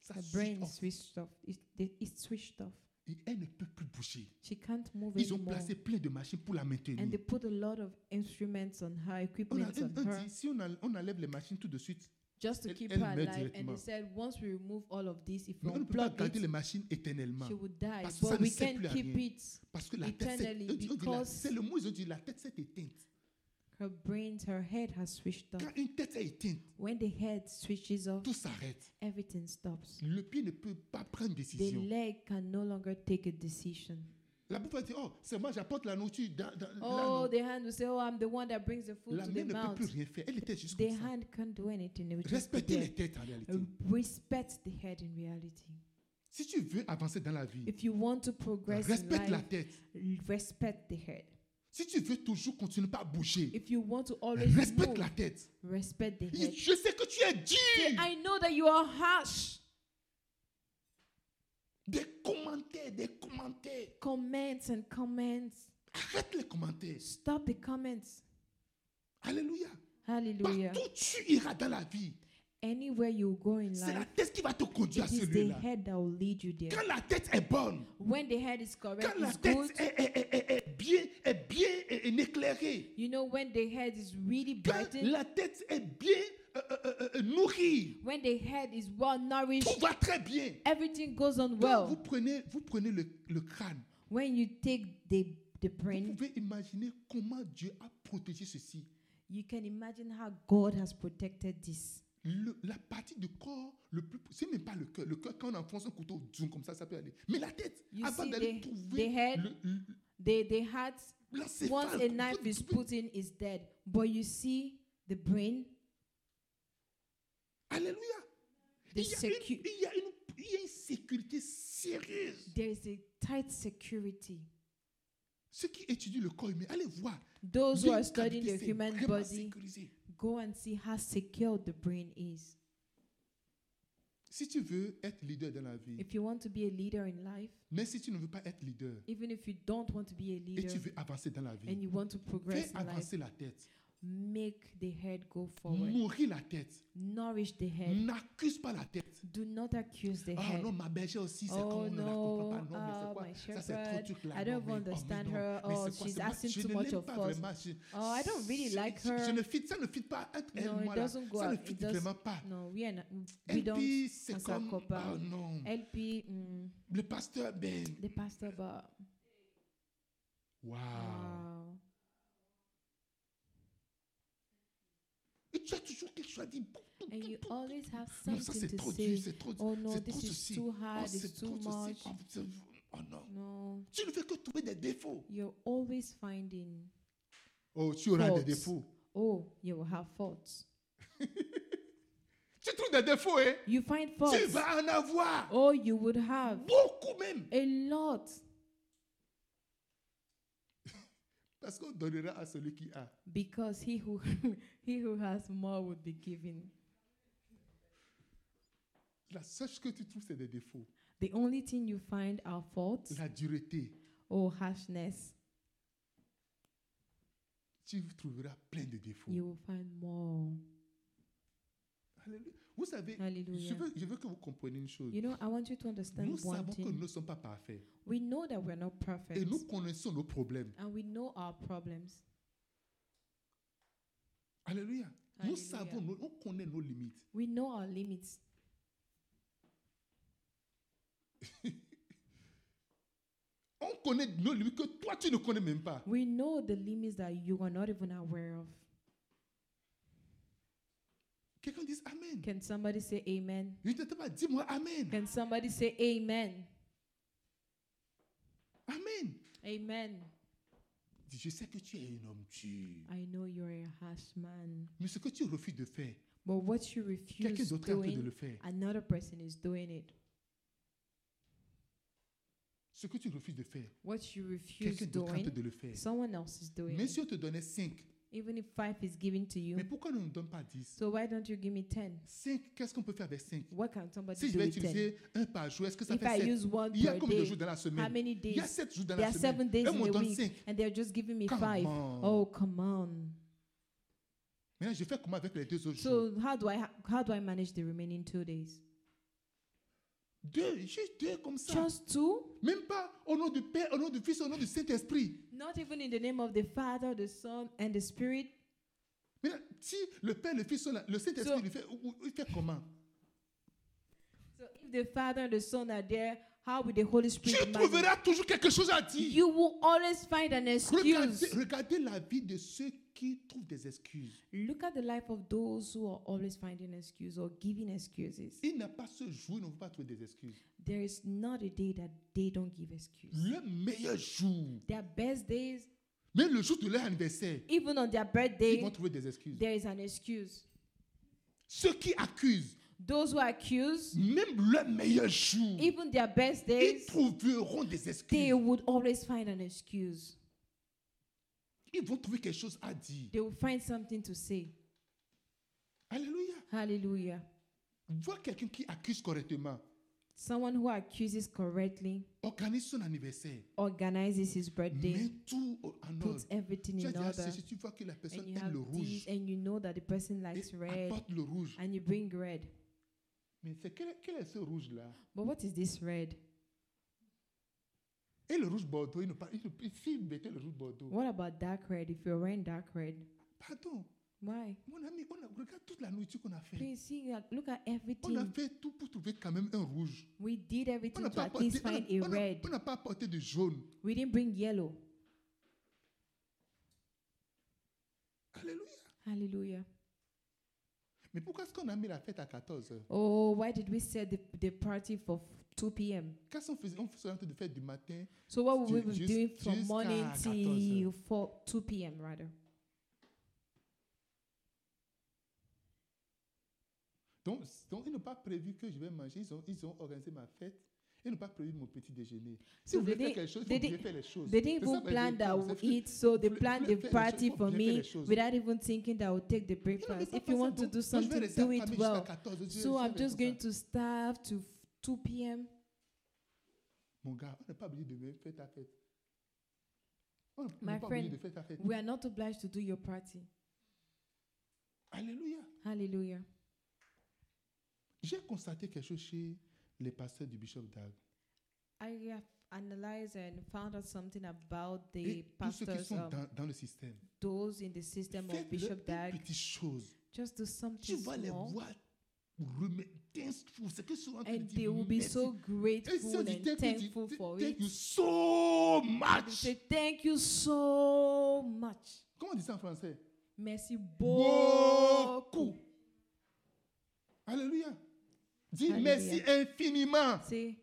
Speaker 1: Ça
Speaker 2: Her
Speaker 1: switch
Speaker 2: brain
Speaker 1: off.
Speaker 2: switched off. It, it, it switched off.
Speaker 1: Et elle ne peut plus bouger.
Speaker 2: She can't move
Speaker 1: Ils ont
Speaker 2: anymore.
Speaker 1: placé plein de machines pour la maintenir.
Speaker 2: And they put a lot of instruments on
Speaker 1: On,
Speaker 2: her,
Speaker 1: a,
Speaker 2: equipment
Speaker 1: on-
Speaker 2: on
Speaker 1: on
Speaker 2: her,
Speaker 1: dit, si on, a- on enlève les machines tout de suite,
Speaker 2: just to
Speaker 1: elle-
Speaker 2: keep
Speaker 1: elle
Speaker 2: her
Speaker 1: meurt
Speaker 2: alive. And they
Speaker 1: directement.
Speaker 2: said, once we remove all of this, if we
Speaker 1: mais on ne peut pas garder
Speaker 2: unplug
Speaker 1: les
Speaker 2: it,
Speaker 1: machines éternellement.
Speaker 2: she would die.
Speaker 1: Parce que ça
Speaker 2: But
Speaker 1: ne
Speaker 2: we
Speaker 1: sert
Speaker 2: can't
Speaker 1: plus à
Speaker 2: keep
Speaker 1: rien.
Speaker 2: it.
Speaker 1: Parce que la tête, s'est-
Speaker 2: Eternally,
Speaker 1: on dit- on dit la-
Speaker 2: because-
Speaker 1: c'est le mot, ils ont dit, la tête s'est éteinte.
Speaker 2: Her brain, her head has switched off.
Speaker 1: Quand une tête est éteinte,
Speaker 2: When the head switches off,
Speaker 1: tout s'arrête.
Speaker 2: everything stops.
Speaker 1: Le pied ne peut pas prendre une
Speaker 2: The
Speaker 1: décision.
Speaker 2: leg can no longer take a decision.
Speaker 1: La bouffe va dire, oh, c'est moi, j'apporte la nourriture. dans- dans- là,
Speaker 2: Oh,
Speaker 1: non.
Speaker 2: the hand will say, Oh, I'm the one that brings the food
Speaker 1: la
Speaker 2: to
Speaker 1: main
Speaker 2: the
Speaker 1: ne peut
Speaker 2: mouth.
Speaker 1: plus rien faire. Elle était juste
Speaker 2: The
Speaker 1: comme ça.
Speaker 2: hand can't do anything. it Mm. will just be
Speaker 1: Respectez
Speaker 2: there.
Speaker 1: les têtes en réalité.
Speaker 2: Uh, Respect the head in reality.
Speaker 1: Si tu veux avancer dans la vie,
Speaker 2: If you want to progress in
Speaker 1: respecte la
Speaker 2: life,
Speaker 1: tête.
Speaker 2: respect the head.
Speaker 1: Si tu veux toujours continuer pas à bouger,
Speaker 2: If you want to always
Speaker 1: respecte
Speaker 2: move,
Speaker 1: la tête.
Speaker 2: respect the head.
Speaker 1: Je sais que tu es
Speaker 2: Say,
Speaker 1: dur.
Speaker 2: I know that you are harsh.
Speaker 1: Des commentaires, des commentaires.
Speaker 2: Comments and comments.
Speaker 1: Arrête les commentaires.
Speaker 2: Stop the comments.
Speaker 1: Alléluia.
Speaker 2: Hallelujah.
Speaker 1: Partout où tu iras dans la vie,
Speaker 2: Anywhere you go in
Speaker 1: c'est la
Speaker 2: life,
Speaker 1: tête qui va te conduire à
Speaker 2: it is the
Speaker 1: celui-là.
Speaker 2: head that will lead you there.
Speaker 1: Quand la tête est bonne,
Speaker 2: When the head is correct,
Speaker 1: quand la
Speaker 2: it's
Speaker 1: tête
Speaker 2: good.
Speaker 1: est, est- est- est- est bien, est bien est- est éclairée,
Speaker 2: You know, when the head is really
Speaker 1: Quand
Speaker 2: brightened,
Speaker 1: la tête est bien euh, euh, euh, euh, nourrie,
Speaker 2: when the head is well
Speaker 1: tout
Speaker 2: nourished,
Speaker 1: va très bien.
Speaker 2: everything goes on
Speaker 1: Quand vous
Speaker 2: well.
Speaker 1: prenez, vous prenez le, le crâne,
Speaker 2: When you take the, the
Speaker 1: vous
Speaker 2: brain,
Speaker 1: pouvez imaginer comment Dieu a protégé ceci.
Speaker 2: you can imagine how God has protected this.
Speaker 1: Le- la partie du corps, le plus, c'est même pas le cœur. Le cœur, quand on enfonce un couteau, zoom, comme ça, ça peut aller. Mais la tête,
Speaker 2: You
Speaker 1: avant
Speaker 2: see
Speaker 1: d'aller
Speaker 2: the-
Speaker 1: trouver
Speaker 2: the head,
Speaker 1: le- le-
Speaker 2: The, the heart, once
Speaker 1: l'encéphale,
Speaker 2: a
Speaker 1: vous-
Speaker 2: knife
Speaker 1: vous-
Speaker 2: is
Speaker 1: vous-
Speaker 2: put in, is dead. But you see the brain,
Speaker 1: Alléluia.
Speaker 2: the
Speaker 1: Il y, a une,
Speaker 2: secu-
Speaker 1: il y a une- il y a une sécurité sérieuse.
Speaker 2: there is a tight security.
Speaker 1: Ceux qui étudient le corps humain, allez voir.
Speaker 2: Those who
Speaker 1: L'une
Speaker 2: are studying
Speaker 1: cavité,
Speaker 2: the
Speaker 1: c'est
Speaker 2: human
Speaker 1: vraiment
Speaker 2: body,
Speaker 1: sécurisé.
Speaker 2: go and see how secure the brain is.
Speaker 1: Si tu veux être leader dans la vie,
Speaker 2: If you want to be a leader in life,
Speaker 1: Mais si tu ne veux pas être leader
Speaker 2: even if you don't want to be a
Speaker 1: et tu
Speaker 2: leader
Speaker 1: veux avancer dans la vie,
Speaker 2: and you want to progress
Speaker 1: fais
Speaker 2: in life,
Speaker 1: avancer Mm. la tête,
Speaker 2: make the head go forward.
Speaker 1: nourris la tête,
Speaker 2: Nourish the head.
Speaker 1: n'accuse pas la tête.
Speaker 2: Do not accuse the
Speaker 1: Mm. Ah
Speaker 2: head.
Speaker 1: non, ma bergère aussi, c'est
Speaker 2: Oh
Speaker 1: comme on ne la comprend pas.
Speaker 2: no,
Speaker 1: Non, mais c'est
Speaker 2: oh,
Speaker 1: quoi
Speaker 2: my
Speaker 1: Ça, c'est trop
Speaker 2: shepherd,
Speaker 1: dur là. non,
Speaker 2: I don't
Speaker 1: mais- oh, mais
Speaker 2: understand
Speaker 1: non,
Speaker 2: her.
Speaker 1: mais
Speaker 2: Oh,
Speaker 1: c'est quoi,
Speaker 2: she's
Speaker 1: c'est moi,
Speaker 2: asking
Speaker 1: je
Speaker 2: too
Speaker 1: ne
Speaker 2: much
Speaker 1: l'aime
Speaker 2: of
Speaker 1: pas
Speaker 2: us.
Speaker 1: vraiment, je-
Speaker 2: Oh, I don't really
Speaker 1: je-
Speaker 2: like
Speaker 1: je- je
Speaker 2: her.
Speaker 1: ne fit- ça ne fit pas entre elle
Speaker 2: No,
Speaker 1: et
Speaker 2: it
Speaker 1: moi là.
Speaker 2: doesn't go
Speaker 1: Ça ne
Speaker 2: out.
Speaker 1: fit
Speaker 2: It doesn't-
Speaker 1: vraiment pas.
Speaker 2: No, we are not. mm, We
Speaker 1: Et
Speaker 2: don't.
Speaker 1: puis, c'est
Speaker 2: as our
Speaker 1: comme,
Speaker 2: copain.
Speaker 1: oh non,
Speaker 2: LP, mm,
Speaker 1: le pasteur, ben,
Speaker 2: the pastor, but
Speaker 1: Ah.
Speaker 2: Ah.
Speaker 1: waouh.
Speaker 2: wow.
Speaker 1: Et tu as toujours quelque chose à dire.
Speaker 2: and you always have
Speaker 1: Non, ça
Speaker 2: something
Speaker 1: c'est
Speaker 2: to
Speaker 1: trop dur,
Speaker 2: say.
Speaker 1: c'est trop
Speaker 2: Oh no,
Speaker 1: c'est
Speaker 2: this
Speaker 1: trop
Speaker 2: is
Speaker 1: ceci.
Speaker 2: too
Speaker 1: Oh,
Speaker 2: hard, it's
Speaker 1: c'est trop
Speaker 2: too
Speaker 1: ceci.
Speaker 2: much.
Speaker 1: Oh, c'est- oh non.
Speaker 2: No,
Speaker 1: Tu ne fais que trouver des défauts.
Speaker 2: you're always finding,
Speaker 1: Oh, tu auras
Speaker 2: Faults.
Speaker 1: des défauts.
Speaker 2: oh, you will have faults.
Speaker 1: Tu trouves des défauts, hein?
Speaker 2: You find
Speaker 1: Tu
Speaker 2: faults,
Speaker 1: vas en avoir.
Speaker 2: oh, you would have
Speaker 1: Beaucoup même.
Speaker 2: a lot
Speaker 1: Parce qu'on donnera à celui qui a.
Speaker 2: because he who he who has more would be given.
Speaker 1: La seule chose que tu trouves, c'est des défauts.
Speaker 2: The only thing you find are faults
Speaker 1: La dureté.
Speaker 2: or harshness.
Speaker 1: Tu trouveras plein de défauts.
Speaker 2: You will find more.
Speaker 1: Alléluia. Vous savez, je
Speaker 2: Hallelujah.
Speaker 1: veux, je veux que vous compreniez une chose.
Speaker 2: You know, I want you to understand
Speaker 1: Nous
Speaker 2: one
Speaker 1: savons que nous
Speaker 2: thing.
Speaker 1: ne sommes pas parfaits.
Speaker 2: We know that we're not perfect.
Speaker 1: Et nous connaissons nos problèmes.
Speaker 2: and we know our problems.
Speaker 1: Alléluia. Nous
Speaker 2: Alléluia.
Speaker 1: savons, nous- on connaît nos limites.
Speaker 2: We know our limits.
Speaker 1: On connaît nos limites que toi, tu ne connais même pas.
Speaker 2: We know the limits that you are not even aware of.
Speaker 1: Quelqu'un dise Amen.
Speaker 2: Can somebody say amen?
Speaker 1: Il ne t'entend pas, dis-moi Amen.
Speaker 2: Can somebody say amen?
Speaker 1: Amen.
Speaker 2: Amen.
Speaker 1: Dis, je sais que tu es un homme dur.
Speaker 2: I know you're a harsh man,
Speaker 1: Mais ce que tu refuses de faire,
Speaker 2: but what you
Speaker 1: quelqu'un
Speaker 2: refuse
Speaker 1: d'autre est en train de
Speaker 2: doing,
Speaker 1: le faire.
Speaker 2: another person is doing it.
Speaker 1: Ce que tu refuses de faire,
Speaker 2: What you refuse
Speaker 1: quelqu'un d'autre est en train
Speaker 2: doing,
Speaker 1: de le faire.
Speaker 2: someone else is doing
Speaker 1: Mais
Speaker 2: it.
Speaker 1: si on te donnait 5,
Speaker 2: Even if five is given to
Speaker 1: mais
Speaker 2: you,
Speaker 1: pourquoi on ne nous donne pas 10
Speaker 2: so why don't you give me ten?
Speaker 1: 5, qu'est-ce qu'on peut faire avec 5
Speaker 2: What can somebody
Speaker 1: Si je
Speaker 2: do
Speaker 1: vais
Speaker 2: with ten?
Speaker 1: utiliser un par jour, est-ce que ça
Speaker 2: If I
Speaker 1: fait 7
Speaker 2: use one
Speaker 1: Il y a
Speaker 2: per
Speaker 1: combien de
Speaker 2: day,
Speaker 1: jours dans la
Speaker 2: how
Speaker 1: semaine
Speaker 2: many
Speaker 1: Il y a
Speaker 2: days?
Speaker 1: 7 jours dans
Speaker 2: There
Speaker 1: la
Speaker 2: are
Speaker 1: semaine.
Speaker 2: seven days
Speaker 1: Et
Speaker 2: in
Speaker 1: on
Speaker 2: a
Speaker 1: donne
Speaker 2: week,
Speaker 1: 5.
Speaker 2: and they're just giving me
Speaker 1: Come
Speaker 2: five.
Speaker 1: on.
Speaker 2: Oh, come on.
Speaker 1: Maintenant, je fais comment avec les deux autres jours
Speaker 2: So how do I ha- how do I manage the remaining two days?
Speaker 1: Deux, juste deux comme ça.
Speaker 2: Just two?
Speaker 1: Même pas au nom du Père, au nom du Fils, au nom du Saint-Esprit.
Speaker 2: Not even in the name of the Father, the Son, and the Spirit.
Speaker 1: Mais là, si le Père, le Fils, sont là, le Saint-Esprit,
Speaker 2: So-
Speaker 1: lui fait, ou- ou- il fait comment
Speaker 2: So if the Father and the Son are there, how will the Holy
Speaker 1: Tu
Speaker 2: Spirit manage?
Speaker 1: trouveras toujours quelque chose à dire.
Speaker 2: You will always find an
Speaker 1: Regardez,
Speaker 2: excuse.
Speaker 1: regardez la vie de ceux qui trouvent des excuses.
Speaker 2: Look at the life of those who are always finding excuse or giving excuses.
Speaker 1: Il n'a pas ce jour, ils ne vont pas trouver des excuses.
Speaker 2: There is not a day that they don't give excuse.
Speaker 1: Le meilleur jour,
Speaker 2: Their best days,
Speaker 1: même le jour de leur anniversaire,
Speaker 2: even on their
Speaker 1: ils vont
Speaker 2: birthday,
Speaker 1: trouver des excuses.
Speaker 2: there is an excuse.
Speaker 1: Ceux qui accusent,
Speaker 2: Those who accuse,
Speaker 1: même le meilleur jour,
Speaker 2: even their best
Speaker 1: ils
Speaker 2: days,
Speaker 1: trouveront des
Speaker 2: they
Speaker 1: excuses.
Speaker 2: would always find an excuse.
Speaker 1: Ils vont trouver quelque chose à dire.
Speaker 2: They will find something to say.
Speaker 1: Alléluia.
Speaker 2: Hallelujah.
Speaker 1: Vois quelqu'un qui accuse correctement,
Speaker 2: Someone who accuses correctly
Speaker 1: organise son anniversaire,
Speaker 2: organizes his
Speaker 1: mets
Speaker 2: birthday,
Speaker 1: tout au- en ordre.
Speaker 2: puts everything
Speaker 1: Tu as
Speaker 2: in
Speaker 1: dit, ah,
Speaker 2: order,
Speaker 1: c'est- tu vois que la
Speaker 2: and
Speaker 1: personne
Speaker 2: you
Speaker 1: aime
Speaker 2: have
Speaker 1: le rouge.
Speaker 2: these, and you know that the person likes
Speaker 1: Et
Speaker 2: red,
Speaker 1: apporte le rouge.
Speaker 2: and you bring red.
Speaker 1: Mais c'est quel, quel est ce rouge-là
Speaker 2: But what is this red?
Speaker 1: Et le rouge bordeaux, il ne parle, il ne- il- s'il mettait le rouge bordeaux.
Speaker 2: What about dark red? If you're wearing dark red,
Speaker 1: Pardon,
Speaker 2: why?
Speaker 1: mon ami, on a, regarde toute la nourriture qu'on a fait.
Speaker 2: Please see, like, look at
Speaker 1: On a
Speaker 2: everything.
Speaker 1: fait tout pour trouver quand même un rouge.
Speaker 2: We did
Speaker 1: On
Speaker 2: everything
Speaker 1: n'a
Speaker 2: to
Speaker 1: pas
Speaker 2: at
Speaker 1: apporté,
Speaker 2: least
Speaker 1: on
Speaker 2: find
Speaker 1: n'a-
Speaker 2: a
Speaker 1: on n'a-
Speaker 2: red.
Speaker 1: on n'a pas apporté de jaune.
Speaker 2: We didn't bring yellow.
Speaker 1: Alléluia.
Speaker 2: Hallelujah.
Speaker 1: Mais pourquoi est-ce qu'on a mis la fête à 14 heures
Speaker 2: Oh, why did we set the, the party for 2 p.m.?
Speaker 1: Qu'est-ce qu'on faisait On faisait en train de faire du matin.
Speaker 2: So what
Speaker 1: Ju-
Speaker 2: will we be
Speaker 1: jus-
Speaker 2: doing from
Speaker 1: jusqu'à
Speaker 2: morning
Speaker 1: 14 heures.
Speaker 2: till 4, 2 p.m. rather?
Speaker 1: Donc, donc ils n'ont pas prévu que je vais manger. Ils ont, ils ont organisé ma fête. Ils n'ont pas prévu mon petit déjeuner. Si
Speaker 2: So
Speaker 1: vous voulez
Speaker 2: they
Speaker 1: faire
Speaker 2: didn't-
Speaker 1: quelque chose,
Speaker 2: they
Speaker 1: vous pouvez
Speaker 2: didn't-
Speaker 1: faire les choses.
Speaker 2: They didn't
Speaker 1: C'est ça
Speaker 2: even
Speaker 1: ma
Speaker 2: plan that I
Speaker 1: direction,
Speaker 2: would
Speaker 1: c'est-
Speaker 2: eat, so they
Speaker 1: voulez-
Speaker 2: planned the
Speaker 1: voulez faire les
Speaker 2: party
Speaker 1: choses,
Speaker 2: for
Speaker 1: voulez faire
Speaker 2: me
Speaker 1: les choses.
Speaker 2: without even thinking that I would take the
Speaker 1: Ils n'ont même
Speaker 2: breakfast.
Speaker 1: pas
Speaker 2: If you
Speaker 1: pensé,
Speaker 2: want to
Speaker 1: donc, moi,
Speaker 2: do
Speaker 1: je vais
Speaker 2: something,
Speaker 1: rester à
Speaker 2: do
Speaker 1: la
Speaker 2: it
Speaker 1: famille jusqu'à
Speaker 2: well.
Speaker 1: 14, je vais
Speaker 2: So
Speaker 1: rester
Speaker 2: I'm
Speaker 1: avec
Speaker 2: just
Speaker 1: tout ça.
Speaker 2: going to starve to f- 2 p.m.
Speaker 1: Mon gars, on n'est pas obligé de même faire ta fête. On n'est
Speaker 2: My
Speaker 1: pas obligé
Speaker 2: friend,
Speaker 1: de faire ta fête.
Speaker 2: We are not obliged to do your party.
Speaker 1: Alléluia.
Speaker 2: Hallelujah.
Speaker 1: J'ai constaté quelque chose chez les pasteurs du bishop Dag.
Speaker 2: I have analyzed and found out something about
Speaker 1: Et
Speaker 2: the
Speaker 1: tous ceux qui
Speaker 2: pastors,
Speaker 1: sont
Speaker 2: um,
Speaker 1: dans, dans le système.
Speaker 2: those in the system of
Speaker 1: Faites-le
Speaker 2: Bishop Dag.
Speaker 1: une petite chose.
Speaker 2: Just do something
Speaker 1: Tu vas les
Speaker 2: small.
Speaker 1: voir remettre thankful. C'est que souvent tu
Speaker 2: and
Speaker 1: dis
Speaker 2: they will be
Speaker 1: merci.
Speaker 2: so
Speaker 1: Et si
Speaker 2: grateful
Speaker 1: on dit
Speaker 2: and
Speaker 1: thank you, tu-
Speaker 2: thankful
Speaker 1: tu-
Speaker 2: for
Speaker 1: thank
Speaker 2: it.
Speaker 1: you so
Speaker 2: They
Speaker 1: much.
Speaker 2: say thank you so much.
Speaker 1: Comment on dit ça en français
Speaker 2: Merci beaucoup.
Speaker 1: Beaucoup. Dis
Speaker 2: Alléluia.
Speaker 1: merci infiniment.
Speaker 2: Say,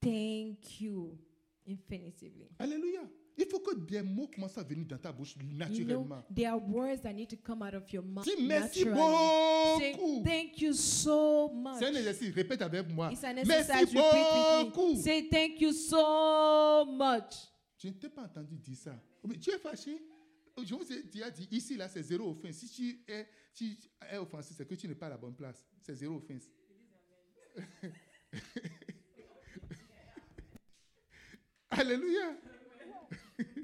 Speaker 2: thank you infinitively.
Speaker 1: Alléluia. Il faut que des mots commencent à venir dans ta bouche
Speaker 2: You know,
Speaker 1: naturellement.
Speaker 2: there are words that need to come out of your mouth.
Speaker 1: Dis merci
Speaker 2: naturally. Say,
Speaker 1: beaucoup.
Speaker 2: thank you so much.
Speaker 1: C'est un exercice. Répète avec moi.
Speaker 2: It's an exercise.
Speaker 1: Merci
Speaker 2: Repeat with
Speaker 1: beaucoup.
Speaker 2: me. Say thank you so much.
Speaker 1: Je ne t'ai pas entendu dire ça. Oh, Mais tu es fâché. Je vous ai déjà dit, ici, là, c'est zéro offense. Si tu es, si tu es offensé, c'est que tu n'es pas à la bonne place. C'est zéro offense. Alléluia.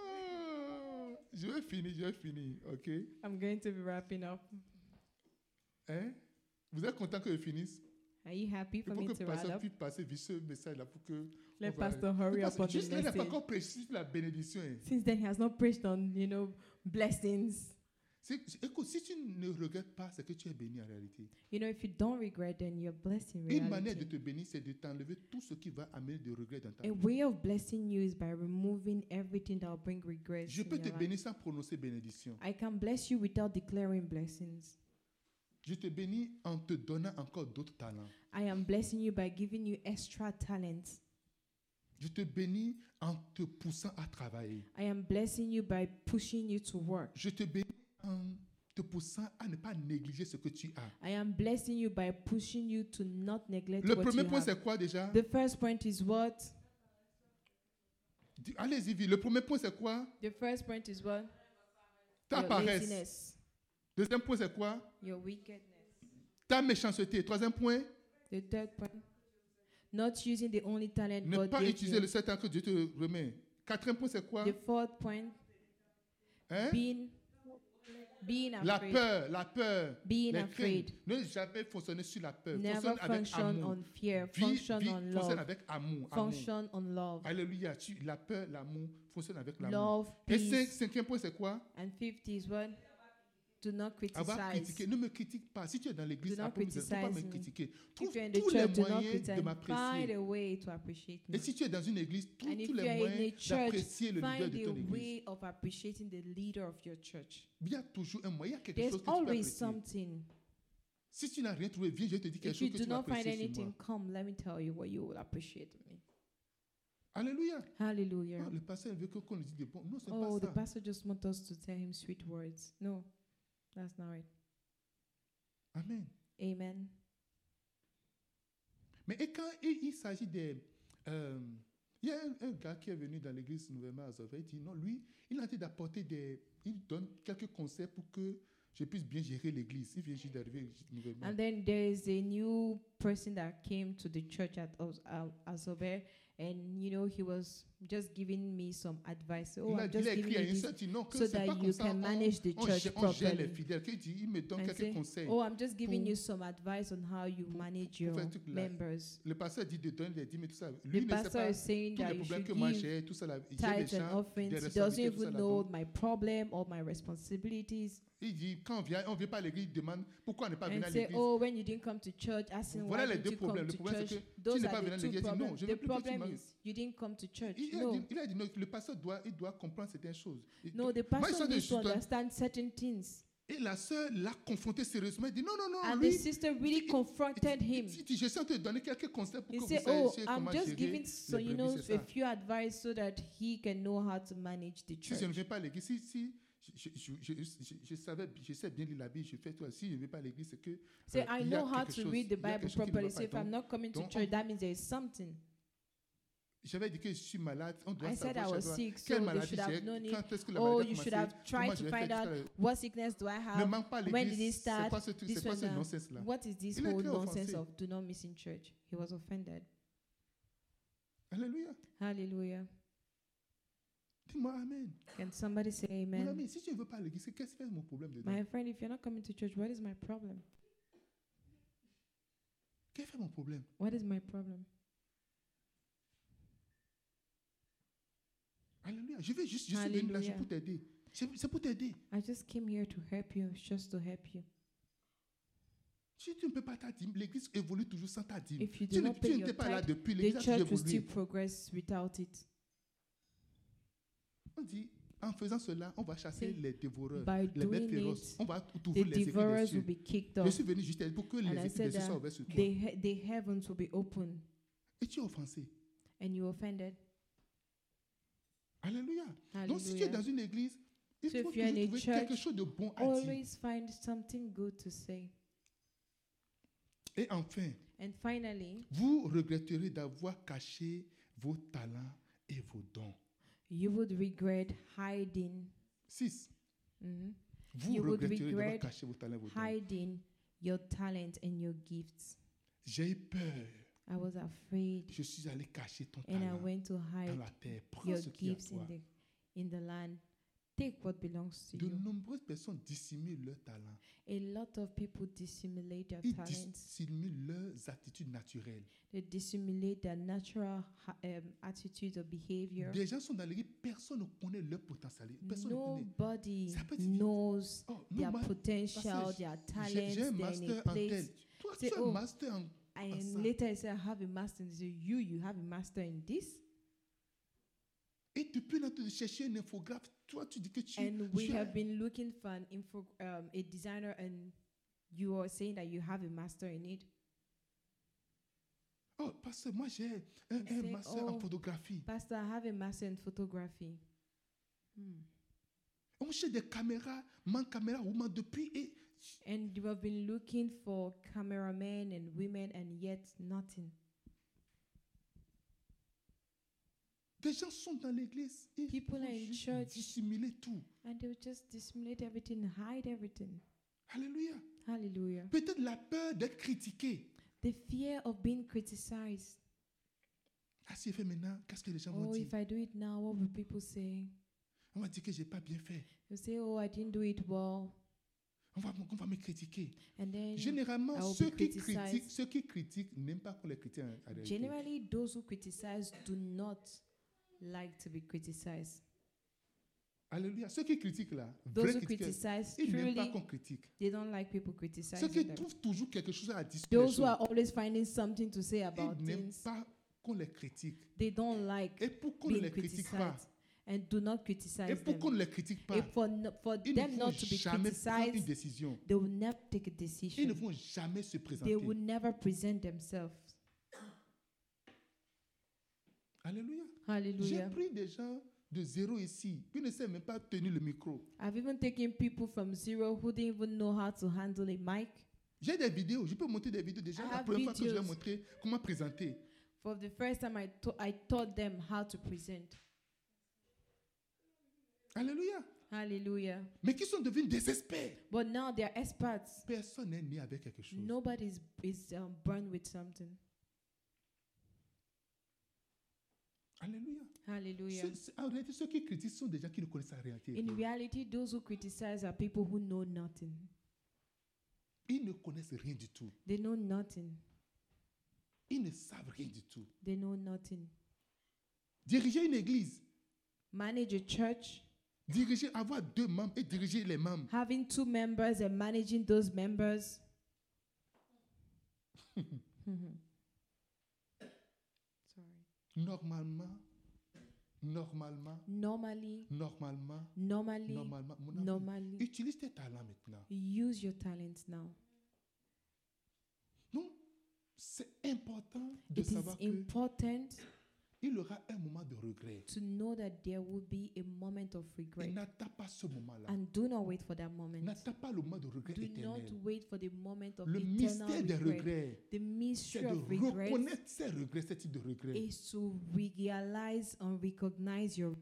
Speaker 1: Oh, je vais finir, je vais finir. OK?
Speaker 2: I'm going to be wrapping up.
Speaker 1: Hein? Vous êtes content que je finisse?
Speaker 2: Are you happy
Speaker 1: Il
Speaker 2: for
Speaker 1: faut
Speaker 2: me
Speaker 1: que
Speaker 2: to wrap
Speaker 1: personne
Speaker 2: up?
Speaker 1: puisse passer vite ce message-là pour que.
Speaker 2: Let
Speaker 1: on va-
Speaker 2: Pastor hurry
Speaker 1: Parce
Speaker 2: up
Speaker 1: que
Speaker 2: on the
Speaker 1: Juste là, il n'a pas
Speaker 2: message.
Speaker 1: encore précisé la bénédiction. hein.
Speaker 2: Since then, he has not preached on you know blessings.
Speaker 1: C'est- c'est- écoute, si tu ne regrettes pas, c'est que tu es béni en réalité.
Speaker 2: You know, if you don't regret, then you're blessed in
Speaker 1: Une manière de
Speaker 2: reality.
Speaker 1: te bénir, c'est de t'enlever tout ce qui va amener de regret dans ta vie.
Speaker 2: A way of blessing you is by removing everything that will bring regrets.
Speaker 1: Je
Speaker 2: in
Speaker 1: peux
Speaker 2: your
Speaker 1: te
Speaker 2: life.
Speaker 1: bénir sans prononcer bénédiction.
Speaker 2: I can bless you without declaring blessings.
Speaker 1: Je te bénis en te donnant encore d'autres talents.
Speaker 2: I am blessing you by giving you extra talents.
Speaker 1: Je te bénis en te poussant à travailler.
Speaker 2: I am blessing you by pushing you to work.
Speaker 1: Je te bénis en te poussant à ne pas négliger ce que tu as.
Speaker 2: I am blessing you by pushing you to not neglect
Speaker 1: Le
Speaker 2: what
Speaker 1: premier
Speaker 2: you
Speaker 1: point,
Speaker 2: have.
Speaker 1: c'est quoi déjà
Speaker 2: The first point is what?
Speaker 1: Dis- Allez-y, vite. Le premier point, c'est quoi
Speaker 2: The first point is what?
Speaker 1: Ta
Speaker 2: Your
Speaker 1: paresse.
Speaker 2: Euh, laziness,
Speaker 1: Deuxième point, c'est quoi
Speaker 2: your wickedness.
Speaker 1: Ta méchanceté. Troisième point,
Speaker 2: The third point, not using the only talent
Speaker 1: ne
Speaker 2: God
Speaker 1: pas
Speaker 2: gave
Speaker 1: utiliser
Speaker 2: you.
Speaker 1: le seul talent que Dieu te remet. Quatrième point, c'est quoi
Speaker 2: The fourth point,
Speaker 1: Hein?
Speaker 2: being being
Speaker 1: La
Speaker 2: afraid.
Speaker 1: peur, la peur.
Speaker 2: Being
Speaker 1: les
Speaker 2: afraid.
Speaker 1: craintes. Ne jamais fonctionner sur la peur.
Speaker 2: Never
Speaker 1: fonctionne avec
Speaker 2: function
Speaker 1: amour.
Speaker 2: on fear.
Speaker 1: Vis-
Speaker 2: Function
Speaker 1: vis-
Speaker 2: on
Speaker 1: fonctionne
Speaker 2: love.
Speaker 1: avec amour. amour.
Speaker 2: Function on love.
Speaker 1: Alléluia. Tu, la peur, l'amour, fonctionne avec l'amour.
Speaker 2: Love,
Speaker 1: Et cinq,
Speaker 2: peace,
Speaker 1: cinquième point, c'est quoi
Speaker 2: and fifth is what? Do not
Speaker 1: Avoir
Speaker 2: criticize.
Speaker 1: critiqué. Ne me critique pas. Si tu es dans l'église,
Speaker 2: Do not
Speaker 1: après-midi, ne faut pas me
Speaker 2: criticize me.
Speaker 1: critiquer. Trouve
Speaker 2: If you're in the
Speaker 1: tous les
Speaker 2: church, do not
Speaker 1: moyens de
Speaker 2: pretend. Find
Speaker 1: m'apprécier.
Speaker 2: a way to appreciate
Speaker 1: Et
Speaker 2: me.
Speaker 1: si tu es dans une église, trouve
Speaker 2: And if
Speaker 1: tous
Speaker 2: you are
Speaker 1: les
Speaker 2: in
Speaker 1: moyens
Speaker 2: a church,
Speaker 1: d'apprécier le leader
Speaker 2: Find
Speaker 1: de
Speaker 2: a
Speaker 1: ton église.
Speaker 2: way of appreciating the leader of your church.
Speaker 1: Il y a toujours un moyen, il y a quelque
Speaker 2: There's
Speaker 1: chose que tu peux
Speaker 2: always
Speaker 1: apprécier.
Speaker 2: something.
Speaker 1: Si tu n'as rien trouvé, viens, je vais te dis quelque
Speaker 2: If you
Speaker 1: chose que
Speaker 2: do
Speaker 1: tu vas
Speaker 2: not find
Speaker 1: apprécier chez
Speaker 2: anything,
Speaker 1: moi.
Speaker 2: come. Let me tell you what you will appreciate in me.
Speaker 1: Alléluia.
Speaker 2: Hallelujah.
Speaker 1: Ah, le pasteur veut que- qu'on lui dise des bons. Non, c'est
Speaker 2: Hein? Oh,
Speaker 1: pas
Speaker 2: the
Speaker 1: ça.
Speaker 2: pastor just wants us to tell him sweet words. No, that's not right.
Speaker 1: Amen.
Speaker 2: Amen.
Speaker 1: Mais et quand il, il s'agit des... euh, il y a un, un gars qui est venu dans l'église nouvellement à Zofé, il dit, non, lui, il a tenté d'apporter des... Il donne quelques conseils pour que je puisse bien gérer l'église. Il vient juste d'arriver nouvellement.
Speaker 2: And then there is a new person that came to the church at Az- Al- Azobe, and you know he was just giving me some advice. Oh,
Speaker 1: il a,
Speaker 2: I'm
Speaker 1: dit- il
Speaker 2: just
Speaker 1: a
Speaker 2: giving
Speaker 1: écrit à
Speaker 2: you
Speaker 1: une
Speaker 2: this
Speaker 1: seule, il dit, non, que
Speaker 2: so
Speaker 1: c'est pas
Speaker 2: that
Speaker 1: comme
Speaker 2: you
Speaker 1: ça.
Speaker 2: can
Speaker 1: On,
Speaker 2: manage the
Speaker 1: on,
Speaker 2: church
Speaker 1: gère- on gère les
Speaker 2: properly.
Speaker 1: fidèles. Il dit, il me donne
Speaker 2: And
Speaker 1: quelques
Speaker 2: say,
Speaker 1: conseils.
Speaker 2: Oh, I'm just giving
Speaker 1: pour-
Speaker 2: you some advice on how you
Speaker 1: pour-
Speaker 2: manage
Speaker 1: pour
Speaker 2: your
Speaker 1: faire toute la-
Speaker 2: members.
Speaker 1: Le pasteur dit de donner des dîmes et tout ça. Lui
Speaker 2: The
Speaker 1: ne sait
Speaker 2: pastor
Speaker 1: pas
Speaker 2: is saying
Speaker 1: tous
Speaker 2: that
Speaker 1: les
Speaker 2: you
Speaker 1: problèmes
Speaker 2: should
Speaker 1: que moi
Speaker 2: give
Speaker 1: j'ai, tout ça. là, j'ai des
Speaker 2: tithes and
Speaker 1: gens, des
Speaker 2: offerings. He doesn't
Speaker 1: responsabilités, tout ça
Speaker 2: even
Speaker 1: là-dedans.
Speaker 2: know my problem or my responsibilities.
Speaker 1: Il dit, quand on vient, on ne vient pas à l'église, il demande pourquoi on n'est pas venu
Speaker 2: And
Speaker 1: à
Speaker 2: say,
Speaker 1: l'église.
Speaker 2: oh, when you didn't come to church, asking
Speaker 1: Voilà
Speaker 2: why
Speaker 1: les
Speaker 2: didn't
Speaker 1: deux
Speaker 2: you
Speaker 1: problèmes. Le
Speaker 2: come to
Speaker 1: problème, c'est
Speaker 2: church.
Speaker 1: que tu
Speaker 2: Those
Speaker 1: n'es
Speaker 2: are
Speaker 1: pas
Speaker 2: the
Speaker 1: venu à
Speaker 2: two
Speaker 1: l'église, il dit, non,
Speaker 2: problems.
Speaker 1: je
Speaker 2: The
Speaker 1: veux plus que tu
Speaker 2: problem
Speaker 1: m'aimes.
Speaker 2: is you didn't come to church.
Speaker 1: Il, a
Speaker 2: No,
Speaker 1: dit, il a dit, non, le pasteur doit, il doit comprendre certaines choses. Et,
Speaker 2: no, the
Speaker 1: Moi, ils sont
Speaker 2: pastor
Speaker 1: des
Speaker 2: needs to
Speaker 1: Judas.
Speaker 2: understand certain things.
Speaker 1: et la sœur l'a confronté sérieusement. Elle dit, non, non, non,
Speaker 2: And
Speaker 1: lui,
Speaker 2: the sister really
Speaker 1: Ah il-
Speaker 2: confronted
Speaker 1: il-
Speaker 2: him.
Speaker 1: il dit, j'essaie de te donner quelques conseils pour
Speaker 2: He
Speaker 1: que vous
Speaker 2: said, oh,
Speaker 1: sachiez
Speaker 2: I'm
Speaker 1: comment
Speaker 2: just
Speaker 1: gérer.
Speaker 2: giving so
Speaker 1: brebis,
Speaker 2: you know
Speaker 1: c'est
Speaker 2: a
Speaker 1: ça.
Speaker 2: few advice so that he can know how to manage the
Speaker 1: Si je ne
Speaker 2: church.
Speaker 1: viens pas à l'église, si, si je, je, je, je, je savais, je sais bien lire la Bible, je fais tout. Si je ne vais pas à l'église, c'est que euh,
Speaker 2: Say, I
Speaker 1: il y a
Speaker 2: know how
Speaker 1: quelque
Speaker 2: to
Speaker 1: chose-
Speaker 2: read the
Speaker 1: il y a quelque
Speaker 2: Bible
Speaker 1: chose qui ne va
Speaker 2: properly.
Speaker 1: pas.
Speaker 2: So if
Speaker 1: Donc,
Speaker 2: I'm not coming to
Speaker 1: donc,
Speaker 2: church, that means there is something.
Speaker 1: J'avais dit que je suis malade, on doit
Speaker 2: I said
Speaker 1: savoir
Speaker 2: I
Speaker 1: je
Speaker 2: was
Speaker 1: dois-
Speaker 2: sick, so
Speaker 1: quelle
Speaker 2: they
Speaker 1: maladie
Speaker 2: should have
Speaker 1: j'ai,
Speaker 2: known it.
Speaker 1: quand est-ce que la
Speaker 2: Oh,
Speaker 1: maladie
Speaker 2: you
Speaker 1: a
Speaker 2: should
Speaker 1: commencé,
Speaker 2: have tried
Speaker 1: comment je
Speaker 2: to
Speaker 1: vais
Speaker 2: find
Speaker 1: faire,
Speaker 2: out
Speaker 1: etc.
Speaker 2: what sickness do I
Speaker 1: Ne
Speaker 2: have.
Speaker 1: manque pas
Speaker 2: when did it
Speaker 1: l'église, c'est
Speaker 2: start,
Speaker 1: quoi ce truc,
Speaker 2: this
Speaker 1: c'est quoi
Speaker 2: one
Speaker 1: ce
Speaker 2: now.
Speaker 1: nonsense là
Speaker 2: What is this
Speaker 1: Il est
Speaker 2: whole
Speaker 1: très
Speaker 2: nonsense
Speaker 1: offensé.
Speaker 2: of do not miss in church? He was offended.
Speaker 1: Alléluia.
Speaker 2: Hallelujah.
Speaker 1: Dis-moi Amen.
Speaker 2: Can somebody say
Speaker 1: Mon
Speaker 2: amen?
Speaker 1: ami, si tu ne veux pas à l'église, c'est qu'est-ce que c'est mon problème dedans
Speaker 2: My friend, if you're not coming to church, what is my problem?
Speaker 1: Quel est mon problème
Speaker 2: What is my problem?
Speaker 1: Alléluia. Je vais juste, je suis venu là
Speaker 2: Alléluia.
Speaker 1: c'est pour t'aider. C'est c'est pour t'aider.
Speaker 2: I just came here to help you, just to help you.
Speaker 1: Si tu ne peux pas ta dîme, l'église évolue toujours sans ta dîme.
Speaker 2: If you
Speaker 1: Tu
Speaker 2: do
Speaker 1: ne-
Speaker 2: not pay
Speaker 1: tu
Speaker 2: your
Speaker 1: n'étais pas là
Speaker 2: tithe,
Speaker 1: depuis
Speaker 2: the
Speaker 1: l'église a
Speaker 2: church
Speaker 1: toujours
Speaker 2: will still
Speaker 1: évolué.
Speaker 2: progress without it.
Speaker 1: On dit, En faisant cela, on va chasser
Speaker 2: See,
Speaker 1: les dévoreurs,
Speaker 2: by
Speaker 1: les bêtes
Speaker 2: doing
Speaker 1: féroces.
Speaker 2: it,
Speaker 1: On va tout
Speaker 2: The
Speaker 1: ouvrir les écrits des
Speaker 2: devourers will
Speaker 1: cieux.
Speaker 2: be kicked
Speaker 1: Je
Speaker 2: off.
Speaker 1: suis venu juste pour que les
Speaker 2: And I
Speaker 1: écrits des
Speaker 2: said
Speaker 1: cieux soient
Speaker 2: that
Speaker 1: ouverts sur toi.
Speaker 2: The, he- the heavens will be open.
Speaker 1: Et tu es offensé.
Speaker 2: And you offended.
Speaker 1: Alléluia. Donc si tu es
Speaker 2: Hallelujah.
Speaker 1: dans une église, il
Speaker 2: So
Speaker 1: faut
Speaker 2: if you're in
Speaker 1: toujours
Speaker 2: a
Speaker 1: trouver quelque
Speaker 2: church,
Speaker 1: chose de bon à dire.
Speaker 2: Always find something good to say.
Speaker 1: Et enfin,
Speaker 2: And finally,
Speaker 1: vous regretterez d'avoir caché vos talents et vos dons.
Speaker 2: you would regret hiding.
Speaker 1: 6.
Speaker 2: Mhm.
Speaker 1: Vous
Speaker 2: You would
Speaker 1: regretterez d'avoir
Speaker 2: regret
Speaker 1: caché vos talents et vos dons.
Speaker 2: Hiding your talent and your gifts.
Speaker 1: J'ai eu peur.
Speaker 2: I was afraid
Speaker 1: Je suis allé cacher ton
Speaker 2: and I
Speaker 1: talent
Speaker 2: went to
Speaker 1: dans
Speaker 2: hide
Speaker 1: la terre. Prends
Speaker 2: your
Speaker 1: ce qui est à
Speaker 2: gifts in
Speaker 1: toi.
Speaker 2: the in the land. Take what belongs to
Speaker 1: De
Speaker 2: you.
Speaker 1: nombreuses personnes dissimulent leurs talents.
Speaker 2: A lot of people dissimulate their
Speaker 1: Ils
Speaker 2: talents.
Speaker 1: dissimulent leurs attitudes naturelles.
Speaker 2: They dissimulate their natural ha- um, attitudes or behavior.
Speaker 1: Des gens sont dans l'église, personne ne connaît leur potentiel. Personne ne connaît.
Speaker 2: Nobody
Speaker 1: Ça peut être vite.
Speaker 2: knows
Speaker 1: Oh,
Speaker 2: their
Speaker 1: non, moi,
Speaker 2: potential,
Speaker 1: passage.
Speaker 2: their
Speaker 1: j'ai
Speaker 2: talents.
Speaker 1: j'ai un
Speaker 2: They're in
Speaker 1: master
Speaker 2: a
Speaker 1: en
Speaker 2: place. oh.
Speaker 1: tel. Toi,
Speaker 2: C'est
Speaker 1: tu as
Speaker 2: haut.
Speaker 1: un master en
Speaker 2: And
Speaker 1: ça.
Speaker 2: later I say I have a master. And they say, you, you have a master in this.
Speaker 1: Et depuis là, tu chercher un infographe. Toi, tu dis que tu
Speaker 2: And we
Speaker 1: tu as-
Speaker 2: have been looking for an info, um, a designer, and you are saying that you have a master in it.
Speaker 1: Oh, parce que moi, j'ai un, un
Speaker 2: C'est oh.
Speaker 1: master en
Speaker 2: haut.
Speaker 1: photographie.
Speaker 2: Pastor, I have a master in photography. Hmm.
Speaker 1: On cherche des caméras, man caméra, woman, depuis. Et
Speaker 2: And you have been looking for cameramen and women, and yet nothing.
Speaker 1: des gens sont dans l'église. Ils
Speaker 2: People
Speaker 1: vont
Speaker 2: are in
Speaker 1: juste
Speaker 2: church.
Speaker 1: dissimuler tout.
Speaker 2: And they will just dissimulate everything, hide everything.
Speaker 1: Alléluia.
Speaker 2: Hallelujah.
Speaker 1: Peut-être la peur d'être critiqué.
Speaker 2: The fear of being criticized.
Speaker 1: Ah, si je fais maintenant, qu'est-ce que les gens vont
Speaker 2: Oh,
Speaker 1: dire
Speaker 2: if I do it now, what will people say?
Speaker 1: On va dire que j'ai pas bien fait.
Speaker 2: They'll say, oh, I didn't do it well.
Speaker 1: On va, on va me critiquer.
Speaker 2: And then I
Speaker 1: Généralement,
Speaker 2: will
Speaker 1: ceux
Speaker 2: be
Speaker 1: qui,
Speaker 2: criticized.
Speaker 1: critiquent, ceux qui critiquent n'aiment pas qu'on les critique en- en réalité.
Speaker 2: generally, those who criticize do not like to be criticized.
Speaker 1: Alléluia. Ceux qui critiquent là,
Speaker 2: Those
Speaker 1: vrais
Speaker 2: who
Speaker 1: critiqueurs,
Speaker 2: criticize
Speaker 1: ils n'aiment pas
Speaker 2: truly,
Speaker 1: qu'on critique.
Speaker 2: they don't like people criticizing
Speaker 1: Ceux qui
Speaker 2: them.
Speaker 1: trouvent toujours quelque chose à dire, sur les
Speaker 2: Those who are
Speaker 1: choses,
Speaker 2: always finding something to say about
Speaker 1: ils n'aiment
Speaker 2: things,
Speaker 1: pas qu'on les critique.
Speaker 2: they don't like
Speaker 1: Et pour qu'on ne
Speaker 2: being
Speaker 1: les critique pas,
Speaker 2: criticized and do not
Speaker 1: et
Speaker 2: criticize
Speaker 1: pour qu'on
Speaker 2: them.
Speaker 1: ne les critique pas,
Speaker 2: And for, no- for
Speaker 1: ils ne
Speaker 2: them
Speaker 1: vont
Speaker 2: not to be
Speaker 1: jamais prendre une
Speaker 2: criticized,
Speaker 1: décision.
Speaker 2: they will never take a
Speaker 1: Ils ne
Speaker 2: decision.
Speaker 1: vont jamais se présenter.
Speaker 2: They will never present themselves.
Speaker 1: Alléluia. J'ai
Speaker 2: Hallelujah.
Speaker 1: pris des gens de zéro ici qui ne savent même pas tenir le micro.
Speaker 2: I've even taken people from zero who didn't even know how to handle a mic.
Speaker 1: J'ai des vidéos, je peux montrer des vidéos
Speaker 2: I
Speaker 1: déjà. La
Speaker 2: have
Speaker 1: première fois que je vais
Speaker 2: videos.
Speaker 1: montrer comment présenter.
Speaker 2: For the first time, I, tau- I taught them how to present.
Speaker 1: Alléluia.
Speaker 2: Hallelujah.
Speaker 1: Mais qui sont devenus des experts.
Speaker 2: But now they are experts.
Speaker 1: Personne n'est né avec quelque chose.
Speaker 2: Nobody is, is um, born with something.
Speaker 1: Alléluia.
Speaker 2: Hallelujah.
Speaker 1: Ceux- ceux- en réalité, ceux qui critiquent sont des gens qui ne connaissent la réalité.
Speaker 2: In reality, those who criticize are people who know nothing.
Speaker 1: Ils ne connaissent rien du tout.
Speaker 2: They know nothing.
Speaker 1: Ils ne savent rien du tout.
Speaker 2: They know nothing.
Speaker 1: Diriger une église,
Speaker 2: Manage a church,
Speaker 1: diriger, avoir deux membres et diriger les membres.
Speaker 2: having two members and managing those members. Mhm. Sorry.
Speaker 1: Normalement, normalement,
Speaker 2: Normally,
Speaker 1: normalement,
Speaker 2: normally,
Speaker 1: normalement. Mon ami,
Speaker 2: normally,
Speaker 1: utilise tes talents maintenant.
Speaker 2: use your talents now.
Speaker 1: Donc, c'est important de
Speaker 2: It is
Speaker 1: savoir qu'il
Speaker 2: important
Speaker 1: y aura un moment de regret.
Speaker 2: to know that there will be a moment of
Speaker 1: Et
Speaker 2: regret.
Speaker 1: n'attends pas ce moment-là.
Speaker 2: And do not wait for that moment.
Speaker 1: N'attends pas le moment de regret
Speaker 2: Do not
Speaker 1: éternel.
Speaker 2: wait for the moment of
Speaker 1: Le
Speaker 2: eternal
Speaker 1: mystère des
Speaker 2: regret.
Speaker 1: regrets,
Speaker 2: The
Speaker 1: c'est
Speaker 2: mystery
Speaker 1: de
Speaker 2: of regret
Speaker 1: reconnaître ces regrets, ce type de regrets.
Speaker 2: is to realize and recognize your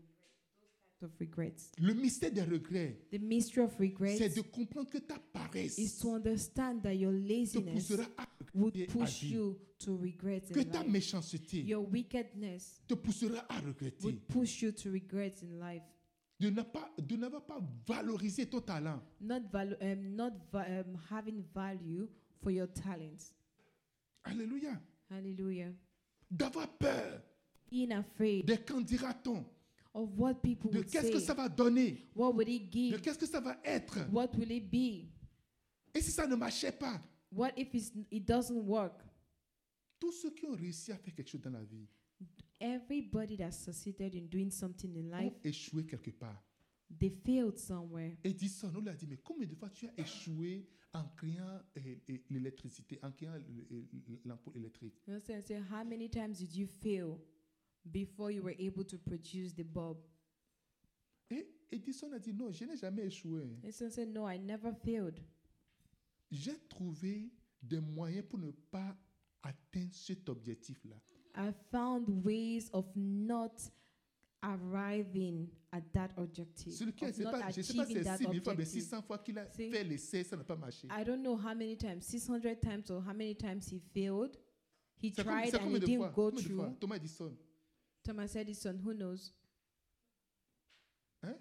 Speaker 2: of regrets.
Speaker 1: Le mystère des regrets,
Speaker 2: The mystery of regret
Speaker 1: c'est de comprendre que ta
Speaker 2: is
Speaker 1: paresse
Speaker 2: to understand that your
Speaker 1: te
Speaker 2: laziness
Speaker 1: poussera à
Speaker 2: would
Speaker 1: regretter à
Speaker 2: push
Speaker 1: vie.
Speaker 2: you to regret
Speaker 1: Que
Speaker 2: in
Speaker 1: ta
Speaker 2: life.
Speaker 1: méchanceté
Speaker 2: Your wickedness
Speaker 1: te poussera à regretter.
Speaker 2: would push you to regret in life.
Speaker 1: De ne pas, de n'avoir pas valorisé ton talent.
Speaker 2: Not valu- um, not va- um, having value for your talents.
Speaker 1: Alléluia.
Speaker 2: Hallelujah.
Speaker 1: D'avoir peur
Speaker 2: Being afraid
Speaker 1: des qu'en dira-t-on,
Speaker 2: of what people
Speaker 1: de
Speaker 2: would
Speaker 1: qu'est-ce que
Speaker 2: say.
Speaker 1: ça va donner,
Speaker 2: What would it
Speaker 1: de
Speaker 2: give?
Speaker 1: qu'est-ce que ça va être.
Speaker 2: What will it be?
Speaker 1: Et si ça ne marchait pas,
Speaker 2: What if it's, it doesn't work?
Speaker 1: tous ceux qui ont réussi à faire quelque chose dans la vie
Speaker 2: Everybody that succeeded in doing something in life
Speaker 1: ont échoué quelque part.
Speaker 2: They failed somewhere.
Speaker 1: Edison, on lui a dit, mais combien de fois tu as échoué en créant euh, euh, l'électricité, en créant le- le- l'ampoule électrique
Speaker 2: You understand? So how many times did you fail before you were able to produce the bulb?
Speaker 1: Et Edison a dit, non, je n'ai jamais échoué.
Speaker 2: And so I said, No, I never failed.
Speaker 1: J'ai trouvé des moyens pour ne pas atteindre cet objectif-là.
Speaker 2: I found ways of not arriving at that objective.
Speaker 1: Sur lequel,
Speaker 2: of
Speaker 1: c'est
Speaker 2: not
Speaker 1: pas- je ne sais pas si
Speaker 2: achieving
Speaker 1: c'est
Speaker 2: that
Speaker 1: 6 000 fois, mais
Speaker 2: objective.
Speaker 1: 600 fois qu'il a
Speaker 2: See?
Speaker 1: fait l'essai, ça n'a pas marché.
Speaker 2: I don't know how many times, 600 times or how many times he failed. He
Speaker 1: C'est comme-
Speaker 2: tried
Speaker 1: c'est
Speaker 2: and
Speaker 1: combien
Speaker 2: he
Speaker 1: de
Speaker 2: didn't
Speaker 1: fois
Speaker 2: go
Speaker 1: Combien de
Speaker 2: through.
Speaker 1: fois Thomas Edison.
Speaker 2: Thomas Edison, who knows?
Speaker 1: Hein?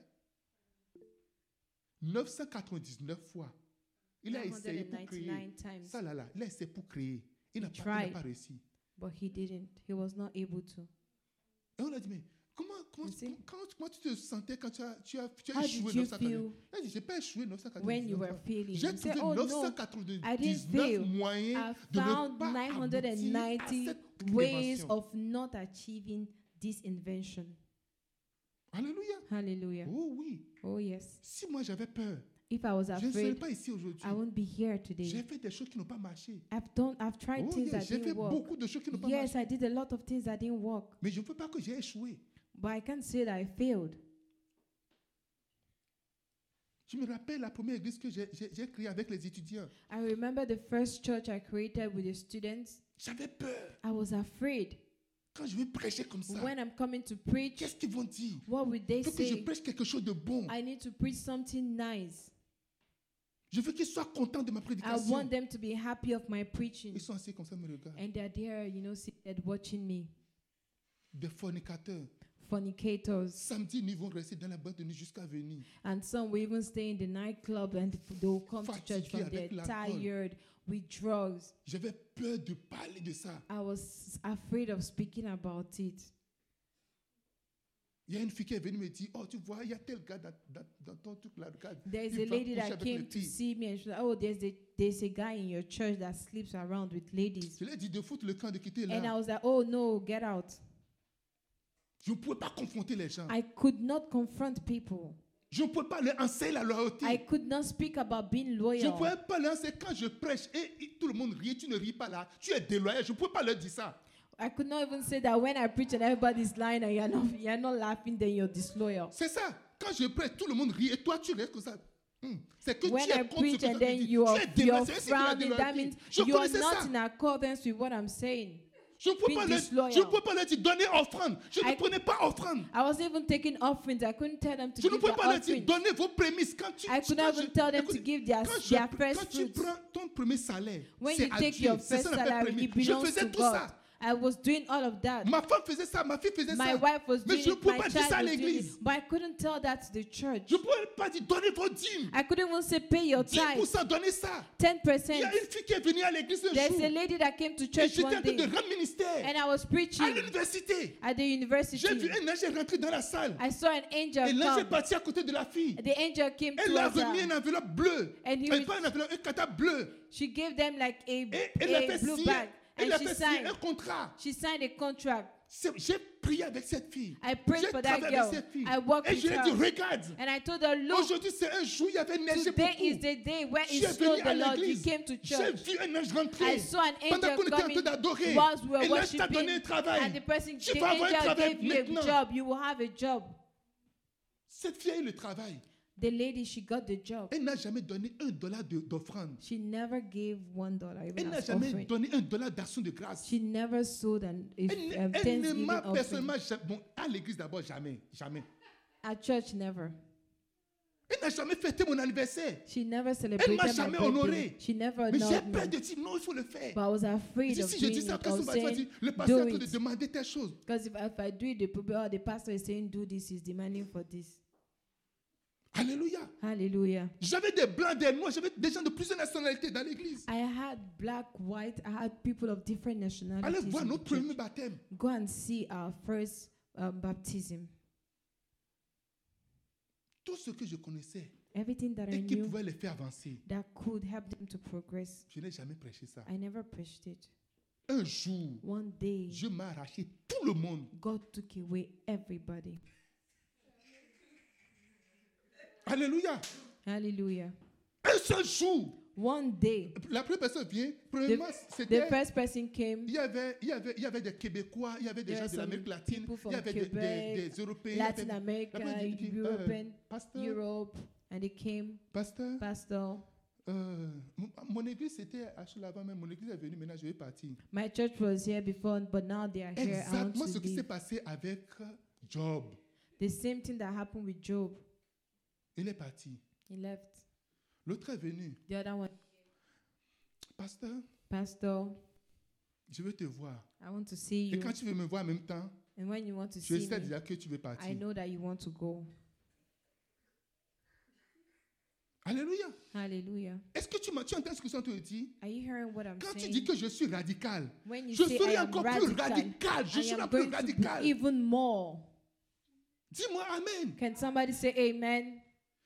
Speaker 1: 999 fois. Il a essayé pour créer.
Speaker 2: 999 times.
Speaker 1: Ça là là, il a essayé pour créer. Il n'a pas,
Speaker 2: He
Speaker 1: il n'a
Speaker 2: tried.
Speaker 1: pas réussi.
Speaker 2: But he didn't. He was not able to.
Speaker 1: Et on a dit, mais comment, comment,
Speaker 2: You see?
Speaker 1: comment, comment- comment tu te sentais quand tu as, tu as, tu as
Speaker 2: How
Speaker 1: échoué
Speaker 2: did you
Speaker 1: 999
Speaker 2: feel
Speaker 1: Il a dit, j'ai pas échoué
Speaker 2: when you
Speaker 1: 999
Speaker 2: were
Speaker 1: fois.
Speaker 2: failing?
Speaker 1: J'ai
Speaker 2: You say,
Speaker 1: trouvé
Speaker 2: oh no, I didn't
Speaker 1: 999
Speaker 2: fail.
Speaker 1: moyens
Speaker 2: I
Speaker 1: de ne
Speaker 2: found
Speaker 1: pas aboutir à
Speaker 2: 990
Speaker 1: cette
Speaker 2: ways
Speaker 1: invention.
Speaker 2: of not achieving this invention.
Speaker 1: Alléluia.
Speaker 2: Hallelujah.
Speaker 1: Oh oui.
Speaker 2: Oh yes.
Speaker 1: Si moi j'avais peur,
Speaker 2: If I was
Speaker 1: je ne serais
Speaker 2: afraid,
Speaker 1: pas ici aujourd'hui.
Speaker 2: I won't be here
Speaker 1: J'ai
Speaker 2: today.
Speaker 1: fait des choses qui n'ont pas marché.
Speaker 2: I've done I've tried
Speaker 1: Oh,
Speaker 2: things
Speaker 1: yeah,
Speaker 2: that
Speaker 1: j'ai fait
Speaker 2: didn't work.
Speaker 1: beaucoup de choses qui n'ont pas marché.
Speaker 2: Yes, I did a lot of things that didn't work.
Speaker 1: Mais je ne veux pas que j'ai échoué.
Speaker 2: But I can't say that I failed.
Speaker 1: Je me rappelle la première église que j'ai- j'ai j'ai créée avec les étudiants.
Speaker 2: I remember the first church I created with the students.
Speaker 1: J'avais peur.
Speaker 2: I was afraid.
Speaker 1: Quand je vais prêcher comme ça,
Speaker 2: When I'm coming to preach,
Speaker 1: qu'est-ce qu'ils vont dire
Speaker 2: what would they
Speaker 1: Il faut que je
Speaker 2: say?
Speaker 1: prêche quelque chose de bon.
Speaker 2: I need to preach something nice.
Speaker 1: Je veux qu'ils soient contents de ma
Speaker 2: I
Speaker 1: prédication.
Speaker 2: want them to be happy of my preaching.
Speaker 1: Ils sont assis comme ça, ils me regardent.
Speaker 2: And they're there, you know, seated watching me.
Speaker 1: Des fornicateurs.
Speaker 2: Fornicators.
Speaker 1: Samedi, ils vont rester dans la boîte de nuit jusqu'à venir.
Speaker 2: And some will even stay in the nightclub and they'll come to church
Speaker 1: Fatigué
Speaker 2: from there
Speaker 1: avec l'alcool.
Speaker 2: tired with drugs.
Speaker 1: J'avais peur de parler de ça.
Speaker 2: I was afraid of speaking about it.
Speaker 1: Il y a une fille qui est venue me dire, oh, tu vois, il y a tel gars dans, dans- dans ton truc là, regarde.
Speaker 2: There is
Speaker 1: Il
Speaker 2: a
Speaker 1: va
Speaker 2: lady
Speaker 1: coucher
Speaker 2: that
Speaker 1: avec
Speaker 2: came
Speaker 1: les
Speaker 2: to
Speaker 1: filles.
Speaker 2: see me and she was like, Oh, there's a, there's a guy in your church that sleeps around with ladies.
Speaker 1: Je lui ai dit de foutre le camp, de quitter
Speaker 2: And I
Speaker 1: là.
Speaker 2: was like, Oh, no, get out.
Speaker 1: Je ne pouvais pas confronter les gens.
Speaker 2: I could not confront people.
Speaker 1: Je ne pouvais pas leur enseigner la loyauté.
Speaker 2: I could not speak about being
Speaker 1: Je ne
Speaker 2: loyal.
Speaker 1: pouvais pas leur enseigner quand je prêche et, et tout le monde rit, tu ne ris pas là. Tu es déloyal, je ne pouvais pas leur dire ça.
Speaker 2: I could not even say that when I preach and everybody's lying and you're not, you're not laughing, then you're disloyal.
Speaker 1: C'est ça. Quand je prêche, tout le monde rit et toi tu restes comme ça. Hum. C'est que
Speaker 2: When
Speaker 1: tu es
Speaker 2: I
Speaker 1: contre ce
Speaker 2: preach
Speaker 1: que
Speaker 2: and
Speaker 1: Dieu
Speaker 2: then
Speaker 1: dit.
Speaker 2: you are,
Speaker 1: Tu es
Speaker 2: you're
Speaker 1: déloyal, c'est ainsi que la
Speaker 2: frowning, that
Speaker 1: déloyauté.
Speaker 2: means
Speaker 1: Je
Speaker 2: you're
Speaker 1: connaissais
Speaker 2: not
Speaker 1: ça.
Speaker 2: in accordance with what I'm saying.
Speaker 1: Je ne pouvais
Speaker 2: being
Speaker 1: pas leur-
Speaker 2: disloyal.
Speaker 1: je ne pouvais pas leur dire donner offrande. Je ne
Speaker 2: I-
Speaker 1: prenais pas offrande.
Speaker 2: I was even taking offerings. I couldn't tell them to
Speaker 1: Je ne
Speaker 2: give
Speaker 1: pouvais
Speaker 2: their
Speaker 1: pas leur dire
Speaker 2: offerings.
Speaker 1: donner vos prémices quand tu
Speaker 2: I
Speaker 1: quand
Speaker 2: could not even tell them to
Speaker 1: écoute,
Speaker 2: give their-
Speaker 1: quand je-
Speaker 2: their first
Speaker 1: quand tu
Speaker 2: fruits.
Speaker 1: prends ton premier salaire,
Speaker 2: When
Speaker 1: c'est
Speaker 2: you
Speaker 1: à
Speaker 2: take
Speaker 1: Dieu.
Speaker 2: your
Speaker 1: C'est
Speaker 2: first
Speaker 1: ça la
Speaker 2: salary,
Speaker 1: prémisse.
Speaker 2: it
Speaker 1: Je
Speaker 2: belongs to
Speaker 1: faisais tout
Speaker 2: God.
Speaker 1: ça.
Speaker 2: I was doing all of that.
Speaker 1: Ma femme faisait ça, ma fille faisait
Speaker 2: My
Speaker 1: ça.
Speaker 2: wife was
Speaker 1: Mais
Speaker 2: doing
Speaker 1: je ne
Speaker 2: it.
Speaker 1: pouvais
Speaker 2: My
Speaker 1: pas dire ça à
Speaker 2: child was doing
Speaker 1: l'église.
Speaker 2: it. But I couldn't tell that to the church.
Speaker 1: Je ne pouvais pas dire donnez vos dîmes.
Speaker 2: I couldn't even say pay your tithe.
Speaker 1: 10% donnez ça. Il y
Speaker 2: 10%.
Speaker 1: a une fille qui est venue à l'église un
Speaker 2: There's
Speaker 1: jour.
Speaker 2: a lady that came to
Speaker 1: Et
Speaker 2: church
Speaker 1: j'étais en
Speaker 2: one
Speaker 1: train de
Speaker 2: day
Speaker 1: rendre ministère
Speaker 2: and I was
Speaker 1: à
Speaker 2: preaching
Speaker 1: l'université.
Speaker 2: at the
Speaker 1: J'ai vu
Speaker 2: university.
Speaker 1: un ange rentrer dans la salle.
Speaker 2: I saw an angel
Speaker 1: Et l'ange est
Speaker 2: come.
Speaker 1: parti à côté de la fille.
Speaker 2: The angel came
Speaker 1: Elle a
Speaker 2: towards
Speaker 1: remis
Speaker 2: her.
Speaker 1: une enveloppe bleue.
Speaker 2: And he
Speaker 1: Elle
Speaker 2: re-
Speaker 1: pas une enveloppe, un cata bleu.
Speaker 2: She gave them like a,
Speaker 1: Et Eh, elle a
Speaker 2: a
Speaker 1: fait
Speaker 2: blue
Speaker 1: signer,
Speaker 2: bag
Speaker 1: elle
Speaker 2: and
Speaker 1: a
Speaker 2: she
Speaker 1: fait signer
Speaker 2: signed.
Speaker 1: un contrat.
Speaker 2: She signed a contract.
Speaker 1: C'est- J'ai prié avec cette fille.
Speaker 2: I prayed
Speaker 1: J'ai
Speaker 2: for that
Speaker 1: travaillé
Speaker 2: girl.
Speaker 1: avec cette fille.
Speaker 2: I walked
Speaker 1: Et je
Speaker 2: with
Speaker 1: lui ai dit,
Speaker 2: her.
Speaker 1: regarde,
Speaker 2: And I told her, look,
Speaker 1: aujourd'hui c'est un jour, il y avait neigé beaucoup.
Speaker 2: today is the day where
Speaker 1: Je suis
Speaker 2: it snowed
Speaker 1: venu
Speaker 2: the
Speaker 1: à
Speaker 2: Lord. You
Speaker 1: l'église.
Speaker 2: came to
Speaker 1: J'ai
Speaker 2: church.
Speaker 1: vu un ange
Speaker 2: I
Speaker 1: rentrer.
Speaker 2: saw an
Speaker 1: Pendant
Speaker 2: angel
Speaker 1: qu'on était en
Speaker 2: coming
Speaker 1: train d'adorer.
Speaker 2: whilst we were
Speaker 1: Et l'ange t'a
Speaker 2: worshiping,
Speaker 1: donné un
Speaker 2: and the
Speaker 1: travail.
Speaker 2: person,
Speaker 1: Tu
Speaker 2: the
Speaker 1: vas avoir un
Speaker 2: angel
Speaker 1: travail
Speaker 2: gave you a
Speaker 1: maintenant.
Speaker 2: job. You will have a job.
Speaker 1: Cette fille a eu le travail.
Speaker 2: The lady, she got the job.
Speaker 1: Elle n'a jamais donné un dollar de- d'offrande.
Speaker 2: She never gave one dollar
Speaker 1: Elle
Speaker 2: even
Speaker 1: n'a
Speaker 2: as
Speaker 1: jamais
Speaker 2: offering.
Speaker 1: donné un dollar d'action de grâce.
Speaker 2: She never sold an a,
Speaker 1: Elle,
Speaker 2: a
Speaker 1: ne- elle ne
Speaker 2: Thanksgiving
Speaker 1: m'a
Speaker 2: offering.
Speaker 1: personnellement ja- bon, à l'église d'abord jamais, jamais.
Speaker 2: At church, never.
Speaker 1: Elle n'a jamais fêté mon anniversaire.
Speaker 2: She never celebrated my
Speaker 1: jamais
Speaker 2: birthday.
Speaker 1: honoré.
Speaker 2: She never
Speaker 1: Mais j'ai
Speaker 2: honored
Speaker 1: peur
Speaker 2: me.
Speaker 1: de dire non, il faut le faire.
Speaker 2: Oh, But I was afraid
Speaker 1: Si,
Speaker 2: of
Speaker 1: si je
Speaker 2: doing
Speaker 1: dis ça,
Speaker 2: it,
Speaker 1: après,
Speaker 2: of
Speaker 1: son va dire,
Speaker 2: saying,
Speaker 1: le pasteur est
Speaker 2: do
Speaker 1: en train de
Speaker 2: it.
Speaker 1: demander telle chose.
Speaker 2: Because if, if I do it, the, people, oh, the pastor is saying, do this, he's demanding for this.
Speaker 1: Alléluia.
Speaker 2: Hallelujah.
Speaker 1: J'avais des blancs, des noirs, j'avais des gens de plusieurs nationalités dans l'église.
Speaker 2: I had black, white, I had people of different
Speaker 1: Allez
Speaker 2: nationalities.
Speaker 1: voir
Speaker 2: in the
Speaker 1: notre premier
Speaker 2: church.
Speaker 1: baptême.
Speaker 2: Go and see our first um, baptism.
Speaker 1: Tout ce que je connaissais
Speaker 2: Everything that I
Speaker 1: et qui
Speaker 2: knew
Speaker 1: pouvait les faire avancer.
Speaker 2: that could help them to progress,
Speaker 1: Je n'ai jamais prêché ça.
Speaker 2: I never preached it.
Speaker 1: Un jour,
Speaker 2: One day,
Speaker 1: Dieu m'a arraché tout le monde.
Speaker 2: God took away everybody.
Speaker 1: Alléluia.
Speaker 2: Hallelujah.
Speaker 1: Un seul jour,
Speaker 2: One day,
Speaker 1: la première personne vient.
Speaker 2: the,
Speaker 1: Premièrement,
Speaker 2: the
Speaker 1: c'était.
Speaker 2: first person came,
Speaker 1: Il y, avait, il, y avait, il y avait des Québécois, il y avait des
Speaker 2: There
Speaker 1: gens
Speaker 2: are
Speaker 1: de l'Amérique
Speaker 2: some
Speaker 1: latine,
Speaker 2: people
Speaker 1: il
Speaker 2: from
Speaker 1: y avait des, des-
Speaker 2: Quebec,
Speaker 1: des Européens. il y avait-
Speaker 2: Latin America,
Speaker 1: Après, il dit, euh,
Speaker 2: European,
Speaker 1: pasteur,
Speaker 2: Europe, and they came,
Speaker 1: pasteur,
Speaker 2: Pastor.
Speaker 1: euh, mon- mon église c'était à Chalava, mais mon église est venue, maintenant je vais partir.
Speaker 2: My church was here before, but now they are here. I want
Speaker 1: Exactement
Speaker 2: to
Speaker 1: ce qui
Speaker 2: leave.
Speaker 1: s'est passé avec euh, Job.
Speaker 2: The same thing that happened with Job.
Speaker 1: Il est parti.
Speaker 2: He left.
Speaker 1: L'autre est venu.
Speaker 2: The other one,
Speaker 1: Pasteur,
Speaker 2: Pastor,
Speaker 1: je veux te voir.
Speaker 2: I want to see
Speaker 1: Et
Speaker 2: you.
Speaker 1: quand tu veux me voir en même temps,
Speaker 2: And when you want to
Speaker 1: je
Speaker 2: see
Speaker 1: sais
Speaker 2: me,
Speaker 1: déjà que tu veux
Speaker 2: I
Speaker 1: partir.
Speaker 2: know that you want to go.
Speaker 1: Alléluia.
Speaker 2: Hallelujah.
Speaker 1: Est-ce que tu, m'as- tu entends ce que je te dis
Speaker 2: Are you hearing what I'm
Speaker 1: Quand tu dis
Speaker 2: saying?
Speaker 1: que je suis radical,
Speaker 2: When you
Speaker 1: je
Speaker 2: say
Speaker 1: serai
Speaker 2: I am
Speaker 1: encore plus
Speaker 2: radical,
Speaker 1: radical. Je
Speaker 2: I
Speaker 1: serai
Speaker 2: am
Speaker 1: plus
Speaker 2: going to be
Speaker 1: radical.
Speaker 2: even more.
Speaker 1: Dis-moi Amen.
Speaker 2: Can somebody say amen?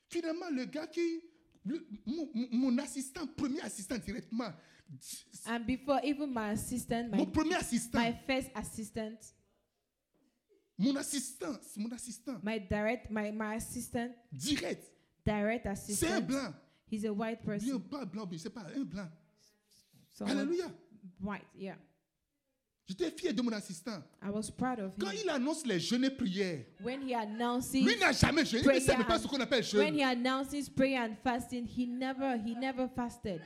Speaker 1: Finalement, le gars qui. le- mon, mon- mon assistant, premier assistant directement.
Speaker 2: And before even my assistant,
Speaker 1: Mon
Speaker 2: Ah, my,
Speaker 1: premier assistant.
Speaker 2: my first assistant,
Speaker 1: Mon assistant. c'est Mon assistant.
Speaker 2: my direct, my, my assistant,
Speaker 1: Direct.
Speaker 2: direct
Speaker 1: C'est un
Speaker 2: assistant,
Speaker 1: blanc.
Speaker 2: he's a white
Speaker 1: Bien,
Speaker 2: person.
Speaker 1: pas blanc, mais je sais pas, un blanc.
Speaker 2: someone
Speaker 1: Alléluia.
Speaker 2: White, yeah.
Speaker 1: J'étais fier de mon assistant.
Speaker 2: I was proud of
Speaker 1: Quand
Speaker 2: him.
Speaker 1: il annonce les jeûnes et prières,
Speaker 2: When he announces
Speaker 1: lui n'a jamais jeûné. Il ne sait
Speaker 2: Prière.
Speaker 1: même pas ce qu'on appelle
Speaker 2: when
Speaker 1: jeûne.
Speaker 2: he announces prayer and fasting, he never he never fasted.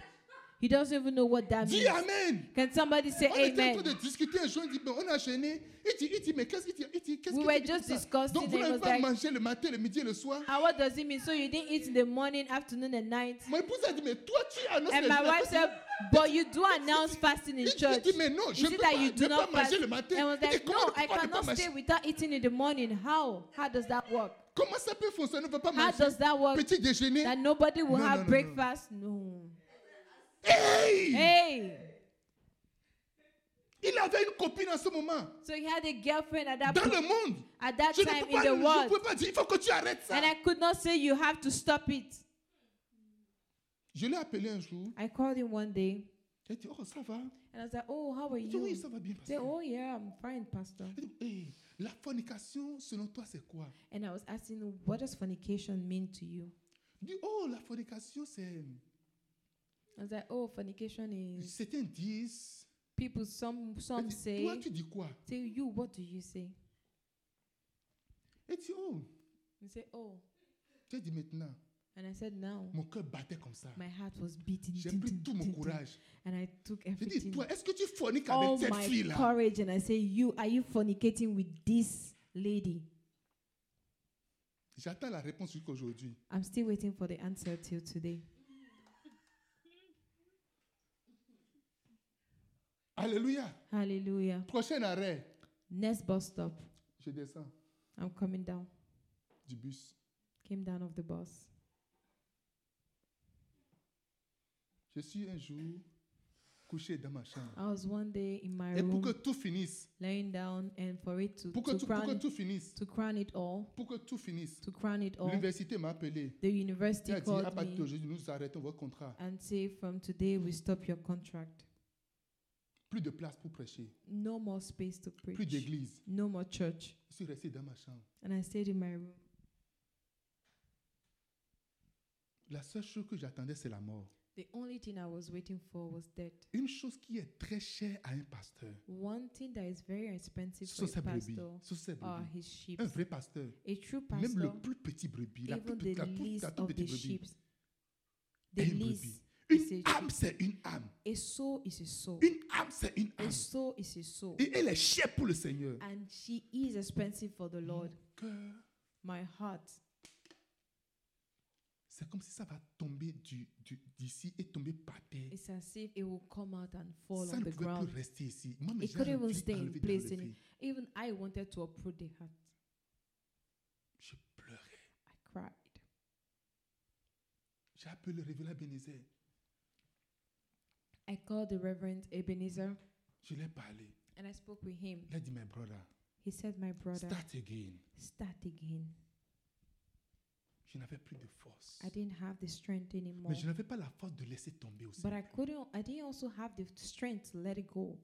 Speaker 2: He doesn't even know what that
Speaker 1: Dis
Speaker 2: means.
Speaker 1: Amen.
Speaker 2: Can somebody say
Speaker 1: On était en
Speaker 2: amen?
Speaker 1: train de discuter un jour, il dit, bon, on a jeûné. Il dit, il dit mais qu'est-ce qu'il dit Il dit, qu'est-ce
Speaker 2: We
Speaker 1: qu'il
Speaker 2: were
Speaker 1: dit
Speaker 2: just
Speaker 1: comme ça?
Speaker 2: discussing
Speaker 1: Donc, vous
Speaker 2: and it
Speaker 1: n'avez
Speaker 2: was
Speaker 1: pas
Speaker 2: like-
Speaker 1: mangé le matin, le midi et le soir
Speaker 2: And Ah, what does it mean? So you didn't eat in the morning, afternoon, and night.
Speaker 1: Mon épouse a dit, mais toi, tu annonces
Speaker 2: And
Speaker 1: le
Speaker 2: my wife said, But you do announce fasting in
Speaker 1: Il dit,
Speaker 2: church.
Speaker 1: il dit, mais non, je
Speaker 2: Is
Speaker 1: ne peux
Speaker 2: it
Speaker 1: pas,
Speaker 2: that you
Speaker 1: ne pas
Speaker 2: do not fast?
Speaker 1: manger le
Speaker 2: And
Speaker 1: matin.
Speaker 2: I was
Speaker 1: Il
Speaker 2: like,
Speaker 1: dit, comment
Speaker 2: No, I
Speaker 1: ne peux pas
Speaker 2: cannot
Speaker 1: manger
Speaker 2: stay without eating in the morning. How? How does that work?
Speaker 1: Comment ça peut fonctionner On ne peut pas
Speaker 2: How
Speaker 1: manger
Speaker 2: does that work?
Speaker 1: petit déjeuner.
Speaker 2: That nobody
Speaker 1: No,
Speaker 2: will
Speaker 1: Hmm. no,
Speaker 2: have
Speaker 1: no, no, no.
Speaker 2: breakfast? No.
Speaker 1: Hey
Speaker 2: Hey.
Speaker 1: Il avait une copine en ce moment.
Speaker 2: So he had a girlfriend at that
Speaker 1: Dans le
Speaker 2: point,
Speaker 1: monde.
Speaker 2: at that
Speaker 1: Je ne
Speaker 2: time
Speaker 1: peux
Speaker 2: in
Speaker 1: pas,
Speaker 2: the
Speaker 1: je
Speaker 2: world.
Speaker 1: ne peux pas dire, il faut que tu arrêtes ça.
Speaker 2: And I could not say you have to stop it.
Speaker 1: Je l'ai appelé un jour.
Speaker 2: I called him one day
Speaker 1: Elle dit, oh, ça va.
Speaker 2: and I was like, Oh, how are
Speaker 1: Il dit,
Speaker 2: you?
Speaker 1: oui,
Speaker 2: He
Speaker 1: ça va bien. parce
Speaker 2: said,
Speaker 1: que-
Speaker 2: Oh yeah, I'm fine, Pastor.
Speaker 1: Elle dit, hey, la fornication, selon toi, c'est quoi
Speaker 2: And I was asking him, What does fornication mean to you?
Speaker 1: Il dit, oh, la fornication, c'est
Speaker 2: I was like, Oh, fornication is
Speaker 1: c'est un 10.
Speaker 2: people some
Speaker 1: Elle
Speaker 2: some
Speaker 1: dit,
Speaker 2: say
Speaker 1: toi, tu dis quoi
Speaker 2: say you, what do you say?
Speaker 1: Elle dit, oh.
Speaker 2: And say, Oh.
Speaker 1: J'ai dit, maintenant,
Speaker 2: And I said, Now
Speaker 1: mon cœur battait comme ça.
Speaker 2: my heart was beating.
Speaker 1: J'ai
Speaker 2: ding,
Speaker 1: pris
Speaker 2: ding,
Speaker 1: tout mon
Speaker 2: ding, ding.
Speaker 1: courage.
Speaker 2: And I took
Speaker 1: J'ai dit,
Speaker 2: everything.
Speaker 1: toi, est-ce que tu forniques
Speaker 2: All
Speaker 1: avec cette
Speaker 2: Oh my
Speaker 1: fille-là
Speaker 2: courage. And I say, You are you fornicating with this lady?
Speaker 1: J'attends la réponse jusqu'aujourd'hui.
Speaker 2: I'm still waiting for the answer till today.
Speaker 1: Alléluia.
Speaker 2: Hallelujah.
Speaker 1: Prochain arrêt.
Speaker 2: Next bus stop.
Speaker 1: Je descends
Speaker 2: I'm coming down.
Speaker 1: du bus.
Speaker 2: Came down of the bus.
Speaker 1: Je suis un jour couché dans ma chambre.
Speaker 2: I was one day in my
Speaker 1: Et pour que
Speaker 2: room
Speaker 1: tout finisse,
Speaker 2: laying down, and for it to,
Speaker 1: pour que,
Speaker 2: to
Speaker 1: tout, pour
Speaker 2: crown
Speaker 1: que
Speaker 2: it,
Speaker 1: tout finisse,
Speaker 2: to crown it all,
Speaker 1: pour que tout finisse,
Speaker 2: to crown it all,
Speaker 1: l'université m'a appelé.
Speaker 2: the
Speaker 1: Elle
Speaker 2: university
Speaker 1: a dit, à
Speaker 2: called
Speaker 1: partir
Speaker 2: Oh. me
Speaker 1: d'aujourd'hui, nous arrêtons votre contrat.
Speaker 2: and say, from today we stop your contract.
Speaker 1: Plus de place pour prêcher,
Speaker 2: No more space to
Speaker 1: plus
Speaker 2: preach.
Speaker 1: d'église.
Speaker 2: No more church.
Speaker 1: Je suis resté dans ma chambre.
Speaker 2: And I stayed in my room.
Speaker 1: La seule chose que j'attendais, c'est la mort.
Speaker 2: The only thing I was waiting for was death.
Speaker 1: Une chose qui est très chère à un pasteur,
Speaker 2: One thing that is very expensive
Speaker 1: ce sont
Speaker 2: for
Speaker 1: ses
Speaker 2: a
Speaker 1: brebis.
Speaker 2: pastor
Speaker 1: Ce sont ses
Speaker 2: are
Speaker 1: brebis.
Speaker 2: his sheep.
Speaker 1: Un vrai pasteur,
Speaker 2: A true
Speaker 1: même
Speaker 2: pastor
Speaker 1: le plus petit brebis, la plus
Speaker 2: even
Speaker 1: petite,
Speaker 2: the
Speaker 1: la toute-
Speaker 2: least
Speaker 1: la toute
Speaker 2: of the
Speaker 1: petite brebis.
Speaker 2: sheep.
Speaker 1: est
Speaker 2: The
Speaker 1: une
Speaker 2: least.
Speaker 1: brebis.
Speaker 2: is
Speaker 1: Une
Speaker 2: a
Speaker 1: âme, c'est une âme.
Speaker 2: A soul is a soul.
Speaker 1: Une âme, c'est une âme.
Speaker 2: A soul is a soul.
Speaker 1: Et elle est chère pour le Seigneur.
Speaker 2: And she is expensive for the Lord.
Speaker 1: Cœur,
Speaker 2: My heart.
Speaker 1: c'est comme si ça va tomber du- du- d'ici et tomber par terre.
Speaker 2: It's as if it will come out and fall
Speaker 1: Ça ne
Speaker 2: on the
Speaker 1: pouvait
Speaker 2: ground.
Speaker 1: plus rester ici. Moi, mais
Speaker 2: It
Speaker 1: j'ai
Speaker 2: couldn't even
Speaker 1: enlevé,
Speaker 2: stay in
Speaker 1: enlevé,
Speaker 2: place.
Speaker 1: enlevé.
Speaker 2: any- Even I wanted to uproot the heart.
Speaker 1: Je pleurais.
Speaker 2: I cried.
Speaker 1: J'ai appelé le révérend Bénézer.
Speaker 2: I called the Reverend Ebenezer
Speaker 1: Je l'ai parlé.
Speaker 2: and I spoke with him.
Speaker 1: Il a dit, mes brother,
Speaker 2: He said, My brother,
Speaker 1: start again.
Speaker 2: start again.
Speaker 1: Je n'avais plus de force.
Speaker 2: I didn't have the strength anymore.
Speaker 1: Mais je n'avais pas la force de laisser tomber aussi.
Speaker 2: But I couldn't, I didn't also have the strength to let it go.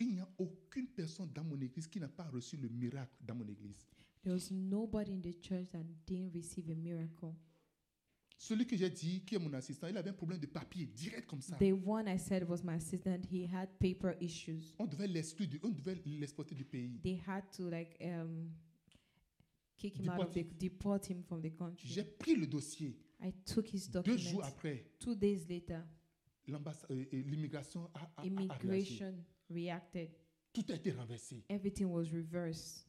Speaker 1: Il n'y a aucune personne dans mon église qui n'a pas reçu le miracle dans mon église.
Speaker 2: There was nobody in the church that didn't receive a miracle.
Speaker 1: Celui que j'ai dit, qui est mon assistant, il avait un problème de papier direct comme ça.
Speaker 2: The one I said was my assistant. He had paper issues.
Speaker 1: On devait l'exclure, du- on devait l'exporter du pays.
Speaker 2: They had to like um, kick him out of the deport him from the country.
Speaker 1: J'ai pris le dossier.
Speaker 2: I took his
Speaker 1: Deux
Speaker 2: documents.
Speaker 1: jours après, Ah,
Speaker 2: Two days later,
Speaker 1: l'ambassa- euh, euh, l'immigration a, a- a- a réagi.
Speaker 2: immigration reacted.
Speaker 1: Tout a été renversé.
Speaker 2: Everything was reversed.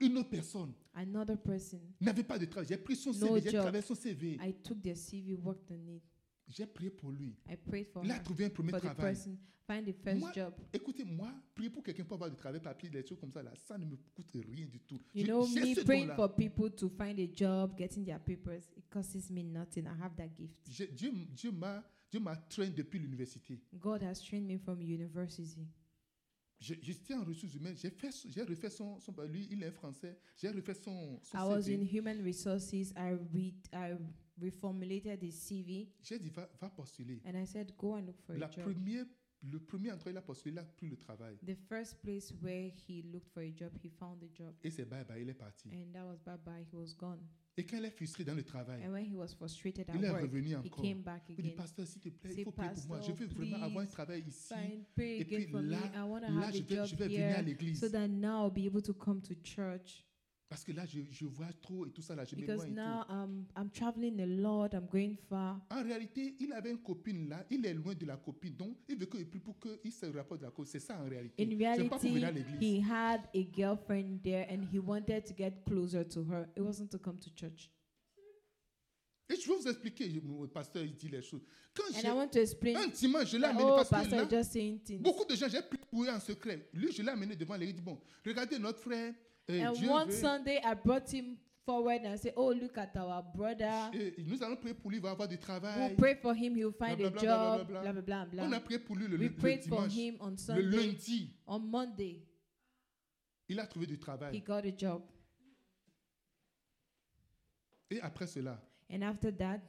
Speaker 1: Une autre personne
Speaker 2: Another person.
Speaker 1: n'avait pas de travail. J'ai pris son
Speaker 2: No
Speaker 1: CV, j'ai
Speaker 2: job.
Speaker 1: travaillé son CV.
Speaker 2: I took their CV, worked on it.
Speaker 1: J'ai prié pour lui.
Speaker 2: I prayed for
Speaker 1: Il a
Speaker 2: her,
Speaker 1: trouvé un premier
Speaker 2: Oh, for the
Speaker 1: travail.
Speaker 2: person. Find the first
Speaker 1: Moi-
Speaker 2: job.
Speaker 1: Écoutez-moi, prier pour quelqu'un pour avoir du travail, papier, des choses comme ça, là, ça ne me coûte rien du tout.
Speaker 2: You
Speaker 1: Je-
Speaker 2: know,
Speaker 1: j'ai
Speaker 2: me
Speaker 1: ce
Speaker 2: praying
Speaker 1: don-là.
Speaker 2: for people to find a job, getting their papers, it costs me nothing. I have that gift.
Speaker 1: Je- Dieu, Dieu m'a Dieu m'a traîné depuis l'université.
Speaker 2: God has trained me from university.
Speaker 1: Je- J'étais en ressources humaines, j'ai fait, son- j'ai refait son, son- lui, il est français, j'ai refait son, son
Speaker 2: I was
Speaker 1: CV.
Speaker 2: in human resources. I read, I reformulated the CV,
Speaker 1: J'ai dit, va, va postuler.
Speaker 2: and I said, go and look for
Speaker 1: La
Speaker 2: a job.
Speaker 1: première, le premier endroit, il a postulé, il a pris le travail.
Speaker 2: The first place where he looked for a job, he found a job,
Speaker 1: Et c'est bye-bye, il est parti.
Speaker 2: and that was bye bye. He was gone.
Speaker 1: Et quand il est frustré dans le travail,
Speaker 2: And when he was frustrated at
Speaker 1: il est
Speaker 2: work,
Speaker 1: revenu
Speaker 2: he
Speaker 1: encore.
Speaker 2: came back
Speaker 1: Il dit,
Speaker 2: again.
Speaker 1: pasteur, s'il te plaît,
Speaker 2: Say,
Speaker 1: il faut prier pour moi. Je
Speaker 2: Pastor,
Speaker 1: veux vraiment avoir un
Speaker 2: please,
Speaker 1: travail ici.
Speaker 2: Fine, pray
Speaker 1: Et
Speaker 2: again
Speaker 1: puis
Speaker 2: for me.
Speaker 1: là-
Speaker 2: I want to
Speaker 1: Là,
Speaker 2: have a
Speaker 1: je vais,
Speaker 2: job
Speaker 1: je vais venir à
Speaker 2: here,
Speaker 1: l'église.
Speaker 2: so that now I'll be able to come to church.
Speaker 1: Parce que là, je, je vois trop et tout ça, là, je
Speaker 2: Because
Speaker 1: m'éloigne et tout.
Speaker 2: now um, I'm traveling a lot, I'm going far.
Speaker 1: En réalité, il avait une copine là, il est loin de la copine, donc il veut que prie pour qu'il se rapporte de la copine. C'est ça en réalité.
Speaker 2: In
Speaker 1: C'est pas pour
Speaker 2: reality,
Speaker 1: venir à l'église.
Speaker 2: he had a girlfriend there and he wanted to get closer to her. It wasn't to come to church.
Speaker 1: Et je vais vous expliquer, je- le pasteur, il dit les choses. Quand
Speaker 2: And I
Speaker 1: j'ai
Speaker 2: want to explain.
Speaker 1: un dimanche, je l'ai
Speaker 2: that,
Speaker 1: amené
Speaker 2: oh,
Speaker 1: parce que
Speaker 2: Pastor,
Speaker 1: là,
Speaker 2: you're just saying things.
Speaker 1: beaucoup de gens, j'ai prié pour eux en secret. Lui, je l'ai amené devant l'église, il dit, bon, regardez notre frère, euh,
Speaker 2: And
Speaker 1: Dieu
Speaker 2: one
Speaker 1: veut-
Speaker 2: Sunday, I brought him forward and I said, Oh, look at our brother.
Speaker 1: euh, nous allons prier pour lui, il va avoir du
Speaker 2: We'll
Speaker 1: travail.
Speaker 2: pray for him, he'll find
Speaker 1: Blah, blah,
Speaker 2: a
Speaker 1: blah,
Speaker 2: job.
Speaker 1: blah,
Speaker 2: Blah,
Speaker 1: blah,
Speaker 2: blah, blah,
Speaker 1: On
Speaker 2: blah.
Speaker 1: a prié pour lui le,
Speaker 2: We
Speaker 1: le
Speaker 2: prayed for
Speaker 1: dimanche,
Speaker 2: him on
Speaker 1: le
Speaker 2: Sunday.
Speaker 1: lundi.
Speaker 2: On Monday,
Speaker 1: Il a trouvé du
Speaker 2: he
Speaker 1: travail.
Speaker 2: got a job.
Speaker 1: Et après cela,
Speaker 2: And after that,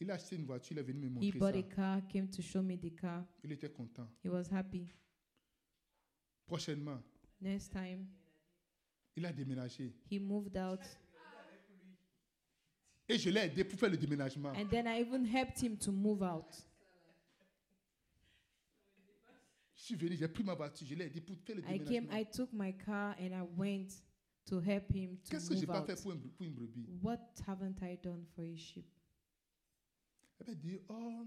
Speaker 1: il a acheté une voiture, il est venu me
Speaker 2: he
Speaker 1: montrer
Speaker 2: bought a
Speaker 1: ça.
Speaker 2: car, came to show me the car.
Speaker 1: Il était content.
Speaker 2: He was happy.
Speaker 1: Prochainement,
Speaker 2: Next time,
Speaker 1: il a déménagé.
Speaker 2: he moved out.
Speaker 1: Et je l'ai aidé pour faire le déménagement.
Speaker 2: And then I even helped him to move out.
Speaker 1: Je suis venu, j'ai pris ma voiture, je l'ai aidé pour faire le
Speaker 2: I came,
Speaker 1: déménagement.
Speaker 2: I took my car and I went to help him to
Speaker 1: Qu'est-ce que j'ai
Speaker 2: move
Speaker 1: pas
Speaker 2: out.
Speaker 1: fait pour, un- pour une brebis
Speaker 2: What haven't I done for a sheep?
Speaker 1: Elle m'a dit, oh,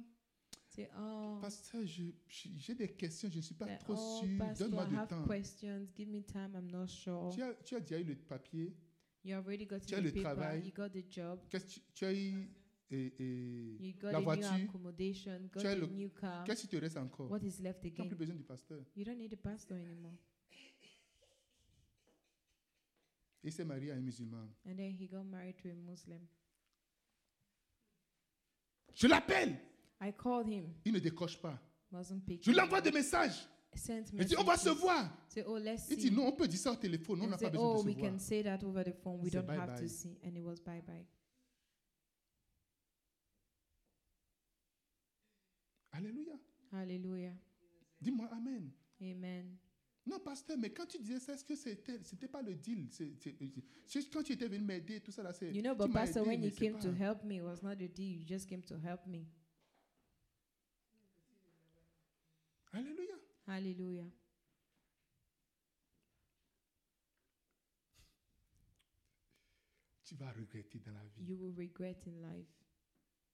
Speaker 2: Say, oh,
Speaker 1: pasteur, je- je- j'ai des questions, je ne suis pas
Speaker 2: that,
Speaker 1: trop
Speaker 2: oh
Speaker 1: sûr.
Speaker 2: pastor,
Speaker 1: Donne-moi
Speaker 2: I
Speaker 1: du
Speaker 2: have
Speaker 1: temps.
Speaker 2: questions. Give me time. I'm not sure.
Speaker 1: Tu as, tu as déjà eu le papier,
Speaker 2: You already got
Speaker 1: Tu as
Speaker 2: the
Speaker 1: le
Speaker 2: paper.
Speaker 1: travail.
Speaker 2: You got the job.
Speaker 1: Qu'est-ce que tu, tu as eu et, et
Speaker 2: You got
Speaker 1: la
Speaker 2: a
Speaker 1: voiture,
Speaker 2: new accommodation. Got
Speaker 1: as
Speaker 2: a
Speaker 1: le-
Speaker 2: new car.
Speaker 1: qu'est-ce qui te reste encore
Speaker 2: What is left
Speaker 1: Tu n'as plus
Speaker 2: again?
Speaker 1: besoin du pasteur.
Speaker 2: You don't need a pastor anymore.
Speaker 1: Et s'est marié à un musulman.
Speaker 2: And then he got married to a Muslim.
Speaker 1: Je l'appelle,
Speaker 2: I called him.
Speaker 1: il ne décoche pas.
Speaker 2: Wasn't
Speaker 1: Je
Speaker 2: picking.
Speaker 1: l'envoie des messages.
Speaker 2: Sent
Speaker 1: Je dis, on va se
Speaker 2: messages.
Speaker 1: voir.
Speaker 2: Say, oh, let's
Speaker 1: Il
Speaker 2: see.
Speaker 1: dit, non, on peut dire ça au téléphone, on
Speaker 2: And
Speaker 1: n'a
Speaker 2: say,
Speaker 1: pas besoin
Speaker 2: oh,
Speaker 1: de se
Speaker 2: we
Speaker 1: voir.
Speaker 2: can say that over the phone. We
Speaker 1: C'est
Speaker 2: don't have
Speaker 1: bye-bye.
Speaker 2: to see. And it was bye bye.
Speaker 1: Alléluia.
Speaker 2: Hallelujah.
Speaker 1: Dis-moi Amen.
Speaker 2: Amen.
Speaker 1: Non, pasteur, mais quand tu disais ça, est-ce que c'était, c'était pas le deal c'est, c'est- c'est- Quand tu étais venu m'aider, tout ça, là, c'est.
Speaker 2: You know,
Speaker 1: Eh, tu
Speaker 2: but
Speaker 1: m'as
Speaker 2: Pastor,
Speaker 1: aidé,
Speaker 2: when
Speaker 1: mais
Speaker 2: you
Speaker 1: c'est
Speaker 2: came
Speaker 1: pas-
Speaker 2: to help me, it was not a deal. You just came to help me.
Speaker 1: Alléluia.
Speaker 2: Hallelujah.
Speaker 1: Tu vas regretter dans la vie
Speaker 2: You will regret in life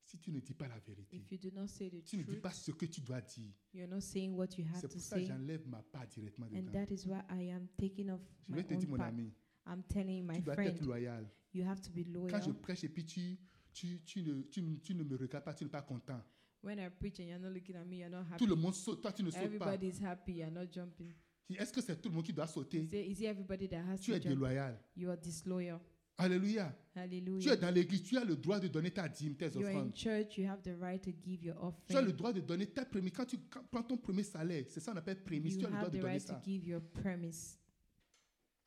Speaker 1: si tu ne dis pas la vérité.
Speaker 2: if you do not say the
Speaker 1: Tu ne dis
Speaker 2: truth.
Speaker 1: pas ce que tu dois dire.
Speaker 2: You're not saying what you have
Speaker 1: C'est
Speaker 2: to
Speaker 1: pour ça que
Speaker 2: say.
Speaker 1: j'enlève ma part directement
Speaker 2: And
Speaker 1: dedans.
Speaker 2: that is why I am taking off
Speaker 1: Je
Speaker 2: my
Speaker 1: vais te dire,
Speaker 2: own
Speaker 1: mon
Speaker 2: part.
Speaker 1: ami,
Speaker 2: I'm telling you, my
Speaker 1: tu dois être
Speaker 2: friend, um,
Speaker 1: loyal.
Speaker 2: you have to be
Speaker 1: Quand je
Speaker 2: loyal.
Speaker 1: prêche et puis tu, tu, tu, ne, tu, ne- tu ne me regardes pas, tu n'es pas content.
Speaker 2: When I preach and you're not looking at me, you're not
Speaker 1: Tout
Speaker 2: happy.
Speaker 1: le monde saute, toi, tu ne sautes pas.
Speaker 2: Everybody's happy, you're not jumping.
Speaker 1: Est-ce que c'est tout le monde qui doit sauter
Speaker 2: Is it, is it everybody that has
Speaker 1: Tu
Speaker 2: to
Speaker 1: es
Speaker 2: jump?
Speaker 1: déloyal.
Speaker 2: You are disloyal.
Speaker 1: Alléluia. Tu es
Speaker 2: Hallelujah.
Speaker 1: dans l'église, tu as le droit de donner ta dîme, tes
Speaker 2: You're in
Speaker 1: offrandes.
Speaker 2: church, you have the right to give your
Speaker 1: Tu as le
Speaker 2: offering.
Speaker 1: droit de donner ta prémisse. Quand tu quand- prends ton premier salaire, c'est ça qu'on appelle prémisse.
Speaker 2: You
Speaker 1: Tu as le droit
Speaker 2: have
Speaker 1: de
Speaker 2: the
Speaker 1: donner
Speaker 2: right to
Speaker 1: ça.
Speaker 2: give your premise.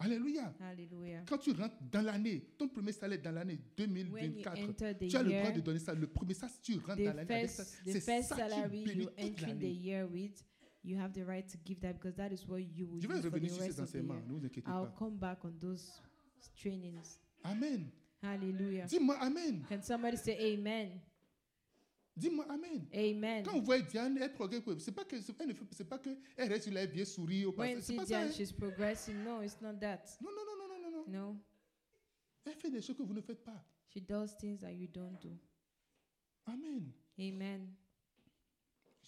Speaker 1: Alléluia.
Speaker 2: Hallelujah.
Speaker 1: Quand tu rentres dans l'année, ton premier salaire dans l'année
Speaker 2: When you
Speaker 1: 2024,
Speaker 2: enter the
Speaker 1: tu as le droit
Speaker 2: year,
Speaker 1: de donner ça. Le premier, ça, si tu rentres dans
Speaker 2: the
Speaker 1: l'année, avec
Speaker 2: first,
Speaker 1: ça,
Speaker 2: the
Speaker 1: c'est
Speaker 2: first
Speaker 1: ça que
Speaker 2: salary
Speaker 1: tu
Speaker 2: you
Speaker 1: bénis toute
Speaker 2: enter the
Speaker 1: l'année.
Speaker 2: year with, you have the right to give that because that is what you will
Speaker 1: Je vais
Speaker 2: use for the
Speaker 1: revenir sur
Speaker 2: rest
Speaker 1: ces
Speaker 2: of the year.
Speaker 1: enseignements, ne vous inquiétez
Speaker 2: I'll
Speaker 1: pas.
Speaker 2: come back on those trainings.
Speaker 1: Amen.
Speaker 2: Hallelujah.
Speaker 1: Dis-moi Amen.
Speaker 2: Can somebody say amen?
Speaker 1: Dis-moi Amen.
Speaker 2: Amen.
Speaker 1: Quand vous voyez Diane, elle progresse. C'est pas que c'est- elle ne fait- c'est pas que elle reste sur la vie sourire au
Speaker 2: When
Speaker 1: passé. C'est
Speaker 2: she
Speaker 1: pas ça. hein.
Speaker 2: does, she's progressing. No, it's not that.
Speaker 1: Non, non, non, non, non, non, non.
Speaker 2: No,
Speaker 1: Elle fait des choses que vous ne faites pas.
Speaker 2: she does things that you don't do.
Speaker 1: Amen.
Speaker 2: Amen.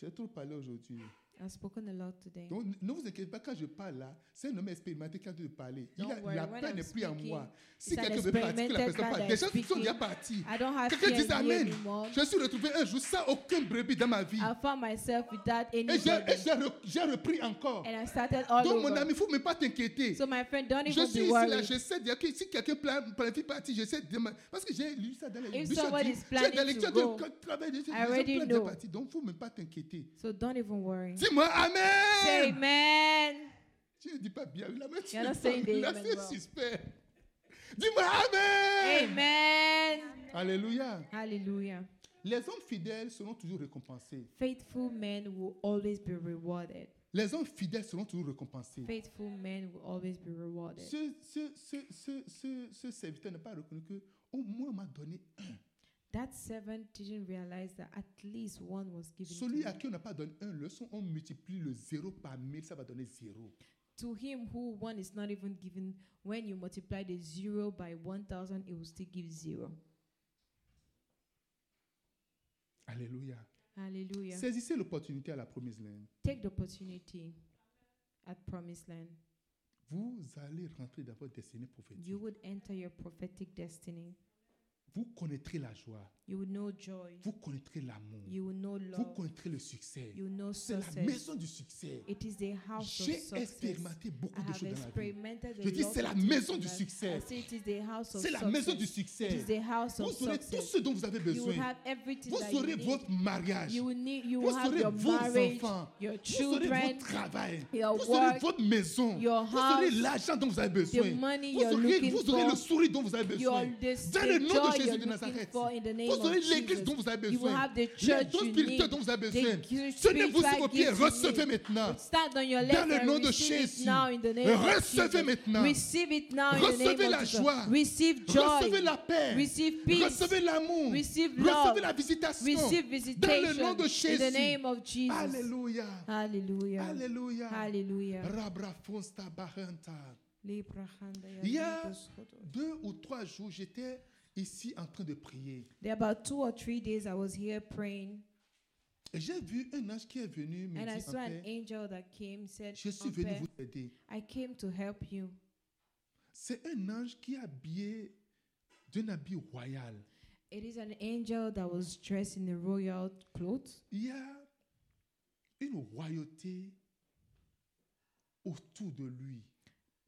Speaker 1: J'ai trop parlé aujourd'hui.
Speaker 2: I've spoken a lot today.
Speaker 1: Donc, ne vous inquiétez pas, quand je parle là, c'est un homme expérimenté qui a dû parler. Il
Speaker 2: Don't
Speaker 1: a,
Speaker 2: worry,
Speaker 1: la
Speaker 2: when
Speaker 1: peine
Speaker 2: I'm
Speaker 1: n'est plus en
Speaker 2: speaking,
Speaker 1: moi. Si
Speaker 2: it's an
Speaker 1: quelqu'un veut partir, que la
Speaker 2: experimented
Speaker 1: personne
Speaker 2: man
Speaker 1: parte.
Speaker 2: that
Speaker 1: Des
Speaker 2: is
Speaker 1: gens qui sont déjà
Speaker 2: speaking.
Speaker 1: partis.
Speaker 2: I don't have
Speaker 1: Quelqu'un
Speaker 2: fear
Speaker 1: dise
Speaker 2: in you
Speaker 1: Amen.
Speaker 2: anymore.
Speaker 1: Je suis retrouvé un jour sans aucun brebis dans ma vie.
Speaker 2: I found myself without
Speaker 1: Et j'ai
Speaker 2: anybody,
Speaker 1: et j'ai re- j'ai repris encore.
Speaker 2: and I started all
Speaker 1: Donc, mon
Speaker 2: over.
Speaker 1: ami, il ne faut même pas t'inquiéter.
Speaker 2: So my friend, don't
Speaker 1: Je
Speaker 2: even
Speaker 1: suis
Speaker 2: be
Speaker 1: ici là,
Speaker 2: worried.
Speaker 1: je sais dire que si quelqu'un plan- planifie partir, je sais demain. Parce que j'ai lu ça dans les
Speaker 2: If
Speaker 1: Bishop
Speaker 2: somebody
Speaker 1: dit-
Speaker 2: is
Speaker 1: j'ai des
Speaker 2: planning
Speaker 1: lectures
Speaker 2: to go,
Speaker 1: de de travail, je sais
Speaker 2: I already
Speaker 1: déjà
Speaker 2: know.
Speaker 1: partir. Donc, il ne faut même pas t'inquiéter.
Speaker 2: So don't even worry.
Speaker 1: Dis-moi
Speaker 2: Say
Speaker 1: Amen.
Speaker 2: amen.
Speaker 1: Tu ne dis pas bien, là, mais tu
Speaker 2: You're
Speaker 1: le
Speaker 2: not
Speaker 1: dis,
Speaker 2: saying the
Speaker 1: là,
Speaker 2: amen
Speaker 1: c'est
Speaker 2: well.
Speaker 1: suspect. Dis-moi Amen.
Speaker 2: Amen.
Speaker 1: Alléluia.
Speaker 2: Hallelujah.
Speaker 1: Les hommes fidèles seront toujours récompensés.
Speaker 2: Faithful men will always be rewarded.
Speaker 1: Les hommes fidèles seront toujours récompensés.
Speaker 2: Faithful men will always be rewarded.
Speaker 1: Ce, ce, ce, ce, ce, ce serviteur n'a pas reconnu que au moins on m'a donné.
Speaker 2: That servant didn't realize that at least one was given
Speaker 1: Celui
Speaker 2: to
Speaker 1: à
Speaker 2: him.
Speaker 1: qui on n'a pas donné un leçon, on multiplie le zéro par mille, ça va donner zéro.
Speaker 2: To him who one is not even given, when you multiply the zero by 1,000, it will still give zero.
Speaker 1: Alléluia.
Speaker 2: Hallelujah.
Speaker 1: Saisissez l'opportunité à la promise land.
Speaker 2: Take the opportunity at Promised Land.
Speaker 1: Vous allez rentrer dans votre destinée prophétique.
Speaker 2: You would enter your prophetic destiny.
Speaker 1: Vous connaîtrez la joie.
Speaker 2: You will know joy.
Speaker 1: Vous connaîtrez l'amour.
Speaker 2: You will know
Speaker 1: Vous
Speaker 2: love.
Speaker 1: connaîtrez le succès.
Speaker 2: You will know
Speaker 1: C'est la
Speaker 2: success.
Speaker 1: maison du succès.
Speaker 2: It is the house of
Speaker 1: J'ai
Speaker 2: success.
Speaker 1: expérimenté
Speaker 2: I
Speaker 1: beaucoup de
Speaker 2: have
Speaker 1: choses dans la vie.
Speaker 2: experimented
Speaker 1: Je
Speaker 2: a
Speaker 1: dis,
Speaker 2: lot
Speaker 1: c'est la
Speaker 2: of things
Speaker 1: maison
Speaker 2: in
Speaker 1: du
Speaker 2: life.
Speaker 1: succès.
Speaker 2: I say it is the house of
Speaker 1: C'est la maison du
Speaker 2: success. It
Speaker 1: succès.
Speaker 2: is the house of
Speaker 1: Vous aurez tout
Speaker 2: success.
Speaker 1: ce dont vous avez
Speaker 2: You will
Speaker 1: besoin.
Speaker 2: have everything
Speaker 1: Vous
Speaker 2: that you
Speaker 1: aurez
Speaker 2: need.
Speaker 1: votre mariage.
Speaker 2: You will need. You
Speaker 1: Vous
Speaker 2: will have
Speaker 1: aurez
Speaker 2: your
Speaker 1: vos
Speaker 2: marriage,
Speaker 1: enfants.
Speaker 2: your
Speaker 1: Vous aurez
Speaker 2: children,
Speaker 1: votre travail. Vous
Speaker 2: your
Speaker 1: aurez
Speaker 2: work,
Speaker 1: votre maison. Vous
Speaker 2: your
Speaker 1: aurez
Speaker 2: house,
Speaker 1: l'argent dont vous avez
Speaker 2: the
Speaker 1: besoin.
Speaker 2: money
Speaker 1: Vous
Speaker 2: you're
Speaker 1: aurez,
Speaker 2: looking
Speaker 1: vous aurez le
Speaker 2: for,
Speaker 1: sourire dont vous avez
Speaker 2: your
Speaker 1: besoin.
Speaker 2: this,
Speaker 1: Dans le
Speaker 2: the
Speaker 1: nom
Speaker 2: joy
Speaker 1: de Jésus
Speaker 2: you're
Speaker 1: de
Speaker 2: looking
Speaker 1: Nazareth.
Speaker 2: for in the name
Speaker 1: Vous aurez
Speaker 2: of
Speaker 1: l'église dont
Speaker 2: Jesus.
Speaker 1: vous avez
Speaker 2: You will
Speaker 1: besoin.
Speaker 2: have the
Speaker 1: Les
Speaker 2: church
Speaker 1: dons
Speaker 2: you need.
Speaker 1: spirituels dont vous avez
Speaker 2: the
Speaker 1: besoin. Tenez-vous
Speaker 2: gift-
Speaker 1: sur vos
Speaker 2: spiritual
Speaker 1: pieds.
Speaker 2: gifts you
Speaker 1: Recevez
Speaker 2: need.
Speaker 1: maintenant.
Speaker 2: Stand on your
Speaker 1: Dans
Speaker 2: left
Speaker 1: le
Speaker 2: and
Speaker 1: nom de
Speaker 2: receive
Speaker 1: Jésus.
Speaker 2: it now in the name of
Speaker 1: Recevez
Speaker 2: Jesus.
Speaker 1: maintenant.
Speaker 2: Receive it now in the name
Speaker 1: Recevez
Speaker 2: of
Speaker 1: la
Speaker 2: Jesus.
Speaker 1: joie.
Speaker 2: Receive joy.
Speaker 1: Recevez la paix.
Speaker 2: Receive peace.
Speaker 1: Recevez l'amour.
Speaker 2: Receive
Speaker 1: Recevez
Speaker 2: love.
Speaker 1: la visitation.
Speaker 2: Receive
Speaker 1: Dans le
Speaker 2: visitation
Speaker 1: nom de
Speaker 2: in the
Speaker 1: Jésus.
Speaker 2: name of Jesus.
Speaker 1: Alléluia.
Speaker 2: Hallelujah.
Speaker 1: Alléluia.
Speaker 2: Hallelujah.
Speaker 1: Rabrafonsta baranta.
Speaker 2: Libra handa ya
Speaker 1: Il y a-
Speaker 2: libros hodo.
Speaker 1: Deux ou trois jours, j'étais ici en train de prier.
Speaker 2: There are about two or three days I was here praying,
Speaker 1: Et j'ai vu un ange qui est venu me
Speaker 2: and I
Speaker 1: dire,
Speaker 2: saw an
Speaker 1: Ampère,
Speaker 2: angel that came said,
Speaker 1: je suis venu
Speaker 2: "Ampere,
Speaker 1: vous aider.
Speaker 2: I came to help you.
Speaker 1: C'est un ange qui est habillé d'un habit royal.
Speaker 2: It is an angel that was dressed in the royal clothes.
Speaker 1: Il y a une royauté autour de lui.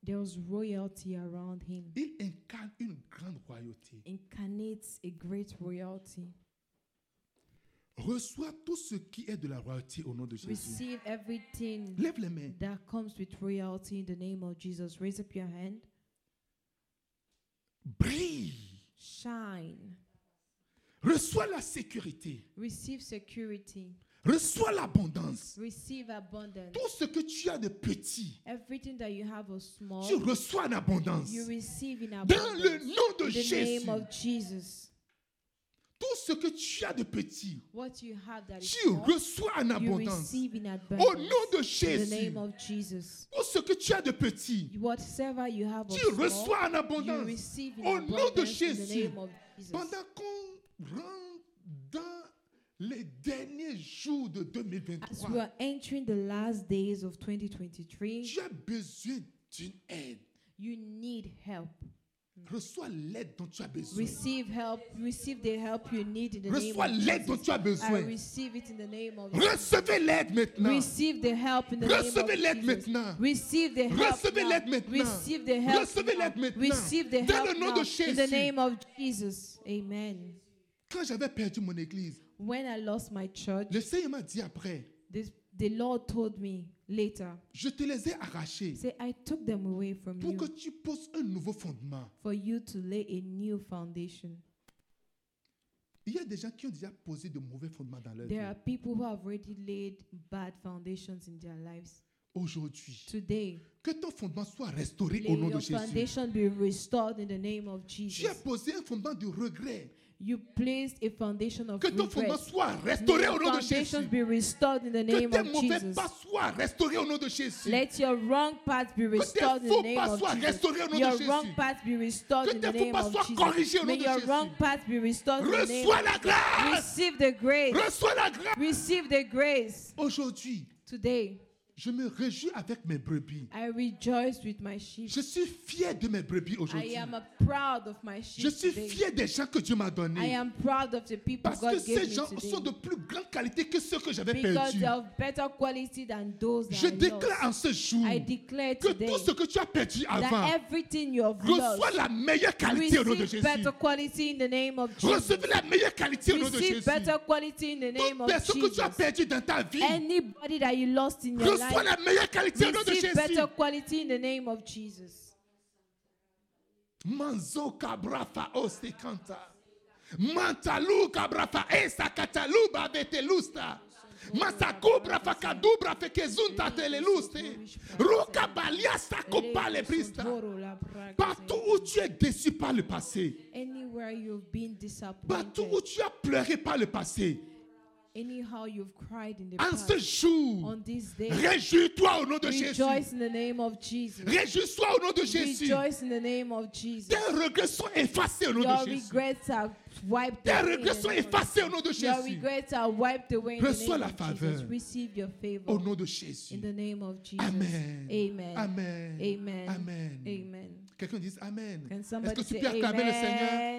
Speaker 2: There was royalty around him.
Speaker 1: Il incarne une grande royauté.
Speaker 2: Incarnates a great royalty.
Speaker 1: Reçois tout ce qui est de la royauté au nom de Jésus.
Speaker 2: Receive everything
Speaker 1: Lève les mains.
Speaker 2: that comes with royalty in the name of Jesus. Raise up your hand.
Speaker 1: Brille.
Speaker 2: Shine.
Speaker 1: Reçois la sécurité.
Speaker 2: Receive security.
Speaker 1: Reçois l'abondance.
Speaker 2: Receive abundance.
Speaker 1: Tout ce que tu as de petit,
Speaker 2: Everything that you have of small,
Speaker 1: tu reçois en abondance.
Speaker 2: you receive in
Speaker 1: Dans
Speaker 2: abundance.
Speaker 1: le nom de
Speaker 2: in the
Speaker 1: Jésus,
Speaker 2: name of Jesus.
Speaker 1: tout ce que tu as de petit,
Speaker 2: What you have that is
Speaker 1: tu
Speaker 2: small,
Speaker 1: reçois en
Speaker 2: you
Speaker 1: abondance.
Speaker 2: receive in abundance.
Speaker 1: Au nom de
Speaker 2: in the
Speaker 1: Jésus,
Speaker 2: name of Jesus.
Speaker 1: tout ce que tu as de petit,
Speaker 2: Whatever you have of
Speaker 1: tu
Speaker 2: small,
Speaker 1: reçois en
Speaker 2: you
Speaker 1: abondance.
Speaker 2: receive in
Speaker 1: Au nom de
Speaker 2: abundance in Oh, the
Speaker 1: Jésus.
Speaker 2: name of Jesus.
Speaker 1: Pendant qu'on rentre dans les derniers jours de
Speaker 2: As we
Speaker 1: 2023,
Speaker 2: are entering the last days of 2023,
Speaker 1: tu as besoin d'une aide.
Speaker 2: you need help.
Speaker 1: Reçois l'aide dont tu as besoin.
Speaker 2: Hmm. Receive help. Receive the help you need in the name
Speaker 1: Reçois
Speaker 2: of
Speaker 1: l'aide dont
Speaker 2: Jesus.
Speaker 1: tu as
Speaker 2: I
Speaker 1: besoin.
Speaker 2: receive it in the name of Jesus.
Speaker 1: Recevez l'aide maintenant.
Speaker 2: Receive the help in the
Speaker 1: Recevez
Speaker 2: name
Speaker 1: l'aide
Speaker 2: of Jesus.
Speaker 1: maintenant.
Speaker 2: Receive the help
Speaker 1: Recevez
Speaker 2: now.
Speaker 1: l'aide maintenant.
Speaker 2: Receive the help
Speaker 1: Recevez
Speaker 2: now.
Speaker 1: l'aide maintenant.
Speaker 2: Receive the
Speaker 1: Dans
Speaker 2: help
Speaker 1: le nom
Speaker 2: now.
Speaker 1: de
Speaker 2: in the
Speaker 1: Jésus.
Speaker 2: name of Jesus. Amen.
Speaker 1: Quand j'avais perdu mon église,
Speaker 2: When I lost my church,
Speaker 1: le Seigneur m'a dit après,
Speaker 2: this, the Lord told me, later.
Speaker 1: Je te les ai arrachés
Speaker 2: Say, I took them away from
Speaker 1: pour que
Speaker 2: you
Speaker 1: tu poses un nouveau fondement.
Speaker 2: for you to lay a new foundation.
Speaker 1: Il y a des gens qui ont déjà posé de mauvais fondements dans leur
Speaker 2: There are
Speaker 1: vie.
Speaker 2: people who have already laid bad foundations in their lives.
Speaker 1: Aujourd'hui,
Speaker 2: Today,
Speaker 1: que ton fondement soit restauré
Speaker 2: may
Speaker 1: au nom de
Speaker 2: your
Speaker 1: Jésus.
Speaker 2: foundation be restored in the name of
Speaker 1: Tu as
Speaker 2: Jesus.
Speaker 1: posé un fondement de regret.
Speaker 2: You placed a foundation of
Speaker 1: Que ton fondement
Speaker 2: regret.
Speaker 1: soit
Speaker 2: May
Speaker 1: restauré au
Speaker 2: your
Speaker 1: nom de
Speaker 2: foundations
Speaker 1: Jésus.
Speaker 2: be restored in the
Speaker 1: Que
Speaker 2: name
Speaker 1: tes
Speaker 2: of
Speaker 1: mauvais
Speaker 2: Jesus.
Speaker 1: pas soient restaurés au nom de Jésus.
Speaker 2: Let your wrong path be restored in the
Speaker 1: faux
Speaker 2: name
Speaker 1: pas
Speaker 2: of
Speaker 1: soient
Speaker 2: Jesus.
Speaker 1: restaurés au nom de
Speaker 2: Your
Speaker 1: Jésus.
Speaker 2: wrong path be restored
Speaker 1: Que tes
Speaker 2: in the
Speaker 1: faux
Speaker 2: name
Speaker 1: pas
Speaker 2: of
Speaker 1: soient corrigés au
Speaker 2: Jesus.
Speaker 1: nom
Speaker 2: May
Speaker 1: de
Speaker 2: your
Speaker 1: Jésus.
Speaker 2: wrong path be restored in the name
Speaker 1: Reçois
Speaker 2: of
Speaker 1: la grâce.
Speaker 2: Receive the grace.
Speaker 1: Reçois la grâce.
Speaker 2: Receive the grace.
Speaker 1: Aujourd'hui,
Speaker 2: Today,
Speaker 1: je me réjouis avec mes brebis.
Speaker 2: I rejoice with my sheep.
Speaker 1: Je suis fier de mes brebis
Speaker 2: I
Speaker 1: aujourd'hui.
Speaker 2: am uh, proud of my sheep
Speaker 1: Je suis
Speaker 2: today.
Speaker 1: fier des gens que Dieu m'a
Speaker 2: I
Speaker 1: donnés.
Speaker 2: am proud of the people
Speaker 1: Parce que
Speaker 2: God
Speaker 1: ces
Speaker 2: gave me
Speaker 1: gens sont de
Speaker 2: today.
Speaker 1: plus grande qualité que ceux que j'avais
Speaker 2: Because
Speaker 1: perdus.
Speaker 2: they are of better quality than those that
Speaker 1: Je
Speaker 2: I lost.
Speaker 1: déclare en ce jour
Speaker 2: I declare
Speaker 1: que
Speaker 2: today
Speaker 1: tout ce que tu as perdu avant
Speaker 2: that everything you have lost
Speaker 1: reçoit la meilleure qualité au nom de
Speaker 2: receive
Speaker 1: Jésus.
Speaker 2: better quality in the name of Jesus.
Speaker 1: Recevez la meilleure qualité au nom de Jésus.
Speaker 2: Receive better quality in the name
Speaker 1: Toute
Speaker 2: of
Speaker 1: personne que tu as
Speaker 2: Jesus.
Speaker 1: perdue dans ta vie
Speaker 2: Anybody that you lost in your
Speaker 1: reçoit
Speaker 2: life,
Speaker 1: la meilleure qualité au nom de
Speaker 2: receive
Speaker 1: Jésus.
Speaker 2: better quality in the name of Jesus.
Speaker 1: Manzo kabrafa osekanta. Mantalu kabrafa esa kataluba betelusta. Masaku brafa kadubra fekezunta teleluste. Ruka baliasta kopale prista. Partout où tu es déçu par le passé,
Speaker 2: Anywhere you've been
Speaker 1: partout où
Speaker 2: disappointed,
Speaker 1: tu as pleuré par le passé,
Speaker 2: anyhow you've cried in the
Speaker 1: en ce
Speaker 2: past,
Speaker 1: jour,
Speaker 2: on this day,
Speaker 1: réjouis-toi au nom de Jésus.
Speaker 2: rejoice in the name of Jesus.
Speaker 1: Réjouis-toi au nom de Jésus.
Speaker 2: Rejoice in the name of Jesus.
Speaker 1: Tes regrets sont effacés au nom
Speaker 2: Your
Speaker 1: de Jésus.
Speaker 2: regrets are wiped
Speaker 1: Tes
Speaker 2: away. in
Speaker 1: regrets
Speaker 2: the
Speaker 1: sont
Speaker 2: name of
Speaker 1: effacés au nom de
Speaker 2: Your
Speaker 1: Jésus.
Speaker 2: regrets are wiped away in
Speaker 1: Reçois
Speaker 2: the name
Speaker 1: la
Speaker 2: of Jesus.
Speaker 1: faveur.
Speaker 2: Receive your favor
Speaker 1: Au nom de Jésus.
Speaker 2: in the name of Jesus.
Speaker 1: Amen.
Speaker 2: Amen.
Speaker 1: Amen.
Speaker 2: Amen.
Speaker 1: Amen.
Speaker 2: Amen.
Speaker 1: Quelqu'un dise Amen.
Speaker 2: Can
Speaker 1: Est-ce que
Speaker 2: somebody
Speaker 1: tu
Speaker 2: say
Speaker 1: peux acclamer le Seigneur?
Speaker 2: amen?